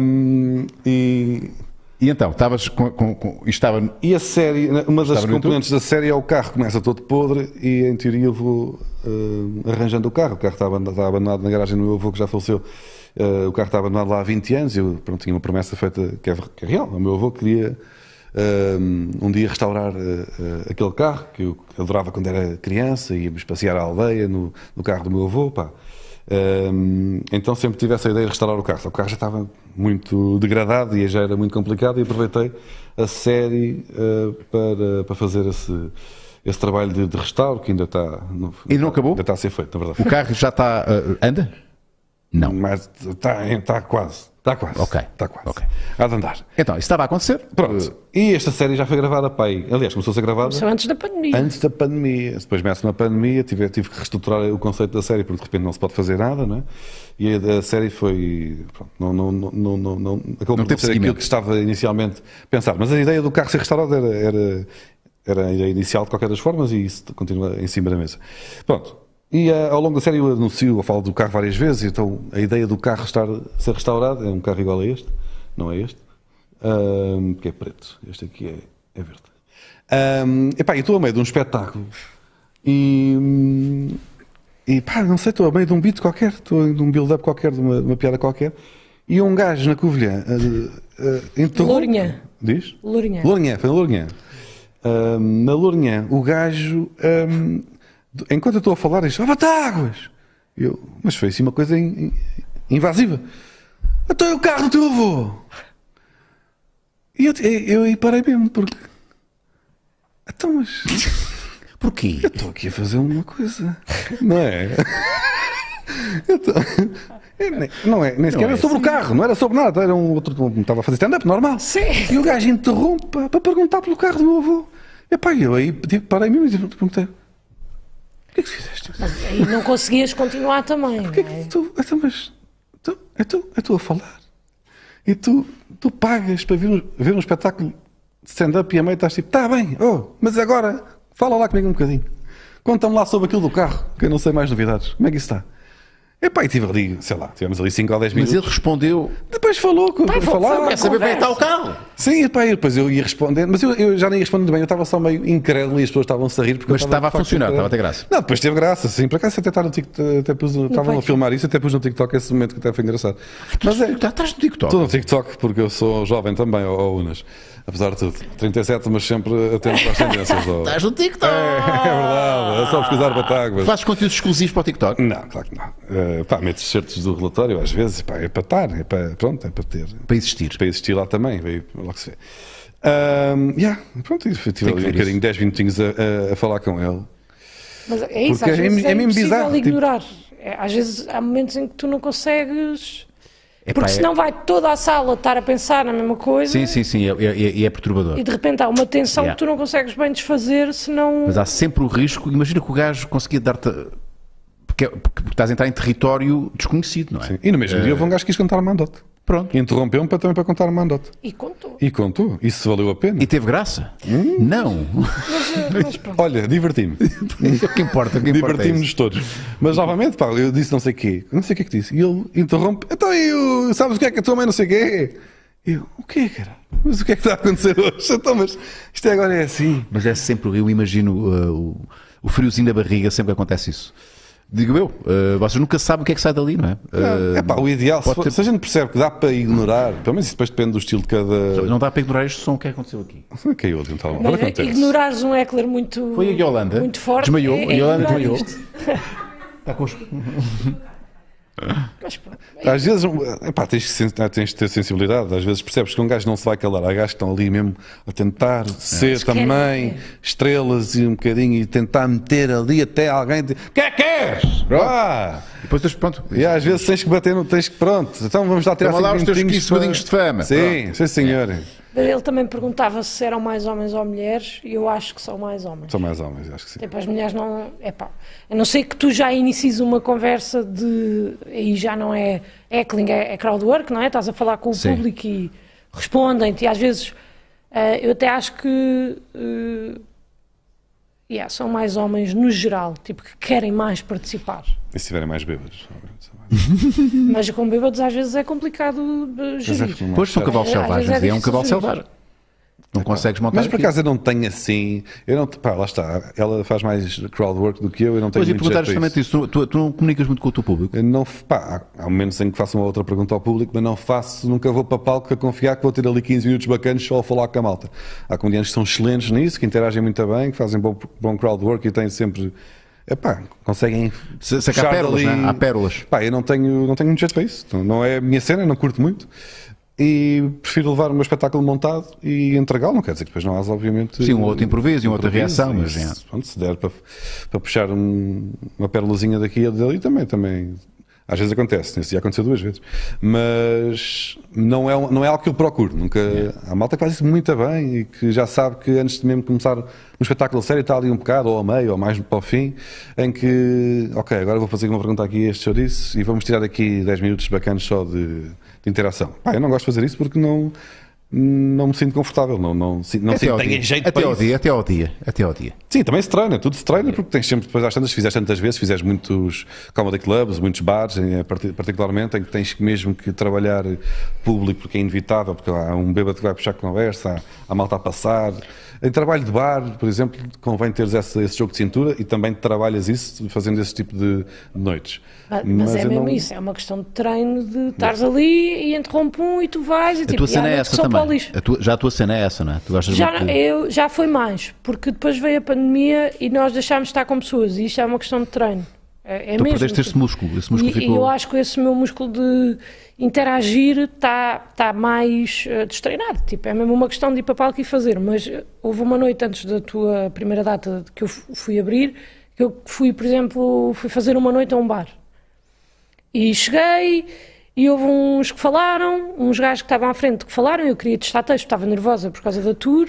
S2: e,
S1: E então, estavas com, com, com- e estava
S2: e a série, uma das
S1: Estava no
S2: componentes da série é o carro, começa todo podre e em teoria eu vou ah, arranjando o carro. O carro está abandonado, está abandonado na garagem do meu avô que já faleceu. Ah, o carro está abandonado lá há 20 anos e eu pronto, tinha uma promessa feita que é, que é real. O meu avô queria ah, um dia restaurar ah, ah, aquele carro que eu adorava quando era criança, íamos passear à aldeia no, no carro do meu avô. Pá. Hum, então sempre tive essa ideia de restaurar o carro. Só que O carro já estava muito degradado e já era muito complicado e aproveitei a série uh, para, para fazer esse, esse trabalho de, de restauro que ainda está, no-
S1: E não acabou?
S2: ainda está a ser feito, na
S1: O
S2: verdade.
S1: carro já está. ah, anda? Não.
S2: Mas está, está quase. Está quase.
S1: Ok.
S2: Está quase.
S1: Ok. Uh,
S2: Há de andar.
S1: Então, isso estava a acontecer.
S2: Pronto. E esta série já foi gravada, pai. Aliás, começou a ser gravada
S3: Só antes da pandemia.
S2: Antes da pandemia. Depois começa uma pandemia, tive, tive que reestruturar o conceito da série, porque de repente não se pode fazer nada, não é? E a, a série foi. Pronto, não, não, não, não, não, não, acabou
S1: Não
S2: por
S1: teve
S2: ser aquilo
S1: seguimento.
S2: que estava inicialmente pensado. Mas a ideia do carro ser restaurado era, era, era a ideia inicial de qualquer das formas e isso continua em cima da mesa. Pronto. E ah, ao longo da série eu anuncio, eu falo do carro várias vezes, então a ideia do carro estar, ser restaurado é um carro igual a este, não é este, ahm, que é preto. Este aqui é, é verde. Ahm, epá, eu estou a meio de um espetáculo e. hum, e pá, não sei, estou a meio de um beat qualquer, estou de um build-up qualquer, de uma, de uma piada qualquer, e um gajo na Covilhã ah, ah, interrompe-
S3: Lourinhã.
S2: Diz?
S3: Lourinhã.
S2: Lourinhã, foi na Lourinhã. Ahm, na Lourinhã, o gajo, ahm, do- enquanto eu estou a falar, diz: Ah, batáguas! Eu, mas foi assim uma coisa in- in- invasiva. Então é o carro do teu avô! E eu, eu, eu aí parei mesmo, porque. Então, mas.
S1: Porquê?
S2: Eu estou aqui a fazer uma coisa. Não é? Eu tô- Eu nem- Não é, nem sequer era sobre o carro, não era sobre nada, era um outro. um- Estava a fazer stand-up normal. E o gajo interrompe pá, para perguntar pelo carro do meu avô. E pá, eu aí tipo, parei mesmo e perguntei: O que é que fizeste? O
S3: E não conseguias continuar também.
S2: que é
S3: não
S2: que
S3: é?
S2: tu. Então, mas. Tu, eu estou- eu estou a falar. E tu, tu pagas para ver um, ver um espetáculo de stand-up e a meio estás tipo: Está bem, oh, mas agora fala lá comigo um bocadinho. Conta-me lá sobre aquilo do carro, que eu não sei mais novidades. Como é que isso está? Epá, e tive ali, sei lá, tivemos ali 5 ou 10
S1: Mas
S2: minutos.
S1: ele é respondeu.
S2: Depois falou, com, falar,
S1: Quer saber bem está o carro?
S2: Sim, epá, e depois eu ia respondendo, mas eu, eu já nem ia respondendo bem, eu estava só meio incrédulo e as pessoas estavam a rir porque eu
S1: Mas estava a
S2: de facto,
S1: funcionar, estava
S2: incrédulo.
S1: a ter graça.
S2: Não, depois teve graça, sim. Por acaso até está no TikTok, até pus, estavam a filmar isso, até pus no TikTok esse momento que até foi engraçado. Mas é,
S1: Está atrás do TikTok.
S2: estou no TikTok porque eu sou jovem também, ao ao Unas, apesar de tudo. 37, mas sempre atento às tendências. ó.
S1: Estás no TikTok.
S2: É, verdade, é só pesquisar batáguas.
S1: Fazes conteúdos exclusivos para o TikTok.
S2: Não, claro que não. Eh, pá, meto certos do relatório às vezes, pá, é para estar, é para, pronto, é para ter.
S1: Para existir.
S2: Para existir lá também, veio logo se vê. Ahm, yeah, pronto, eu
S1: Tem
S2: tive
S1: que
S2: ali um
S1: ver
S2: bocadinho,
S1: isso.
S2: 10 minutinhos a, a- a falar com ele.
S3: Mas é isso,
S2: Porque
S3: às
S2: é
S3: vezes
S2: mesmo-
S3: é,
S2: é mesmo
S3: impossível
S2: bizarro, tipo-
S3: ignorar. É, Às vezes há momentos em que tu não consegues...
S1: Epá,
S3: Porque
S1: é-
S3: senão vai toda a sala estar a pensar na mesma coisa
S1: Sim, sim, sim. é- é- é- E é, perturbador.
S3: e de repente há uma tensão
S1: Yeah.
S3: que tu não consegues bem desfazer se não...
S1: Mas há sempre o risco. Imagina que o gajo conseguia dar-te. Porque, é, porque estás a entrar em território desconhecido, não é?
S2: E no mesmo dia houve um gajo que quis contar uma andote.
S1: Pronto.
S2: Interrompeu-me para, também para contar uma andote.
S3: E contou.
S2: E contou, isso valeu a pena.
S1: E teve graça?
S2: Hum.
S1: Não. [LAUGHS]
S2: Olha, diverti-me.
S1: o que importa? O que importa é isso.
S2: Divertimos-nos todos. Mas novamente, pá, eu disse não sei o quê. Não sei o que é que disse. E ele interrompe. Então, e o- sabes o que é que a tua mãe não sei o quê? E eu, o quê, cara? Mas o que é que está a acontecer hoje? [LAUGHS] Então, mas isto agora é assim.
S1: Mas é sempre, eu imagino uh, o, o friozinho da barriga, sempre que acontece isso. Digo eu, uh, vocês nunca sabem o que é que sai dali, não é? Uh,
S2: É pá, o ideal, se,
S1: pode
S2: for-
S1: ter-
S2: se a gente percebe que dá para ignorar, pelo menos isso depois depende do estilo de cada.
S1: Não dá para ignorar este som, o que é que aconteceu aqui?
S2: Caiu ali um tal.
S3: Mas
S2: Olha que acontece.
S3: ignorares um heckler muito,
S1: Foi a Yolanda.
S3: muito forte.
S1: Desmaiou,
S3: é-
S1: a
S3: é
S1: Yolanda
S3: ignorar
S1: desmaiou.
S3: isto.
S1: Está com os...
S3: Mas pronto,
S2: Às vezes, um, epá, tens, que sen- tens de ter sensibilidade. Às vezes percebes que um gajo não se vai calar. Há gajos que estão ali mesmo a
S1: É.
S2: tentar ser também estrelas e um bocadinho e tentar meter ali até alguém. De... Que é que és? Ah!
S1: Depois tens, pronto.
S2: E às vezes tens que bater no. Tens que, pronto, então vamos lá tirar
S1: Toma lá
S2: cinco
S1: os teus
S2: minutinhos
S1: 15 segundinhos de fama. É.
S2: Sim, sim senhor.
S3: Ele também perguntava se eram mais homens ou mulheres, e eu acho que são mais homens.
S2: São mais homens, acho que sim.
S3: Tipo, as mulheres não. Epá, a não ser que tu já inicies uma conversa de. Aí já não é heckling, é, é crowdwork, não é? Estás a falar com o
S5: Sim.
S3: público e respondem-te. E às vezes eh, eu até acho que. eh, yeah, são mais homens no geral, tipo, que querem mais participar.
S2: E se estiverem mais bêbados. obviamente, são mais-
S3: Mas com bêbados às vezes é complicado eh,
S2: Mas é
S3: gerir.
S2: que não-
S1: Pois são cavalos
S3: Às vezes é
S1: selvagens, e é um
S3: difícil
S1: cavalo
S3: gerir.
S1: selvagem. Não consegues montar.
S2: Mas por
S1: aquilo.
S2: acaso eu não tenho assim. Eu não, pá, lá está. Ela faz mais crowd work do que eu. Eu não tenho
S1: Pois, e
S2: muito jeito
S1: perguntar
S2: para
S1: justamente isso. Tu, tu- tu não comunicas muito com o teu público.
S2: Eu Não, f- pá, há- há momentos em que faço uma outra pergunta ao público, mas não faço, nunca vou para palco a confiar que vou ter ali 15 minutos bacanas só a falar com a malta. Há comediantes que são excelentes nisso, que interagem muito bem, que fazem bom, bom crowd work e têm sempre. Epá, conseguem.
S1: Se, se é que há
S2: puxar
S1: pérolas,
S2: dali-
S1: né? há pérolas.
S2: Pá, eu não tenho, não tenho muito jeito para isso. Não- Não é a minha cena, não curto muito. E prefiro levar o meu espetáculo montado e entregá-lo. Não quer dizer que depois não haja, obviamente.
S1: Sim, um outro improviso e uma outra
S2: improviso,
S1: reação,
S2: e
S1: mas,
S2: se-
S1: é.
S2: pronto, se der para, para puxar um- uma perlazinha daqui e dali também, também. Às vezes acontece, isso já aconteceu duas vezes. Mas não é, um- não é algo que eu procuro. Nunca, Há malta que faz isso muito bem e que já sabe que antes de mesmo começar um espetáculo sério está ali um bocado, ou ao meio, ou mais para o fim, em que, ok, agora vou fazer uma pergunta aqui a este chouriço e vamos tirar aqui 10 minutos bacanas só de, de interação. Pá, eu não gosto de fazer isso porque não, não me sinto confortável, não, não, sinto- não
S1: Até
S2: sinto
S1: ao
S2: que tenha
S1: dia,
S2: jeito
S1: até
S2: para
S1: ao
S2: isso.
S1: dia, até ao dia, até ao dia.
S2: Sim, também se treina, tudo se treina, porque tens sempre depois às tantas, se fizeres tantas vezes, se fizeres muitos comedy clubs, muitos bares, em eh, parti- particularmente, em que tens que mesmo que trabalhar público, porque é inevitável, porque há um bêbado que vai puxar conversa, há, há malta a passar. Em trabalho de bar, por exemplo, convém teres esse, esse jogo de cintura e também trabalhas isso fazendo esse tipo de de noites.
S3: Mas, mas é
S2: eu
S3: mesmo
S2: não-
S3: isso, é uma questão de treino, de estares ali e interrompe um e tu vais e
S1: A
S3: tipo,
S1: tua
S3: "Ah,
S1: cena
S3: não,
S1: é
S3: que
S1: essa
S3: são para o
S1: também.
S3: lixo."
S1: A tua- já a tua cena é essa, não é? Tu gostas
S3: Já,
S1: muito de-
S3: eu, já foi mais, porque depois veio a pandemia e nós deixámos de estar com pessoas e isto é uma questão de treino. É, é
S1: Tu
S3: mesmo.
S1: perdeste este músculo, esse músculo
S3: e,
S1: ficou.
S3: e eu acho que esse meu músculo de interagir está tá mais eh, destreinado. Tipo, é mesmo uma questão de ir para palco e fazer. Mas eh, houve uma noite antes da tua primeira data que eu fu- fui abrir, que eu fui, por exemplo, fui fazer uma noite a um bar. E cheguei e houve uns que falaram, uns gajos que estavam à frente que falaram, eu queria testar texto, estava nervosa por causa da tour.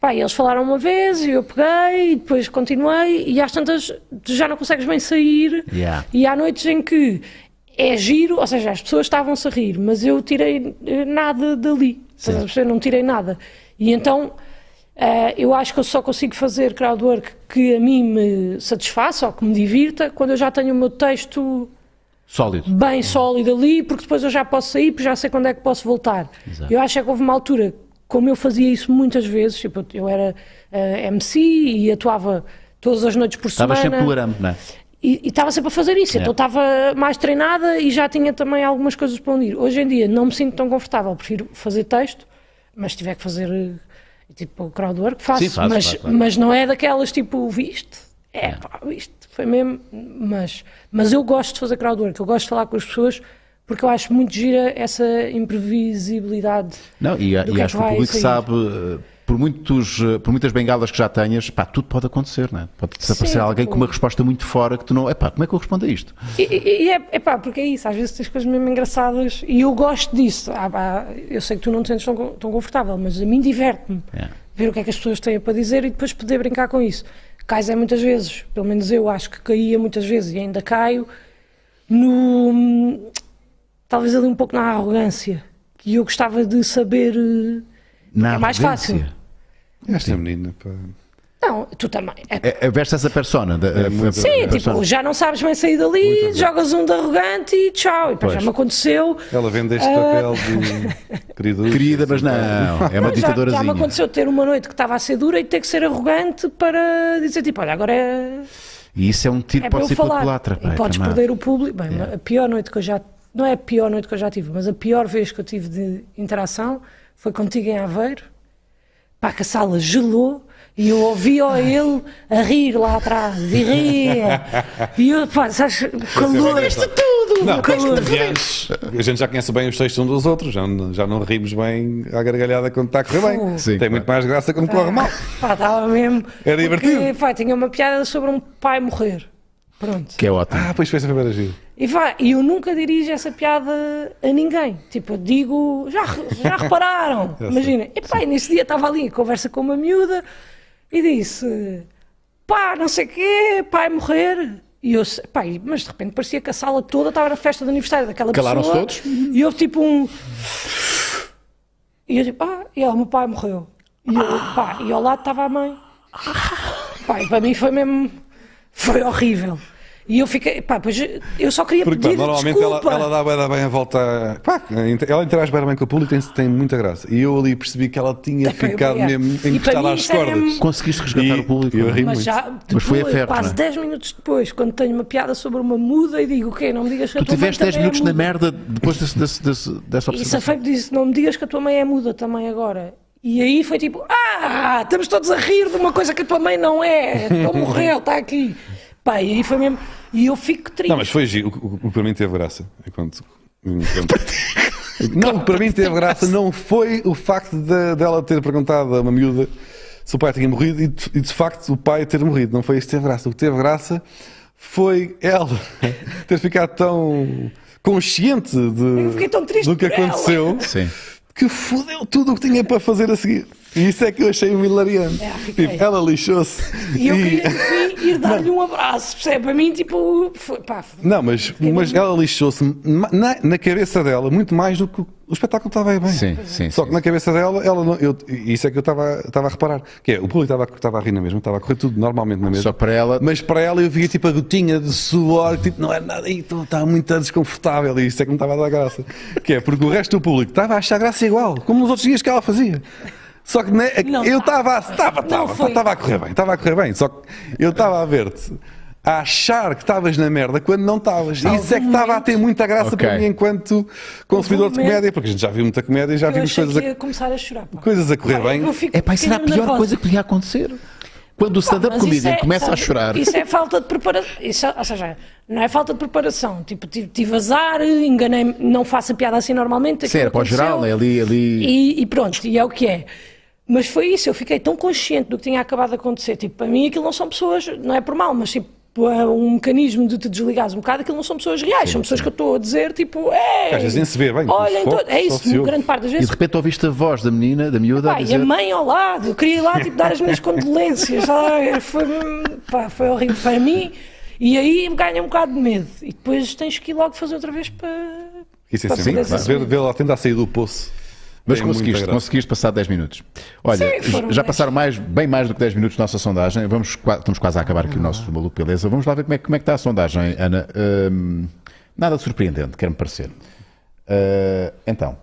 S3: Pá, e eles falaram uma vez e eu peguei e depois continuei e às tantas tu já não consegues bem sair.
S1: Yeah.
S3: E há noites em que é giro, ou seja, as pessoas estavam-se a rir, mas eu tirei eh, nada dali. Estás a perceber? Não tirei nada. E então eh, eu acho que eu só consigo fazer crowdwork que a mim me satisfaça ou que me divirta quando eu já tenho o meu texto
S1: Sólido.
S3: bem sólido ali, porque depois eu já posso sair, porque já sei quando é que posso voltar.
S1: Exato.
S3: Eu acho é que houve uma altura, como eu fazia isso muitas vezes, tipo, eu- eu era eh, MC e atuava todas as noites por
S1: Estavas
S3: semana.
S1: sempre no arame, não é?
S3: E e estava sempre a fazer isso, então estava mais treinada e já tinha também algumas coisas para onde ir. Hoje em dia não me sinto tão confortável, prefiro fazer texto, mas se tiver que fazer eh, tipo crowdwork, faço,
S1: Sim, fazes,
S3: mas,
S1: claro, claro.
S3: mas não é daquelas tipo, viste? É, pá, viste, foi mesmo, mas, mas eu gosto de fazer crowdwork, eu gosto de falar com as pessoas porque eu acho muito gira essa imprevisibilidade.
S1: Não, e,
S3: Do
S1: e
S3: que é
S1: acho que
S3: que
S1: o
S3: vai
S1: público
S3: sair?
S1: sabe, eh, por, muitos, eh, por muitas bengalas que já tenhas, pá, tudo pode acontecer, não é? Pode desaparecer
S3: Sim,
S1: alguém
S3: tipo-
S1: com uma resposta muito fora que tu não. É pá, como é que eu respondo a isto?
S3: E, e- e é, é pá, porque é isso, às vezes tens coisas mesmo engraçadas e eu gosto disso. Ah, pá, eu sei que tu não te sentes tão, con- tão confortável, mas a mim diverte-me
S1: É.
S3: ver o que é que as pessoas têm para dizer e depois poder brincar com isso. Cais é muitas vezes, pelo menos eu acho que caía muitas vezes e ainda caio, no. talvez ali um pouco na arrogância. E eu gostava de saber. eh,
S1: Na
S3: É mais
S1: arrogância.
S3: fácil.
S2: Esta menina, pá.
S3: Não, tu também. É,
S1: É, é, veste essa persona. da- a-
S2: muito-
S1: a-
S2: Sim,
S1: a
S3: é,
S1: persona.
S3: tipo, já não sabes bem sair dali, jogas um de arrogante e tchau. E pá, já
S1: Pois.
S3: me aconteceu.
S2: Ela vende
S3: Ah.
S2: este papel
S3: [LAUGHS]
S2: de querido.
S1: Querida, mas não, é uma
S3: Não, já- Já, me
S1: ditadorazinha.
S3: aconteceu ter uma noite que estava a ser dura e ter que ser arrogante para dizer tipo, olha, agora é,
S1: E isso é um tiro
S3: é
S1: para
S3: para
S1: o
S3: eu falar.
S1: circulatra.
S2: é
S3: E podes perder o público. Bem, a pior noite que eu já. Não é a pior noite que eu já tive, mas a pior vez que eu tive de interação foi contigo em Aveiro. Pá, que a sala gelou e eu ouvia ele a rir lá atrás e ria. E eu, pá, sabes, calor.
S2: Fizeste
S3: tudo!
S2: assim, Não,
S3: calor.
S2: os comediantes, a gente já conhece bem os textos uns dos outros, já, não- já não rimos bem à gargalhada quando está a correr bem.
S1: Sim,
S2: Tem
S1: claro.
S2: muito mais graça quando corre mal.
S3: Pá, estava mesmo.
S2: Era divertido.
S3: Porque, pá, tinha uma piada sobre um pai morrer. Pronto.
S1: Que é ótimo.
S2: Ah, pois foi essa primeira gira.
S3: E vai, e eu nunca dirijo essa piada a ninguém. Tipo, eu digo, já, re-
S1: [LAUGHS]
S3: já repararam? Imagina. E pá, e nesse dia estava ali em conversa com uma miúda e disse: pá, não sei o quê, pá, é morrer. E eu, se- pá, e- mas de repente parecia que a sala toda estava na festa de aniversário daquela
S1: Calaram-se
S3: pessoa.
S1: todos?
S3: E houve tipo um. E eu tipo, ah, e ela, o meu pai morreu. E, eu, pá, e ao lado estava a mãe. Pá, e para mim foi mesmo. Foi horrível. E eu fiquei, pá, pois eu só queria
S2: Porque pá,
S3: pedir
S2: normalmente ela,
S3: desculpa.
S2: ela dá bué- dá bem a volta. a- Pá, ela interage bem, bem com o público e tem, tem muita graça. E eu ali percebi que ela tinha
S3: Epá, eu
S2: ficado
S3: ia. E
S2: mesmo encostada
S3: para mim
S2: às
S3: isso é
S2: cordas.
S3: mesmo-
S1: Conseguiste resgatar
S2: E
S1: o público.
S2: eu ri.
S3: mas
S2: muito.
S3: já
S1: Mas foi
S3: depois,
S1: a ferro,
S3: quase
S1: não é?
S3: 10 minutos depois, quando tenho uma piada sobre uma muda e digo, ok, não me digas que
S1: Tu
S3: a tua mãe
S1: tiveste 10
S3: também é
S1: minutos na
S3: muda."
S1: merda depois desse, desse, desse, dessa
S3: E se a
S1: observação.
S3: Fábio disse, não me digas que a tua mãe é muda também agora. E aí foi tipo, ah, estamos todos a rir de uma coisa que a tua mãe não é. Então morreu, está aqui. Pá, e aí foi mesmo. E eu fico triste.
S2: Não, mas foi giro. O, que- o que para mim teve graça. É Enquanto.
S3: [LAUGHS]
S2: enquanto- Não, o que para mim teve graça não foi o facto de- dela ter perguntado a uma miúda se o pai tinha morrido e de, e de facto o pai ter morrido. Não foi isso que teve graça. O que teve graça foi ela [LAUGHS] ter ficado tão consciente
S3: Eu fiquei
S2: de,
S3: tão triste
S2: do que
S3: por ela.
S2: aconteceu.
S1: Sim.
S2: que fodeu tudo o que tinha para fazer a seguir. E isso é que eu achei hilariante.
S3: É, fiquei.
S2: Tipo, ela lixou-se.
S3: E eu
S2: E-
S3: queria, no fim, ir dar-lhe um abraço, percebe? Para mim, tipo, foi, pá, foi-
S2: Não, mas, mas ela lixou-se ma- na, na cabeça dela muito mais do que o o espetáculo estava aí bem.
S1: Sim, sim,
S2: Só que
S1: sim.
S2: na cabeça dela, ela não, eu, isso é que eu estava estava a reparar. Que é, o público estava, estava a rir na mesma, estava a correr tudo normalmente na mesma.
S1: Só para ela.
S2: Mas para ela eu via tipo a gotinha de suor, tipo, não era nada, e então estava muito desconfortável, e isso é que me estava a dar graça. Que é porque o resto do público estava a achar graça igual, como nos outros dias que ela fazia. Só que né,
S3: Não
S2: eu estava
S3: estava.
S2: a- estava, estava,
S3: foi.
S2: estava a correr bem, estava a correr bem, só que eu estava a ver-te a achar que estavas na merda quando não estavas. E Isso é que estava a ter muita graça
S1: Ok.
S2: para mim enquanto consumidor de
S3: momento-
S2: comédia, porque a gente já viu muita comédia e já
S3: eu
S2: vimos
S3: achei
S2: coisas
S3: que
S2: a,
S3: ia começar a chorar. Pá.
S2: coisas a correr bem.
S3: Eu fico-
S1: É pá, isso
S3: fiquei
S1: era a
S3: mesmo
S1: pior
S3: nervosa.
S1: coisa que lhe ia acontecer. Quando o stand-up
S3: Mas isso
S1: comedian
S3: é-
S1: começa a
S3: sabe,
S1: chorar.
S3: Isso é falta de preparação. Isso, ou seja, não é falta de preparação. Tipo, tive, tive azar, enganei não faço a piada assim normalmente.
S1: Sim,
S3: aquilo
S1: era para o geral, né?
S3: aconteceu.
S1: ali, ali.
S3: E, e pronto, e é o que é. Mas foi isso, eu fiquei tão consciente do que tinha acabado de acontecer. Tipo, para mim aquilo não são pessoas, não é por mal, mas tipo, é um mecanismo de te desligares um bocado, aquilo não são pessoas reais, são pessoas que eu estou a dizer, tipo, é.
S2: Às vezes nem se vê bem,
S3: Olha,
S2: só-
S3: então, é
S2: só se
S3: isso,
S2: ouve.
S3: grande parte das
S1: E
S3: vezes
S1: de repente ouviste a voz da menina, da miúda, a
S3: Pá, e a
S1: dizer.
S3: mãe ao lado, eu queria ir lá tipo, dar as minhas condolências, sabe? foi, pá, foi horrível para mim. E aí ganha um bocado de medo. E depois tens que ir logo fazer outra vez para.
S2: Isso é
S1: Sim,
S2: sempre
S1: claro.
S2: graça. Ver, ver ela tentar sair do poço.
S1: Mas
S2: tem muita
S1: conseguiste,
S2: graça.
S1: conseguiste passar 10 minutos. Olha,
S3: Sim, foram
S1: já
S3: 10.
S1: passaram mais, bem mais do que 10 minutos da nossa sondagem. Vamos, qua- estamos quase a acabar aqui o nosso maluco, beleza? Vamos lá ver como é, que- como é que está a sondagem, Ana. Hum, nada de surpreendente, quer-me parecer. Ah, então.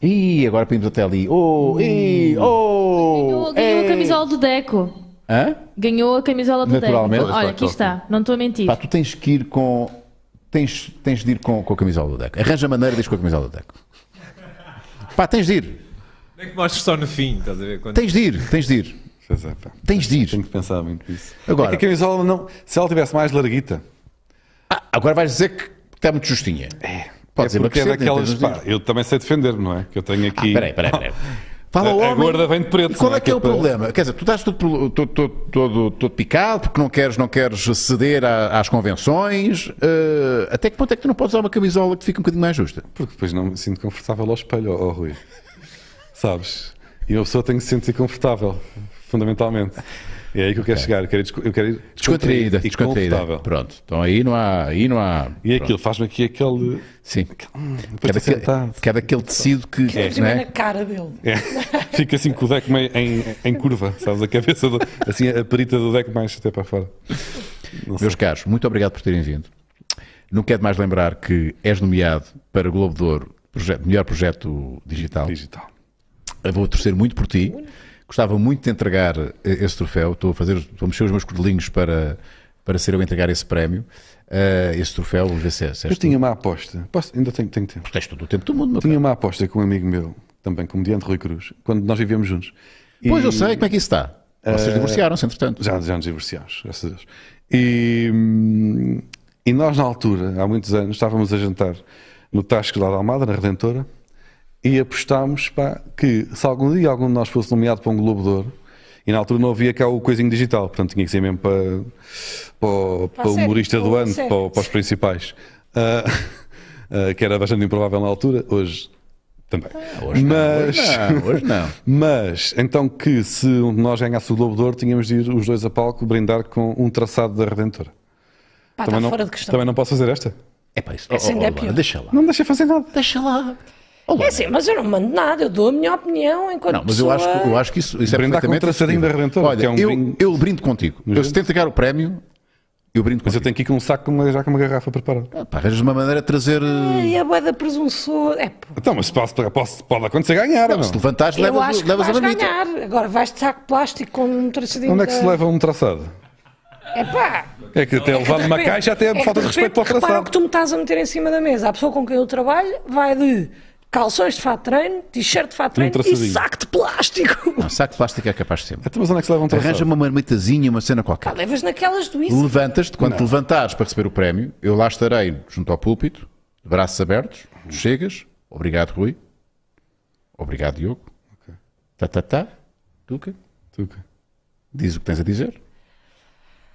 S1: E agora pedimos até ali. Oh, e, oh!
S4: Ganhou, ganhou
S1: ei.
S4: a camisola do Deco.
S1: Hã?
S4: Ganhou a camisola do Deco.
S1: Naturalmente.
S4: Olha, aqui está, não estou a mentir.
S1: Pá, tu tens que ir com. Tens, tens de ir com, com a camisola do Deco. Arranja maneira de ir com a camisola do Deco. Pá, tens de ir.
S5: Nem que mostres só no fim, estás a ver? Quando...
S1: Tens de ir, tens de ir.
S2: Pois é, pá.
S1: Tens de ir.
S2: Tenho que pensar muito nisso.
S1: Agora-
S2: É que a camisola não. Se ela tivesse mais larguita.
S1: Ah, agora vais dizer que está muito justinha. É. Pode
S2: é
S1: ser
S2: porque é
S1: emagrecer,
S2: daquelas.
S1: tem todos os
S2: Pá,
S1: dias.
S2: eu também sei defender-me, não é? Que eu tenho aqui.
S1: Ah, Peraí, peraí, peraí. Fala
S2: A-
S1: ao
S2: a
S1: homem.
S2: gorda vem de preto,
S1: E Qual
S2: não
S1: é
S2: é?
S1: que é o
S2: Que é para-
S1: problema? Quer dizer, tu estás todo, pelo- todo, todo, todo, todo picado porque não queres, não queres ceder à- às convenções. Eh, até que ponto é que tu não podes usar uma camisola que fica um bocadinho mais justa?
S2: [LAUGHS] Porque depois não me sinto confortável ao espelho, ó, ó, Rui. Sabes? E uma pessoa tem que se sentir confortável, fundamentalmente. E é aí que eu quero chegar. Eu quero ir, desco- eu quero ir
S1: Descontraída,
S2: e
S1: descontraída.
S2: confortável.
S1: Pronto, então aí não há. Aí não há
S2: E é
S1: pronto.
S2: aquilo faz-me aqui aquele.
S1: Sim. Que é,
S2: Depois estou
S1: daquele,
S2: sentado.
S1: que é daquele tecido que.
S3: É.
S1: não
S3: na
S1: é?
S3: cara dele.
S2: É. [LAUGHS] Fica assim com o deck meio em, em curva, sabes? A cabeça, do, assim, a perita do deck mais até para fora.
S1: Meus caros, muito obrigado por terem vindo. Não quero mais lembrar que és nomeado para Globo de Ouro, projeto- melhor projeto digital.
S2: Digital.
S1: Eu vou torcer muito por ti. Gostava muito de entregar eh, esse troféu. Estou a fazer, estou a mexer os meus cordelinhos para, para ser eu a entregar esse prémio, eh, esse troféu. Vamos ver se é, se és
S2: Eu
S1: tu.
S2: tinha uma aposta. Posso? Ainda tenho, tenho tempo.
S1: Tens todo o tempo do mundo, meu
S2: Tinha
S1: caro.
S2: uma aposta com um amigo meu, também comediante Rui Cruz, quando nós vivíamos juntos. E
S1: Pois eu sei como é que isso está. Vocês divorciaram-se,
S2: [LAUGHS]
S1: entretanto.
S2: Já, já nos divorciámos, graças a Deus. E, hum, e nós, na altura, há muitos anos, estávamos a jantar no Tasco lá da Almada, na Redentora, e apostámos pá, que se algum dia algum de nós fosse nomeado para um Globo de Ouro, E na altura não havia cá o coisinho digital, portanto tinha que ser mesmo para, para, o-
S1: Ah,
S2: para o
S3: série,
S2: humorista do
S1: oh,
S3: para a
S2: ano,
S3: série.
S2: para, o- para os principais. Ah, [LAUGHS] ah, que era bastante improvável na altura, hoje também.
S1: Ah, Hoje
S2: Mas.
S1: não, hoje não, hoje não.
S2: Mas, então que se um de nós ganhasse o Globo de Ouro, tínhamos de ir os dois a palco brindar com um traçado da Redentora.
S3: Pá,
S2: também,
S3: está
S2: não,
S3: Ah, tá fora de questão.
S2: também não posso fazer esta?
S1: Epá, isso,
S3: Essa
S1: oh,
S3: ainda é
S1: oh, Laura,
S3: pior.
S1: deixa lá.
S2: Não me deixa fazer nada.
S1: Deixa lá. Oh, Laura.
S3: É assim, mas eu não mando nada, eu dou a minha opinião enquanto
S1: Não, mas eu acho, que- eu acho que isso, isso é
S2: Brindar com
S1: perfeitamente
S2: o traçadinho
S1: acessível.
S2: da Redentora,
S1: Olha,
S2: que é um
S1: eu,
S2: vinho-
S1: eu brindo contigo. Eu, se te entregar o prémio, eu brindo
S2: Mas
S1: contigo.
S2: eu
S1: Ah,
S2: tenho que ir com um saco com uma- já com uma garrafa preparada.
S1: Pá, arranjas uma maneira de trazer. eh,
S3: E a boeda presunçosa. É, pô,
S2: Então, mas posso, posso- pode acontecer ganhar, ou
S1: Não,
S2: não?
S1: se levantares,
S3: eu
S1: levas,
S3: acho que
S1: levas
S3: vais
S1: a mamita.
S3: ganhar. Agora vais de saco de plástico com um traçadinho.
S2: Onde é que
S3: da-
S2: se leva um traçado?
S3: É pá.
S2: É que até levar numa caixa até é falta de respeito para o
S3: Repara o
S2: traçado.
S3: que tu me estás a meter em cima da mesa. A pessoa com quem eu trabalho vai de calções de fato de treino, t-shirt de fato de
S2: E um
S3: treino e
S2: traçadinho.
S3: saco de plástico.
S1: [LAUGHS] Não, saco de plástico é capaz de ser.
S2: Então, mas onde é que se leva um traçado?
S1: Arranja uma marmitazinha, uma cena
S3: Pá,
S1: qualquer.
S3: levas naquelas do Ah, isso.
S1: Levantas-te, quando te levantares para receber o prémio, eu lá estarei junto ao púlpito, de braços abertos, tu chegas, obrigado Rui, obrigado Diogo, tá, tá, tá, Tuca,
S2: Tu quê?
S1: diz o que tens a dizer.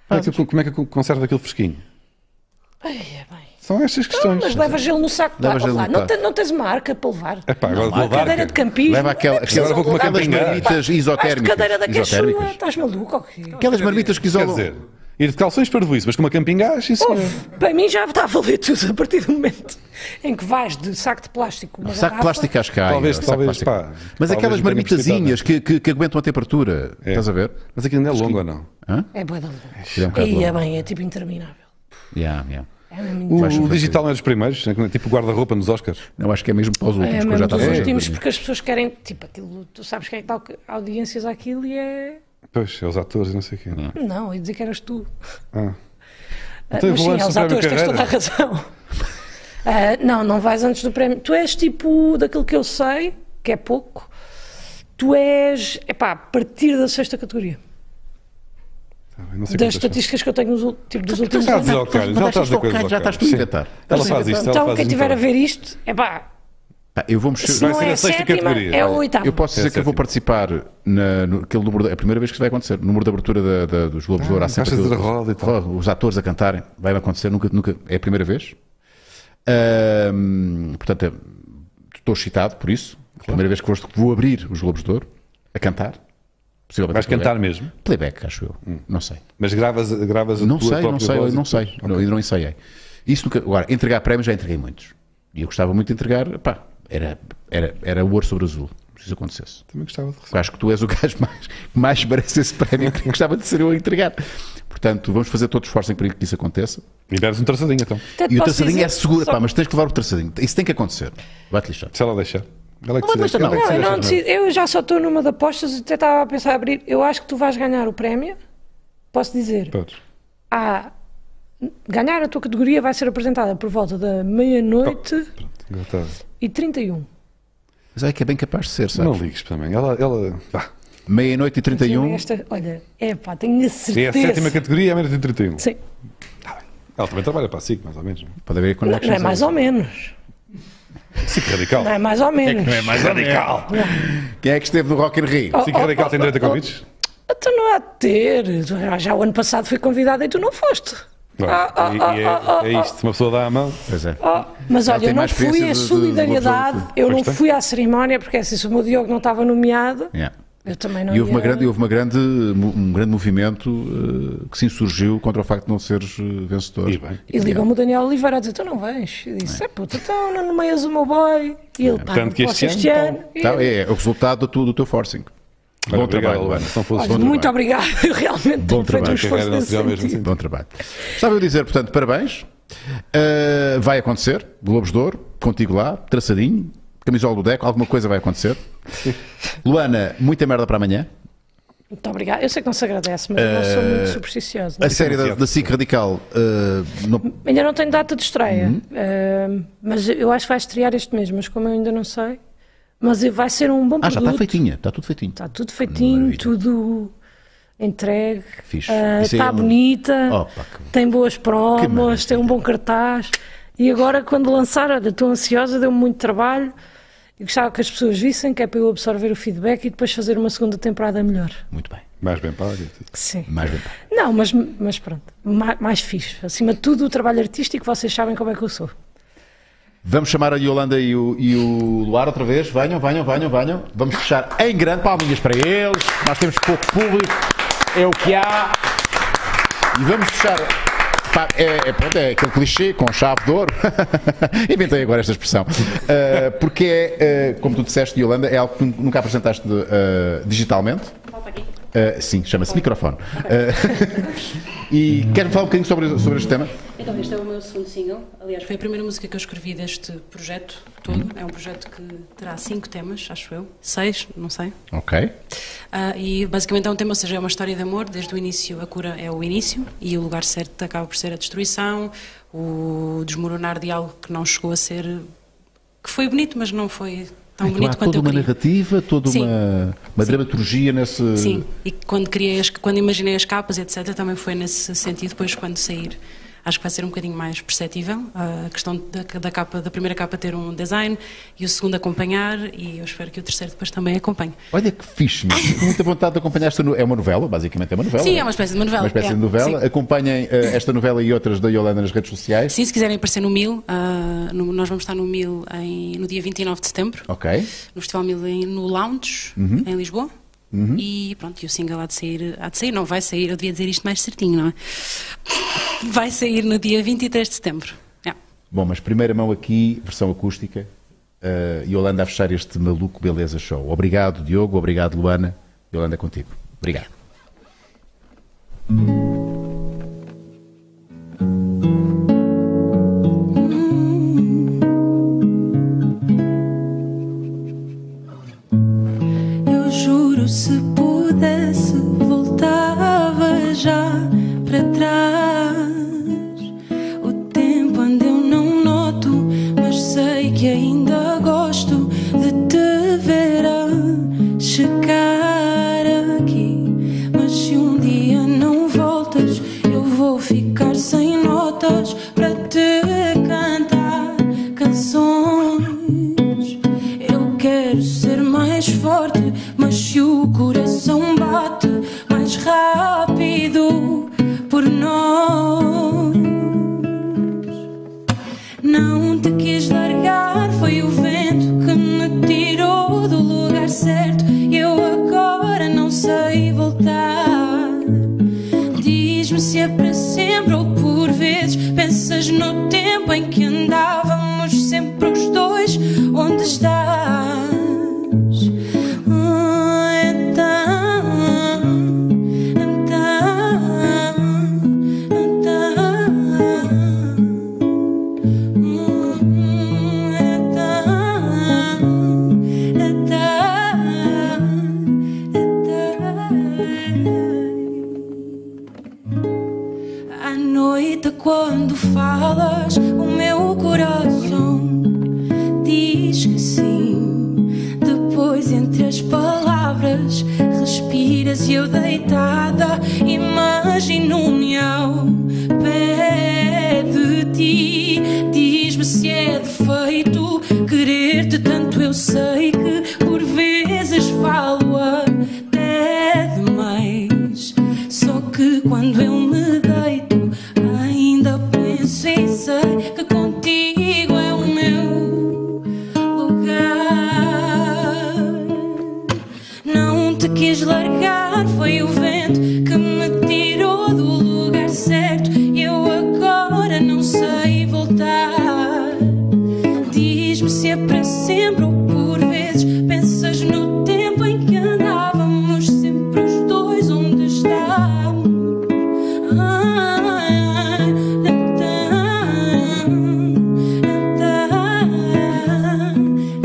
S2: Como é que eu- Como é que eu conservo aquilo fresquinho?
S3: Ai, é bem.
S2: São estas questões.
S3: Mas levas ele no saco de
S1: Levas
S3: plástico.
S1: ele
S3: Lá,
S1: no
S3: Não,
S1: saco.
S3: te- não tens marca para levar.
S2: É pá, agora de levar.
S3: Cadeira de
S2: cara.
S3: campismo.
S1: Leva aquela, aquelas,
S2: Agora vou com uma
S1: aquelas
S2: campinga.
S1: marmitas
S3: Vais de
S1: isotérmicas.
S3: cadeira da cachoeira.
S1: isotérmicas.
S3: Estás maluco ou quê?
S1: Aquelas marmitas que
S2: Quer
S1: isolam.
S2: dizer, ir de calções para isso, mas com uma ah, campingás, isso.
S3: Ouve, para mim já está a valer tudo a partir do momento em que vais de saco de plástico. uma
S1: Saco de
S3: garrafa,
S1: plástico acho que há.
S2: Talvez-
S1: ainda,
S2: talvez,
S1: saco de
S2: pá,
S1: plástico. Mas
S2: talvez
S1: aquelas
S2: eu tenha
S1: marmitazinhas que, que, que aguentam a temperatura. Estás a ver?
S2: Mas aquilo não é longo ou não?
S3: É boa da
S1: É um bocado
S3: E é
S1: longo.
S3: bem, é tipo interminável.
S1: Yeah, yeah.
S2: O,
S1: Faz- faz-
S2: digital não é dos primeiros, tipo guarda-roupa nos Oscars.
S1: Não, acho que é mesmo para os últimos. que
S3: É
S1: eu já
S3: mesmo dos
S1: estava a ver.
S3: últimos, porque as pessoas querem, tipo, aquilo, tu sabes quem é que dá au- audiências àquilo e é.
S2: Pois, é os atores e não sei o quê.
S3: Não, eu dizer que eras tu.
S2: Ah.
S3: Ah,
S2: Então eu
S3: mas
S2: vou
S3: sim,
S2: antes do
S3: aos
S2: prémio
S3: atores tens toda a
S2: Carreira.
S3: razão. [LAUGHS] Ah, não, não vais antes do prémio. Tu és tipo, daquilo que eu sei, que é pouco, tu és, epá, a partir da sexta categoria.
S2: Tá bem, Não sei
S3: Das
S2: quantas são.
S3: estatísticas que eu tenho nos, ul- tipo, dos últimos
S2: Está a dizer
S3: anos.
S2: ao calho, já estás a dizer coisas ao
S1: Já estás
S2: calho.
S1: tudo
S2: Sim.
S1: inventado.
S2: Ela faz isto, então, ela
S3: Então,
S2: faz
S3: quem
S2: isto.
S3: estiver a ver isto, epá,
S1: Pá, Eu vou mexer.
S3: se não
S2: ser
S3: é
S2: a
S3: a
S2: sexta
S3: sétima,
S2: categoria.
S3: é a
S2: Eu-
S3: oitava.
S1: Eu posso
S2: É
S1: dizer que eu vou
S2: sétimo.
S1: participar na, no, aquele número de- é a primeira vez que isso vai acontecer. No número de abertura da- da- dos Globos de Ouro há sempre
S2: caixas Ah, de
S1: aquele-
S2: roda e tal.
S1: Oh, os atores a cantarem. Vai acontecer, nunca, nunca. É a primeira vez. Ahm, portanto, é- estou excitado por isso. Primeira vez que vou, vou abrir os Globos de Ouro a cantar. Possivelmente é.
S2: Vais
S1: a playback.
S2: cantar mesmo,
S1: Playback, acho eu. Não sei.
S2: mas gravas, gravas a
S1: Não
S2: tua
S1: sei, não
S2: própria
S1: sei,
S2: voz
S1: eu
S2: e
S1: não
S2: tu-
S1: sei. Não, ainda não ensaiei. Isso nunca, agora, entregar prémios já entreguei muitos. E eu gostava muito de entregar, pá, era, era, era ouro sobre azul. Se isso acontecesse.
S2: Também gostava de receber.
S1: Porque acho que tu és o [LAUGHS] gajo mais, que mais merece esse prémio que gostava de ser eu a entregar. Portanto, vamos fazer todo o esforço em para que isso aconteça.
S2: E deves um traçadinho então,
S3: Até te
S1: E o
S3: posso
S1: traçadinho
S3: dizer-
S1: é seguro,
S3: só-
S1: pá, mas tens que levar o traçadinho. Isso tem que acontecer. Vai-te lixar.
S2: se ela deixar. Ela é que
S1: Não vai
S2: decide-
S1: deixar,
S2: ela é que
S3: Não, eu,
S2: decide
S3: não
S2: estas
S3: decido. Eu já só estou numa de apostas e até estava a pensar em abrir. Eu acho que tu vais ganhar o prémio. Posso dizer,
S2: merdas. Podes.
S3: há- ganhar a tua categoria vai ser apresentada por volta da meia-noite
S2: Agora tá. está-
S3: e 31.
S1: Mas é que é bem capaz de ser,
S2: Não
S1: sabes?
S2: ligues também. Ela, ela... vá.
S1: Meia-noite e 31.
S3: Esta, olha, é pá, tenho a certeza.
S2: um? É a sétima categoria, é a menos de 31.
S3: Sim.
S2: Ela também trabalha para a SIC, mais ou menos. não é?
S1: Pode haver
S3: Não, não é
S1: connections.
S3: mais ou menos.
S2: SIC radical.
S3: Não é mais ou menos.
S2: é mais radical.
S3: um.
S1: Quem é que esteve no Rock in Rio?
S3: Oh.
S2: SIC radical tem direito a convites?
S3: Ah, Tu não há de ter. Já o ano passado fui convidada e tu não foste. Ah, ah,
S2: Pronto, e-
S3: ah,
S2: e é-
S3: ah, ah,
S2: é isto. Uma pessoa dá a mão.
S1: Pois é.
S3: Oh, mas
S1: Ela
S3: olha,
S1: tem
S3: eu não
S1: mais experiência
S3: fui a
S1: de- de- de boa
S3: solidariedade,
S1: pessoa.
S3: eu
S2: Pois
S3: não
S2: tem.
S3: fui à cerimónia, porque assim, se o meu Diogo não estava nomeado,
S1: Yeah.
S3: eu também não
S1: E houve,
S3: ia.
S1: uma grande, houve uma grande, um grande movimento eh, que se insurgiu contra o facto de não seres eh, vencedor.
S2: E bem.
S3: E ligou-me o Daniel Oliveira a dizer: Tu não vens? Eu disse: É puta, então não nomeias o meu boy. E
S1: É,
S3: ele, pá, não
S2: Tanto que
S3: posso
S2: este
S3: este
S2: ano,
S3: ano. E
S1: Então,
S3: eu,
S1: é, é o resultado do teu, do teu forcing. Bom
S2: Obrigado,
S1: trabalho,
S2: Luana.
S1: Luana.
S2: Se não fosse
S1: Bom
S3: olha, muito
S1: trabalho.
S3: obrigado, [LAUGHS] eu realmente
S1: Bom trabalho,
S3: tenho feito um
S2: carreira
S3: esforço
S2: não
S3: nesse
S2: se deu ao mesmo
S3: sentido.
S1: Bom trabalho. Estava eu a dizer, portanto, parabéns. Eh, vai acontecer. Globos de Ouro, contigo lá, traçadinho, camisola do Deco, alguma coisa vai acontecer. Luana, muita merda para amanhã.
S3: Muito obrigado. Eu sei que não se agradece, mas eu não sou
S1: Eh,
S3: muito supersticiosa. é?
S1: A série da, da SIC Radical eh, não,
S3: Ainda não tenho data de estreia,
S1: Uhum.
S3: eh, mas eu acho que vai estrear este mês, mas como eu ainda não sei, mas vai ser um bom
S1: Ah, já
S3: produto.
S1: está feitinha, está tudo feitinho.
S3: Está Tá tudo feitinho,
S1: Maravilha.
S3: tudo entregue.
S1: Fixe.
S3: Ah,
S1: Isso é
S3: está
S1: um-
S3: bonita,
S1: Opa, que-
S3: tem boas
S1: Que
S3: promos,
S1: maravilha.
S3: tem um bom cartaz. E agora, quando lançar, olha, estou ansiosa, deu-me muito trabalho. E gostava que as pessoas vissem, que é para eu absorver o feedback e depois fazer uma segunda temporada melhor.
S1: Muito bem.
S2: Mais bem pago. e tudo.
S3: Sim.
S1: Mais bem.
S3: Não, mas, mas pronto, mais, mais fixe. Acima de tudo, o trabalho artístico, vocês sabem como é que eu sou.
S1: Vamos chamar a Yolanda e o, e o Luar outra vez. Venham, venham, venham, venham. Vamos fechar em grande. Palminhas para eles. Nós temos pouco público. É o que há. E vamos fechar. Pá, É, é, pronto, é aquele clichê com chave de ouro. [LAUGHS] Inventei agora esta expressão. Uh, porque é, uh, como tu disseste, Yolanda, é algo que tu nunca apresentaste uh, digitalmente. Uh, sim, chama-se microfone. Uh, [LAUGHS] e quero falar um bocadinho sobre, sobre este tema.
S9: Então, este é o meu segundo single. Aliás,
S6: Foi a primeira música que eu escrevi deste projeto todo. É um projeto que terá cinco temas, acho eu. Seis, não sei.
S1: Ok.
S6: Ah, e basicamente é um tema, ou seja, é uma história de amor, desde o início, a cura é o início e o lugar certo acaba por ser a destruição, o desmoronar de algo que não chegou a ser, que foi bonito, mas não foi
S1: Então
S6: tão um bonito
S1: há
S6: quanto
S1: toda
S6: eu
S1: uma
S6: queria.
S1: narrativa, toda
S6: Sim.
S1: uma, uma dramaturgia nesse.
S6: Sim, e quando criei, as- quando imaginei as capas, etc, também foi nesse sentido, depois quando sair. Acho que vai ser um bocadinho mais perceptível ah, a questão da, da capa, da primeira capa ter um design e o segundo acompanhar e eu espero que o terceiro depois também acompanhe.
S1: Olha que fixe,
S6: [LAUGHS]
S1: meu. Fico com muita vontade de acompanhar esta. No... É uma novela, basicamente é uma novela.
S6: Sim, é uma espécie de novela,
S1: Uma espécie
S6: é.
S1: de novela.
S6: Sim.
S1: Acompanhem eh, esta novela e outras da Yolanda nas redes sociais.
S6: Sim, se quiserem aparecer no Mil, ah, no- nós vamos estar no Mil em- no dia 29 de setembro,
S1: Ok.
S6: no Festival Mil em- no Lounge, em Lisboa. E pronto, e o single há de sair, há de sair, não vai sair, eu devia dizer isto mais certinho, não é? Vai sair no dia 23 de setembro. É.
S1: Bom, mas primeira mão aqui, versão acústica. eh, Yolanda a fechar este maluco beleza show. Obrigado, Diogo. Obrigado, Luana. Yolanda, é contigo. Obrigado.
S8: Eu juro se pudesse voltava já para trás. O tempo anda eu não noto, mas sei que ainda gosto de te ver a chegar aqui. Mas se um dia não voltas, eu vou ficar sem notas para te cantar canções. Eu quero ser mais forte, mas se o coração bate mais rápido por nós. Não te quis largar, foi o vento que me tirou do lugar certo. e Eu agora não sei voltar. Diz-me se é para sempre ou por vezes. Pensas no tempo em que andávamos sempre os dois. Onde estás? Ah, então, é tão, é então, tão, é tão. Mm-hmm. À noite, Quando falas, o meu coração diz que sim. Depois, entre as palavras, respiras e eu deitada, imagino-me ao pé de ti. Diz-me se é defeito querer-te tanto. Eu sei que por vezes falo até demais. Só que quando eu me deito, ainda penso e sei que contigo é o meu lugar. Não te quis largar, foi o vento que me tirou do lugar certo. e Eu agora não sei voltar. Diz-me se é para sempre ou por vezes. Pensas no tempo em que andávamos sempre os dois, onde estávamos.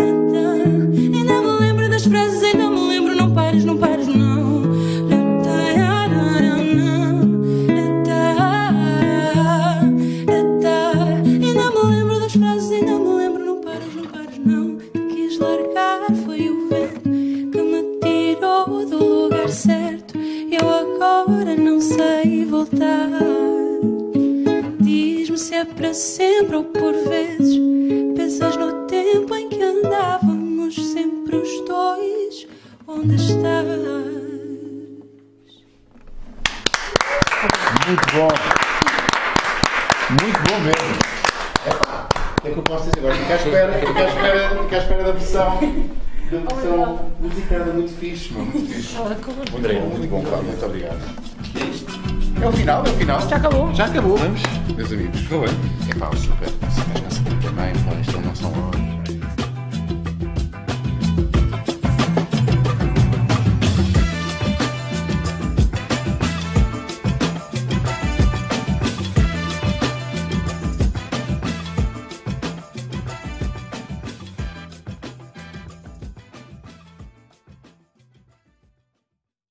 S8: Ainda me lembro das frases, ainda me lembro. Não pares, não pares, não. Ainda me lembro das frases, ainda me lembro. Não pares, não pares, não. Te quis largar, foi o vento que me tirou do lugar certo. Eu agora não sei voltar. Diz-me se é para sempre ou por vezes. Pensas no tempo em que andávamos sempre os dois. Onde estás?
S1: Muito bom. Muito bom mesmo. Epá, O que é que eu posso dizer agora? Fica à espera, fica à espera, fica à espera da versão. Da versão musicada muito fixe, meu, muito fixe. Muito bom, muito bom, Cláudio, muito obrigado. É o final, é o final. Já acabou. Já acabou. Vamos, meus amigos.
S2: Tudo bem.
S1: Epá, super. Se mais cansa também, pá, isto é um não são horas.